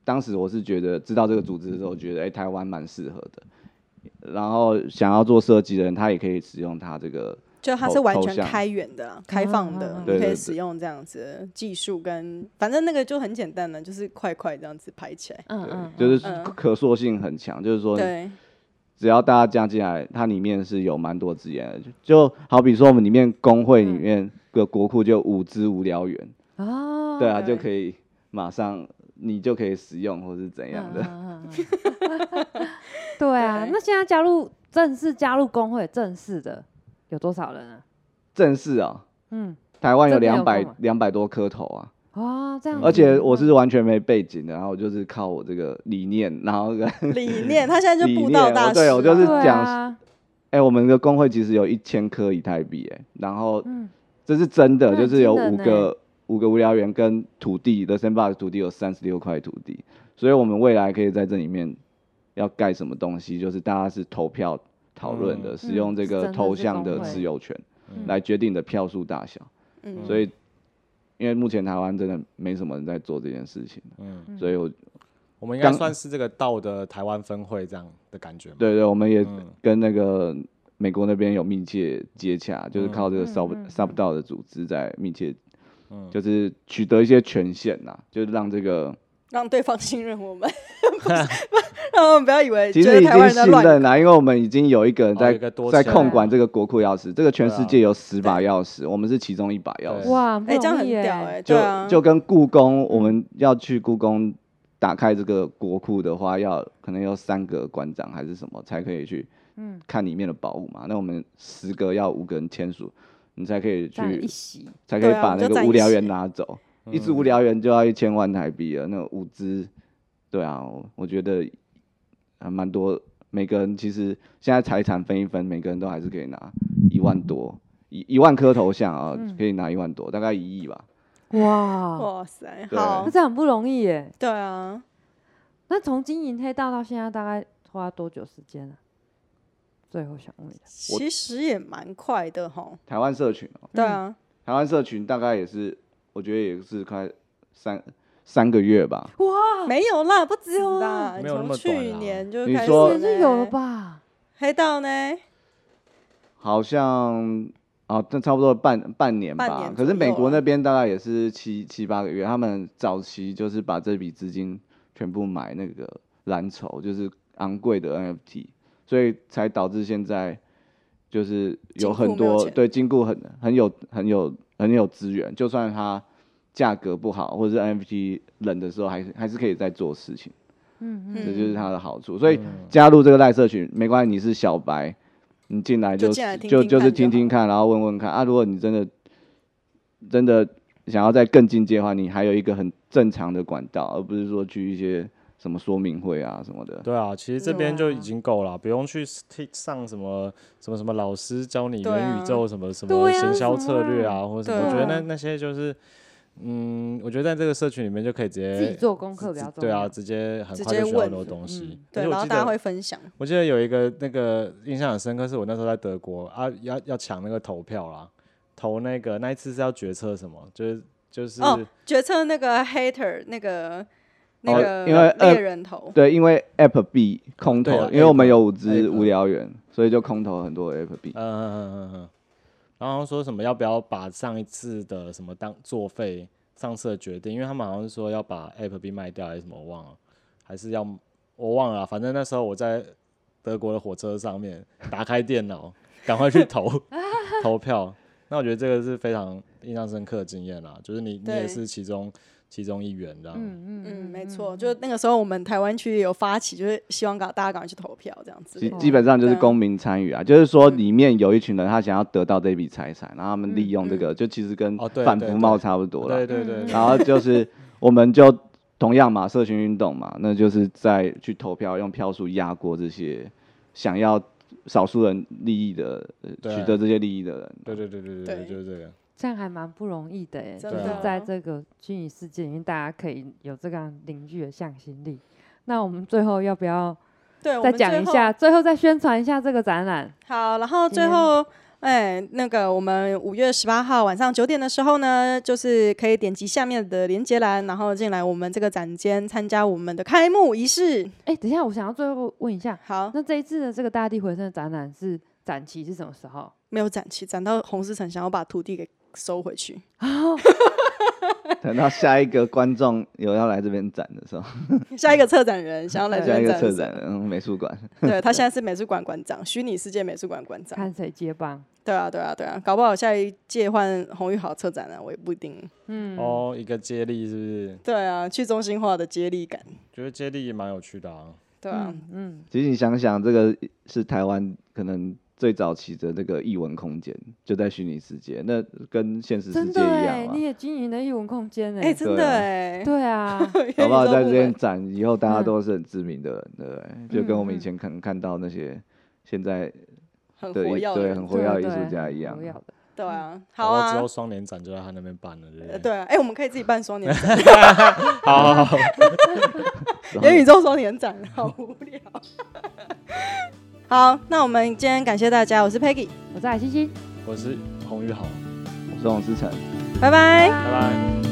[SPEAKER 4] 当时我是觉得知道这个组织的时候，觉得哎、台湾蛮适合的。然后想要做设计的人，他也可以使用他这个
[SPEAKER 1] 就它
[SPEAKER 4] 头
[SPEAKER 1] 是完
[SPEAKER 4] 头
[SPEAKER 1] 全
[SPEAKER 4] 像
[SPEAKER 1] 开源的啦、开放
[SPEAKER 2] 啊啊
[SPEAKER 1] 的
[SPEAKER 2] 啊，
[SPEAKER 1] 你可
[SPEAKER 4] 对
[SPEAKER 1] 以
[SPEAKER 4] 对
[SPEAKER 1] 使
[SPEAKER 4] 对
[SPEAKER 1] 用这样子的技术跟，反正那个就很简单的，就是快快这样子拍起来。
[SPEAKER 2] 嗯嗯，
[SPEAKER 4] 就是
[SPEAKER 1] 嗯
[SPEAKER 4] 可塑性很强，就是说
[SPEAKER 1] 对，
[SPEAKER 4] 只要大家加进来，它里面是有蛮多资源的，就就好比说我们里面工会里
[SPEAKER 2] 嗯
[SPEAKER 4] 面个国库就有五支无聊猿，
[SPEAKER 2] 哦，
[SPEAKER 4] 对啊，
[SPEAKER 1] 对
[SPEAKER 4] 就可以马上你就可以使用或是怎样的，
[SPEAKER 2] 嗯。嗯嗯嗯 对啊，
[SPEAKER 1] 对
[SPEAKER 2] 那现在加入正式加入工会正式的有多少人啊？
[SPEAKER 4] 正式啊、
[SPEAKER 2] 嗯，
[SPEAKER 4] 台湾有
[SPEAKER 2] 真的有
[SPEAKER 4] 两百
[SPEAKER 2] 空吗
[SPEAKER 4] 两百多颗头啊，
[SPEAKER 2] 哦，这样子，
[SPEAKER 4] 而且我是完全没背景的，然后我就是靠我这个理念，然后跟
[SPEAKER 1] 理念，他现在就
[SPEAKER 4] 理
[SPEAKER 1] 布
[SPEAKER 4] 念
[SPEAKER 1] 道
[SPEAKER 4] 我
[SPEAKER 1] 大师
[SPEAKER 4] 对我就
[SPEAKER 1] 了
[SPEAKER 4] 是
[SPEAKER 2] 对
[SPEAKER 4] 讲
[SPEAKER 2] 啊，
[SPEAKER 4] 哎、我们的工会其实有一千颗以太币，哎，然后
[SPEAKER 2] 嗯，
[SPEAKER 4] 这是真的，
[SPEAKER 2] 那
[SPEAKER 4] 就
[SPEAKER 2] 很
[SPEAKER 4] 是有
[SPEAKER 2] 惊人
[SPEAKER 4] 五
[SPEAKER 2] 欸
[SPEAKER 4] 个五个无聊园跟土地的 sandbox 土地有三十六块土地，所以我们未来可以在这里面要盖什么东西，就是大家是投票讨论的，
[SPEAKER 3] 嗯
[SPEAKER 4] 使用这
[SPEAKER 2] 真
[SPEAKER 4] 个
[SPEAKER 2] 的
[SPEAKER 4] 头
[SPEAKER 2] 是
[SPEAKER 4] 像
[SPEAKER 2] 公
[SPEAKER 4] 的
[SPEAKER 2] 会
[SPEAKER 4] 持有权
[SPEAKER 2] 嗯
[SPEAKER 4] 来决定你的票数大小。
[SPEAKER 1] 嗯，
[SPEAKER 4] 所以，因为目前台湾真的没什么人在做这件事情，
[SPEAKER 3] 嗯，
[SPEAKER 4] 所以我
[SPEAKER 3] 我们应该
[SPEAKER 4] 刚
[SPEAKER 3] 算是这个道的台湾分会这样的感觉嘛。
[SPEAKER 4] 对对，我们也
[SPEAKER 3] 嗯
[SPEAKER 4] 跟那个美国那边有密切接洽，就是靠这个
[SPEAKER 2] 嗯
[SPEAKER 4] sub、
[SPEAKER 2] 嗯
[SPEAKER 4] sub 道的组织在密切，
[SPEAKER 3] 嗯
[SPEAKER 4] 就是取得一些权限呐、就是让这个
[SPEAKER 1] 让对方信任 我们，不是让我们不要以为
[SPEAKER 4] 其
[SPEAKER 1] 觉
[SPEAKER 4] 实
[SPEAKER 1] 得
[SPEAKER 4] 已
[SPEAKER 1] 台湾人
[SPEAKER 4] 经
[SPEAKER 1] 在
[SPEAKER 4] 信
[SPEAKER 1] 乱
[SPEAKER 4] 任啦，因为我们已经有一个人
[SPEAKER 3] 哦
[SPEAKER 4] 在、
[SPEAKER 3] 有一个多
[SPEAKER 4] 在
[SPEAKER 3] 钱
[SPEAKER 4] 控管这个国库钥匙，这个全世界有十把
[SPEAKER 1] 对
[SPEAKER 4] 钥
[SPEAKER 3] 啊
[SPEAKER 4] 匙，我们是其中一把钥
[SPEAKER 3] 对
[SPEAKER 4] 匙，
[SPEAKER 2] 哇，不
[SPEAKER 1] 哎、这样
[SPEAKER 2] 容
[SPEAKER 1] 很
[SPEAKER 2] 易耶
[SPEAKER 1] 屌哎、对
[SPEAKER 4] 就、
[SPEAKER 1] 啊，嗯
[SPEAKER 4] 就跟故宫，我们要去故宫打开这个国库的话，要可能要三个馆长还是什么才可以去
[SPEAKER 2] 嗯，
[SPEAKER 4] 看里面的宝物嘛。那我们十个要五个人签署，你才可以
[SPEAKER 2] 占一
[SPEAKER 4] 去，
[SPEAKER 2] 席，
[SPEAKER 4] 才可以
[SPEAKER 1] 对啊
[SPEAKER 4] 把
[SPEAKER 1] 我们
[SPEAKER 4] 那
[SPEAKER 1] 就
[SPEAKER 4] 个
[SPEAKER 1] 占
[SPEAKER 4] 无
[SPEAKER 1] 一
[SPEAKER 4] 聊
[SPEAKER 1] 席
[SPEAKER 4] 猿拿走。
[SPEAKER 3] 嗯
[SPEAKER 4] 一只无聊猿就要一千万台币了，那五只，对啊，我我觉得还蛮多。每个人其实现在财产分一分，每个人都还是可以拿一万多，一一万颗头像啊，
[SPEAKER 2] 嗯
[SPEAKER 4] 可以拿一万多，大概一亿吧。
[SPEAKER 2] 哇，
[SPEAKER 1] 哇塞，
[SPEAKER 4] 对
[SPEAKER 1] 好
[SPEAKER 2] 那，这样很不容易耶。
[SPEAKER 1] 对啊，
[SPEAKER 2] 那从经营黑道到现在大概花多久时间啊？最后想问一下，
[SPEAKER 4] 我
[SPEAKER 1] 其实也蛮快的哈，
[SPEAKER 4] 台湾社群哦，
[SPEAKER 1] 对啊，
[SPEAKER 4] 台湾社群大概也是，我觉得也是快三三个月吧。
[SPEAKER 2] 哇，
[SPEAKER 1] 啊没有啦，不止
[SPEAKER 2] 有
[SPEAKER 1] 啦，
[SPEAKER 3] 没有那
[SPEAKER 1] 从
[SPEAKER 3] 么
[SPEAKER 1] 去
[SPEAKER 3] 短啦
[SPEAKER 1] 年就
[SPEAKER 4] 你
[SPEAKER 1] 开始
[SPEAKER 4] 说
[SPEAKER 2] 也是
[SPEAKER 1] 呢
[SPEAKER 2] 有了吧？
[SPEAKER 1] 黑道呢？
[SPEAKER 4] 好像啊，这差不多半半年吧。
[SPEAKER 1] 半年
[SPEAKER 4] 可是
[SPEAKER 1] 左
[SPEAKER 4] 美
[SPEAKER 1] 右
[SPEAKER 4] 国
[SPEAKER 1] 啊
[SPEAKER 4] 那边大概也是七七八个月，他们早期就是把这笔资金全部买那个蓝筹，就是昂贵的 NFT，所以才导致现在就是
[SPEAKER 1] 金
[SPEAKER 4] 有
[SPEAKER 1] 库
[SPEAKER 4] 很
[SPEAKER 1] 没有
[SPEAKER 4] 多
[SPEAKER 1] 钱
[SPEAKER 4] 对金库很很有很有很有资源，就算它价格不好或者是 NFT 冷的时候，还是还是可以再做事情。
[SPEAKER 2] 嗯
[SPEAKER 1] 嗯
[SPEAKER 4] 这就是它的好处。所以
[SPEAKER 3] 嗯
[SPEAKER 4] 加入这个赖社群没关系，你是小白，你进来
[SPEAKER 1] 就
[SPEAKER 4] 就
[SPEAKER 1] 进来听
[SPEAKER 4] 就
[SPEAKER 1] 听
[SPEAKER 4] 是
[SPEAKER 1] 看就
[SPEAKER 4] 听听
[SPEAKER 1] 好
[SPEAKER 4] 看，然后问问看啊。如果你真的真的想要再更进阶的话，你还有一个很正常的管道，而不是说去一些什么说明会啊什么的。
[SPEAKER 3] 对啊，其实这边就已经够了，不用去 s- 替上什么什么什么老师教你
[SPEAKER 1] 对啊
[SPEAKER 3] 元宇宙什么什么
[SPEAKER 2] 对啊
[SPEAKER 3] 行销策略啊，或者什么。
[SPEAKER 1] 对
[SPEAKER 3] 我觉得
[SPEAKER 1] 啊
[SPEAKER 3] 那那些就是，嗯，我觉得在这个社群里面就可以直接
[SPEAKER 2] 自己做功课比较重
[SPEAKER 3] 对啊，
[SPEAKER 2] 要
[SPEAKER 3] 直接很
[SPEAKER 1] 直
[SPEAKER 3] 快
[SPEAKER 1] 接
[SPEAKER 3] 就学到
[SPEAKER 1] 问
[SPEAKER 3] 很多东西。而
[SPEAKER 1] 对，然
[SPEAKER 3] 且我
[SPEAKER 1] 后
[SPEAKER 3] 记
[SPEAKER 1] 大家
[SPEAKER 3] 得
[SPEAKER 1] 会分享，
[SPEAKER 3] 我记得有一个那个印象很深刻，是我那时候在德国啊，要要抢那个投票啦，投那个那一次是要决策什么，就是就是
[SPEAKER 1] 哦，决策那个 hater 那个那
[SPEAKER 4] 哦
[SPEAKER 1] 个
[SPEAKER 4] 因为
[SPEAKER 1] 猎
[SPEAKER 4] 呃
[SPEAKER 1] 人头，
[SPEAKER 4] 对，因为 App B 空投
[SPEAKER 3] 对啊，
[SPEAKER 4] 因为我们
[SPEAKER 3] App，
[SPEAKER 4] 有五只
[SPEAKER 3] App
[SPEAKER 4] 无聊猿，所以就空投很多 App B。
[SPEAKER 3] 嗯嗯嗯嗯嗯，然后说什么要不要把上一次的什么当作废上次的决定，因为他们好像是说要把 App B 卖掉还是什么，我忘了，还是要我忘了啦，反正那时候我在德国的火车上面打开电脑，赶快去投投票。那我觉得这个是非常印象深刻的经验啦，就是你你
[SPEAKER 1] 对
[SPEAKER 3] 也是其中其中一员这
[SPEAKER 4] 啊
[SPEAKER 3] 样。
[SPEAKER 2] 嗯
[SPEAKER 1] 嗯，没错，就那个时候我们台湾区也有发起，就是希望赶大家赶快去投票这样子
[SPEAKER 4] 基，
[SPEAKER 2] 哦
[SPEAKER 4] 基本上就是
[SPEAKER 1] 对啊嗯
[SPEAKER 4] 公民参与啊，就是说里面有一群人他想要得到这笔财产，然后他们利
[SPEAKER 1] 嗯
[SPEAKER 4] 用这个，就其实跟
[SPEAKER 3] 哦对
[SPEAKER 4] 反
[SPEAKER 3] 对
[SPEAKER 4] 服
[SPEAKER 3] 对
[SPEAKER 4] 贸差不多了。
[SPEAKER 3] 对对 对，
[SPEAKER 4] 然后就是我们就同样嘛，社群运动嘛，那就是在去投票，用票数压过这些想要少数人利益的、呃
[SPEAKER 3] 对
[SPEAKER 4] 取得这些利益的人。
[SPEAKER 3] 对对对对对，
[SPEAKER 1] 对
[SPEAKER 3] 就是这个。
[SPEAKER 2] 这样还蛮不容易的耶，就
[SPEAKER 1] 真
[SPEAKER 3] 的
[SPEAKER 2] 是在这个虚拟世界里面，大家可以有这样凝聚的向心力。那我们最后要不要
[SPEAKER 1] 对，我
[SPEAKER 2] 再
[SPEAKER 1] 们最
[SPEAKER 2] 讲一
[SPEAKER 1] 后
[SPEAKER 2] 下？最后再宣传一下这个展览？
[SPEAKER 1] 好，然后
[SPEAKER 2] 今
[SPEAKER 1] 最
[SPEAKER 2] 天
[SPEAKER 1] 后哎，那个我们五月十八号晚上九点的时候呢，就是可以点击下面的连接栏，然后进来我们这个展间参加我们的开幕仪式。
[SPEAKER 2] 哎、等一下，我想要最后问一下，
[SPEAKER 1] 好，
[SPEAKER 2] 那这一次的这个大地回声的展览是展期是什么时候？
[SPEAKER 1] 没有展期，展到红石城想要把土地给收回去。
[SPEAKER 4] 等到下一个观众有要来这边展的时候，
[SPEAKER 1] 下一个策展人想要来这
[SPEAKER 4] 嗯下一
[SPEAKER 1] 边
[SPEAKER 4] 个
[SPEAKER 1] 展
[SPEAKER 4] 策
[SPEAKER 1] 示
[SPEAKER 4] 展，人美术馆，
[SPEAKER 1] 对他现在是美术馆馆长，虚拟世界美术馆馆长。
[SPEAKER 2] 看谁接棒？
[SPEAKER 1] 对啊，对啊，对啊，搞不好下一届换洪玉豪策展呢、啊我也不一定。
[SPEAKER 2] 嗯，
[SPEAKER 3] 哦，一个接力是不是？
[SPEAKER 1] 对啊，去中心化的接力感，
[SPEAKER 3] 觉得接力也蛮有趣的啊。
[SPEAKER 1] 对啊，
[SPEAKER 2] 嗯嗯，
[SPEAKER 4] 其实你想想，这个是台湾可能最早期的那个艺文空间，就在虚拟世界，那跟现实世
[SPEAKER 2] 真
[SPEAKER 4] 界
[SPEAKER 2] 的
[SPEAKER 4] 一
[SPEAKER 2] 哎、
[SPEAKER 4] 样啊
[SPEAKER 2] 你
[SPEAKER 4] 嘛。
[SPEAKER 2] 也经营了艺文空间哎、
[SPEAKER 1] 哎、真的
[SPEAKER 4] 对啊
[SPEAKER 1] 哎、
[SPEAKER 2] 对啊，
[SPEAKER 4] 好不好？在
[SPEAKER 1] 宇宙部门
[SPEAKER 4] 这边展以后，大家
[SPEAKER 2] 嗯
[SPEAKER 4] 都是很知名的人，对不对？就跟我们
[SPEAKER 2] 嗯
[SPEAKER 4] 以
[SPEAKER 2] 嗯
[SPEAKER 4] 前可能看到那些现在
[SPEAKER 1] 很
[SPEAKER 4] 的
[SPEAKER 1] 活
[SPEAKER 4] 艺
[SPEAKER 1] 跃
[SPEAKER 4] 对
[SPEAKER 1] 的，
[SPEAKER 4] 很活跃的艺
[SPEAKER 2] 对对
[SPEAKER 4] 术家一
[SPEAKER 2] 很
[SPEAKER 4] 样
[SPEAKER 2] 活。跃的
[SPEAKER 1] 对啊，
[SPEAKER 3] 然
[SPEAKER 1] 好
[SPEAKER 3] 后
[SPEAKER 1] 啊
[SPEAKER 3] 之后，双年展就在他那边办了，对不
[SPEAKER 1] 呃
[SPEAKER 3] 对？
[SPEAKER 1] 对啊，哎、我们可以自己办双年 展，
[SPEAKER 3] 好好好，
[SPEAKER 4] 然后
[SPEAKER 1] 元宇宙双年展， 好无聊。 好，那我们今天感谢大家，我是 Peggy，
[SPEAKER 2] 我是海星星。
[SPEAKER 3] 我是洪宇豪，
[SPEAKER 4] 我是王思成。
[SPEAKER 1] 拜拜。
[SPEAKER 3] 拜拜。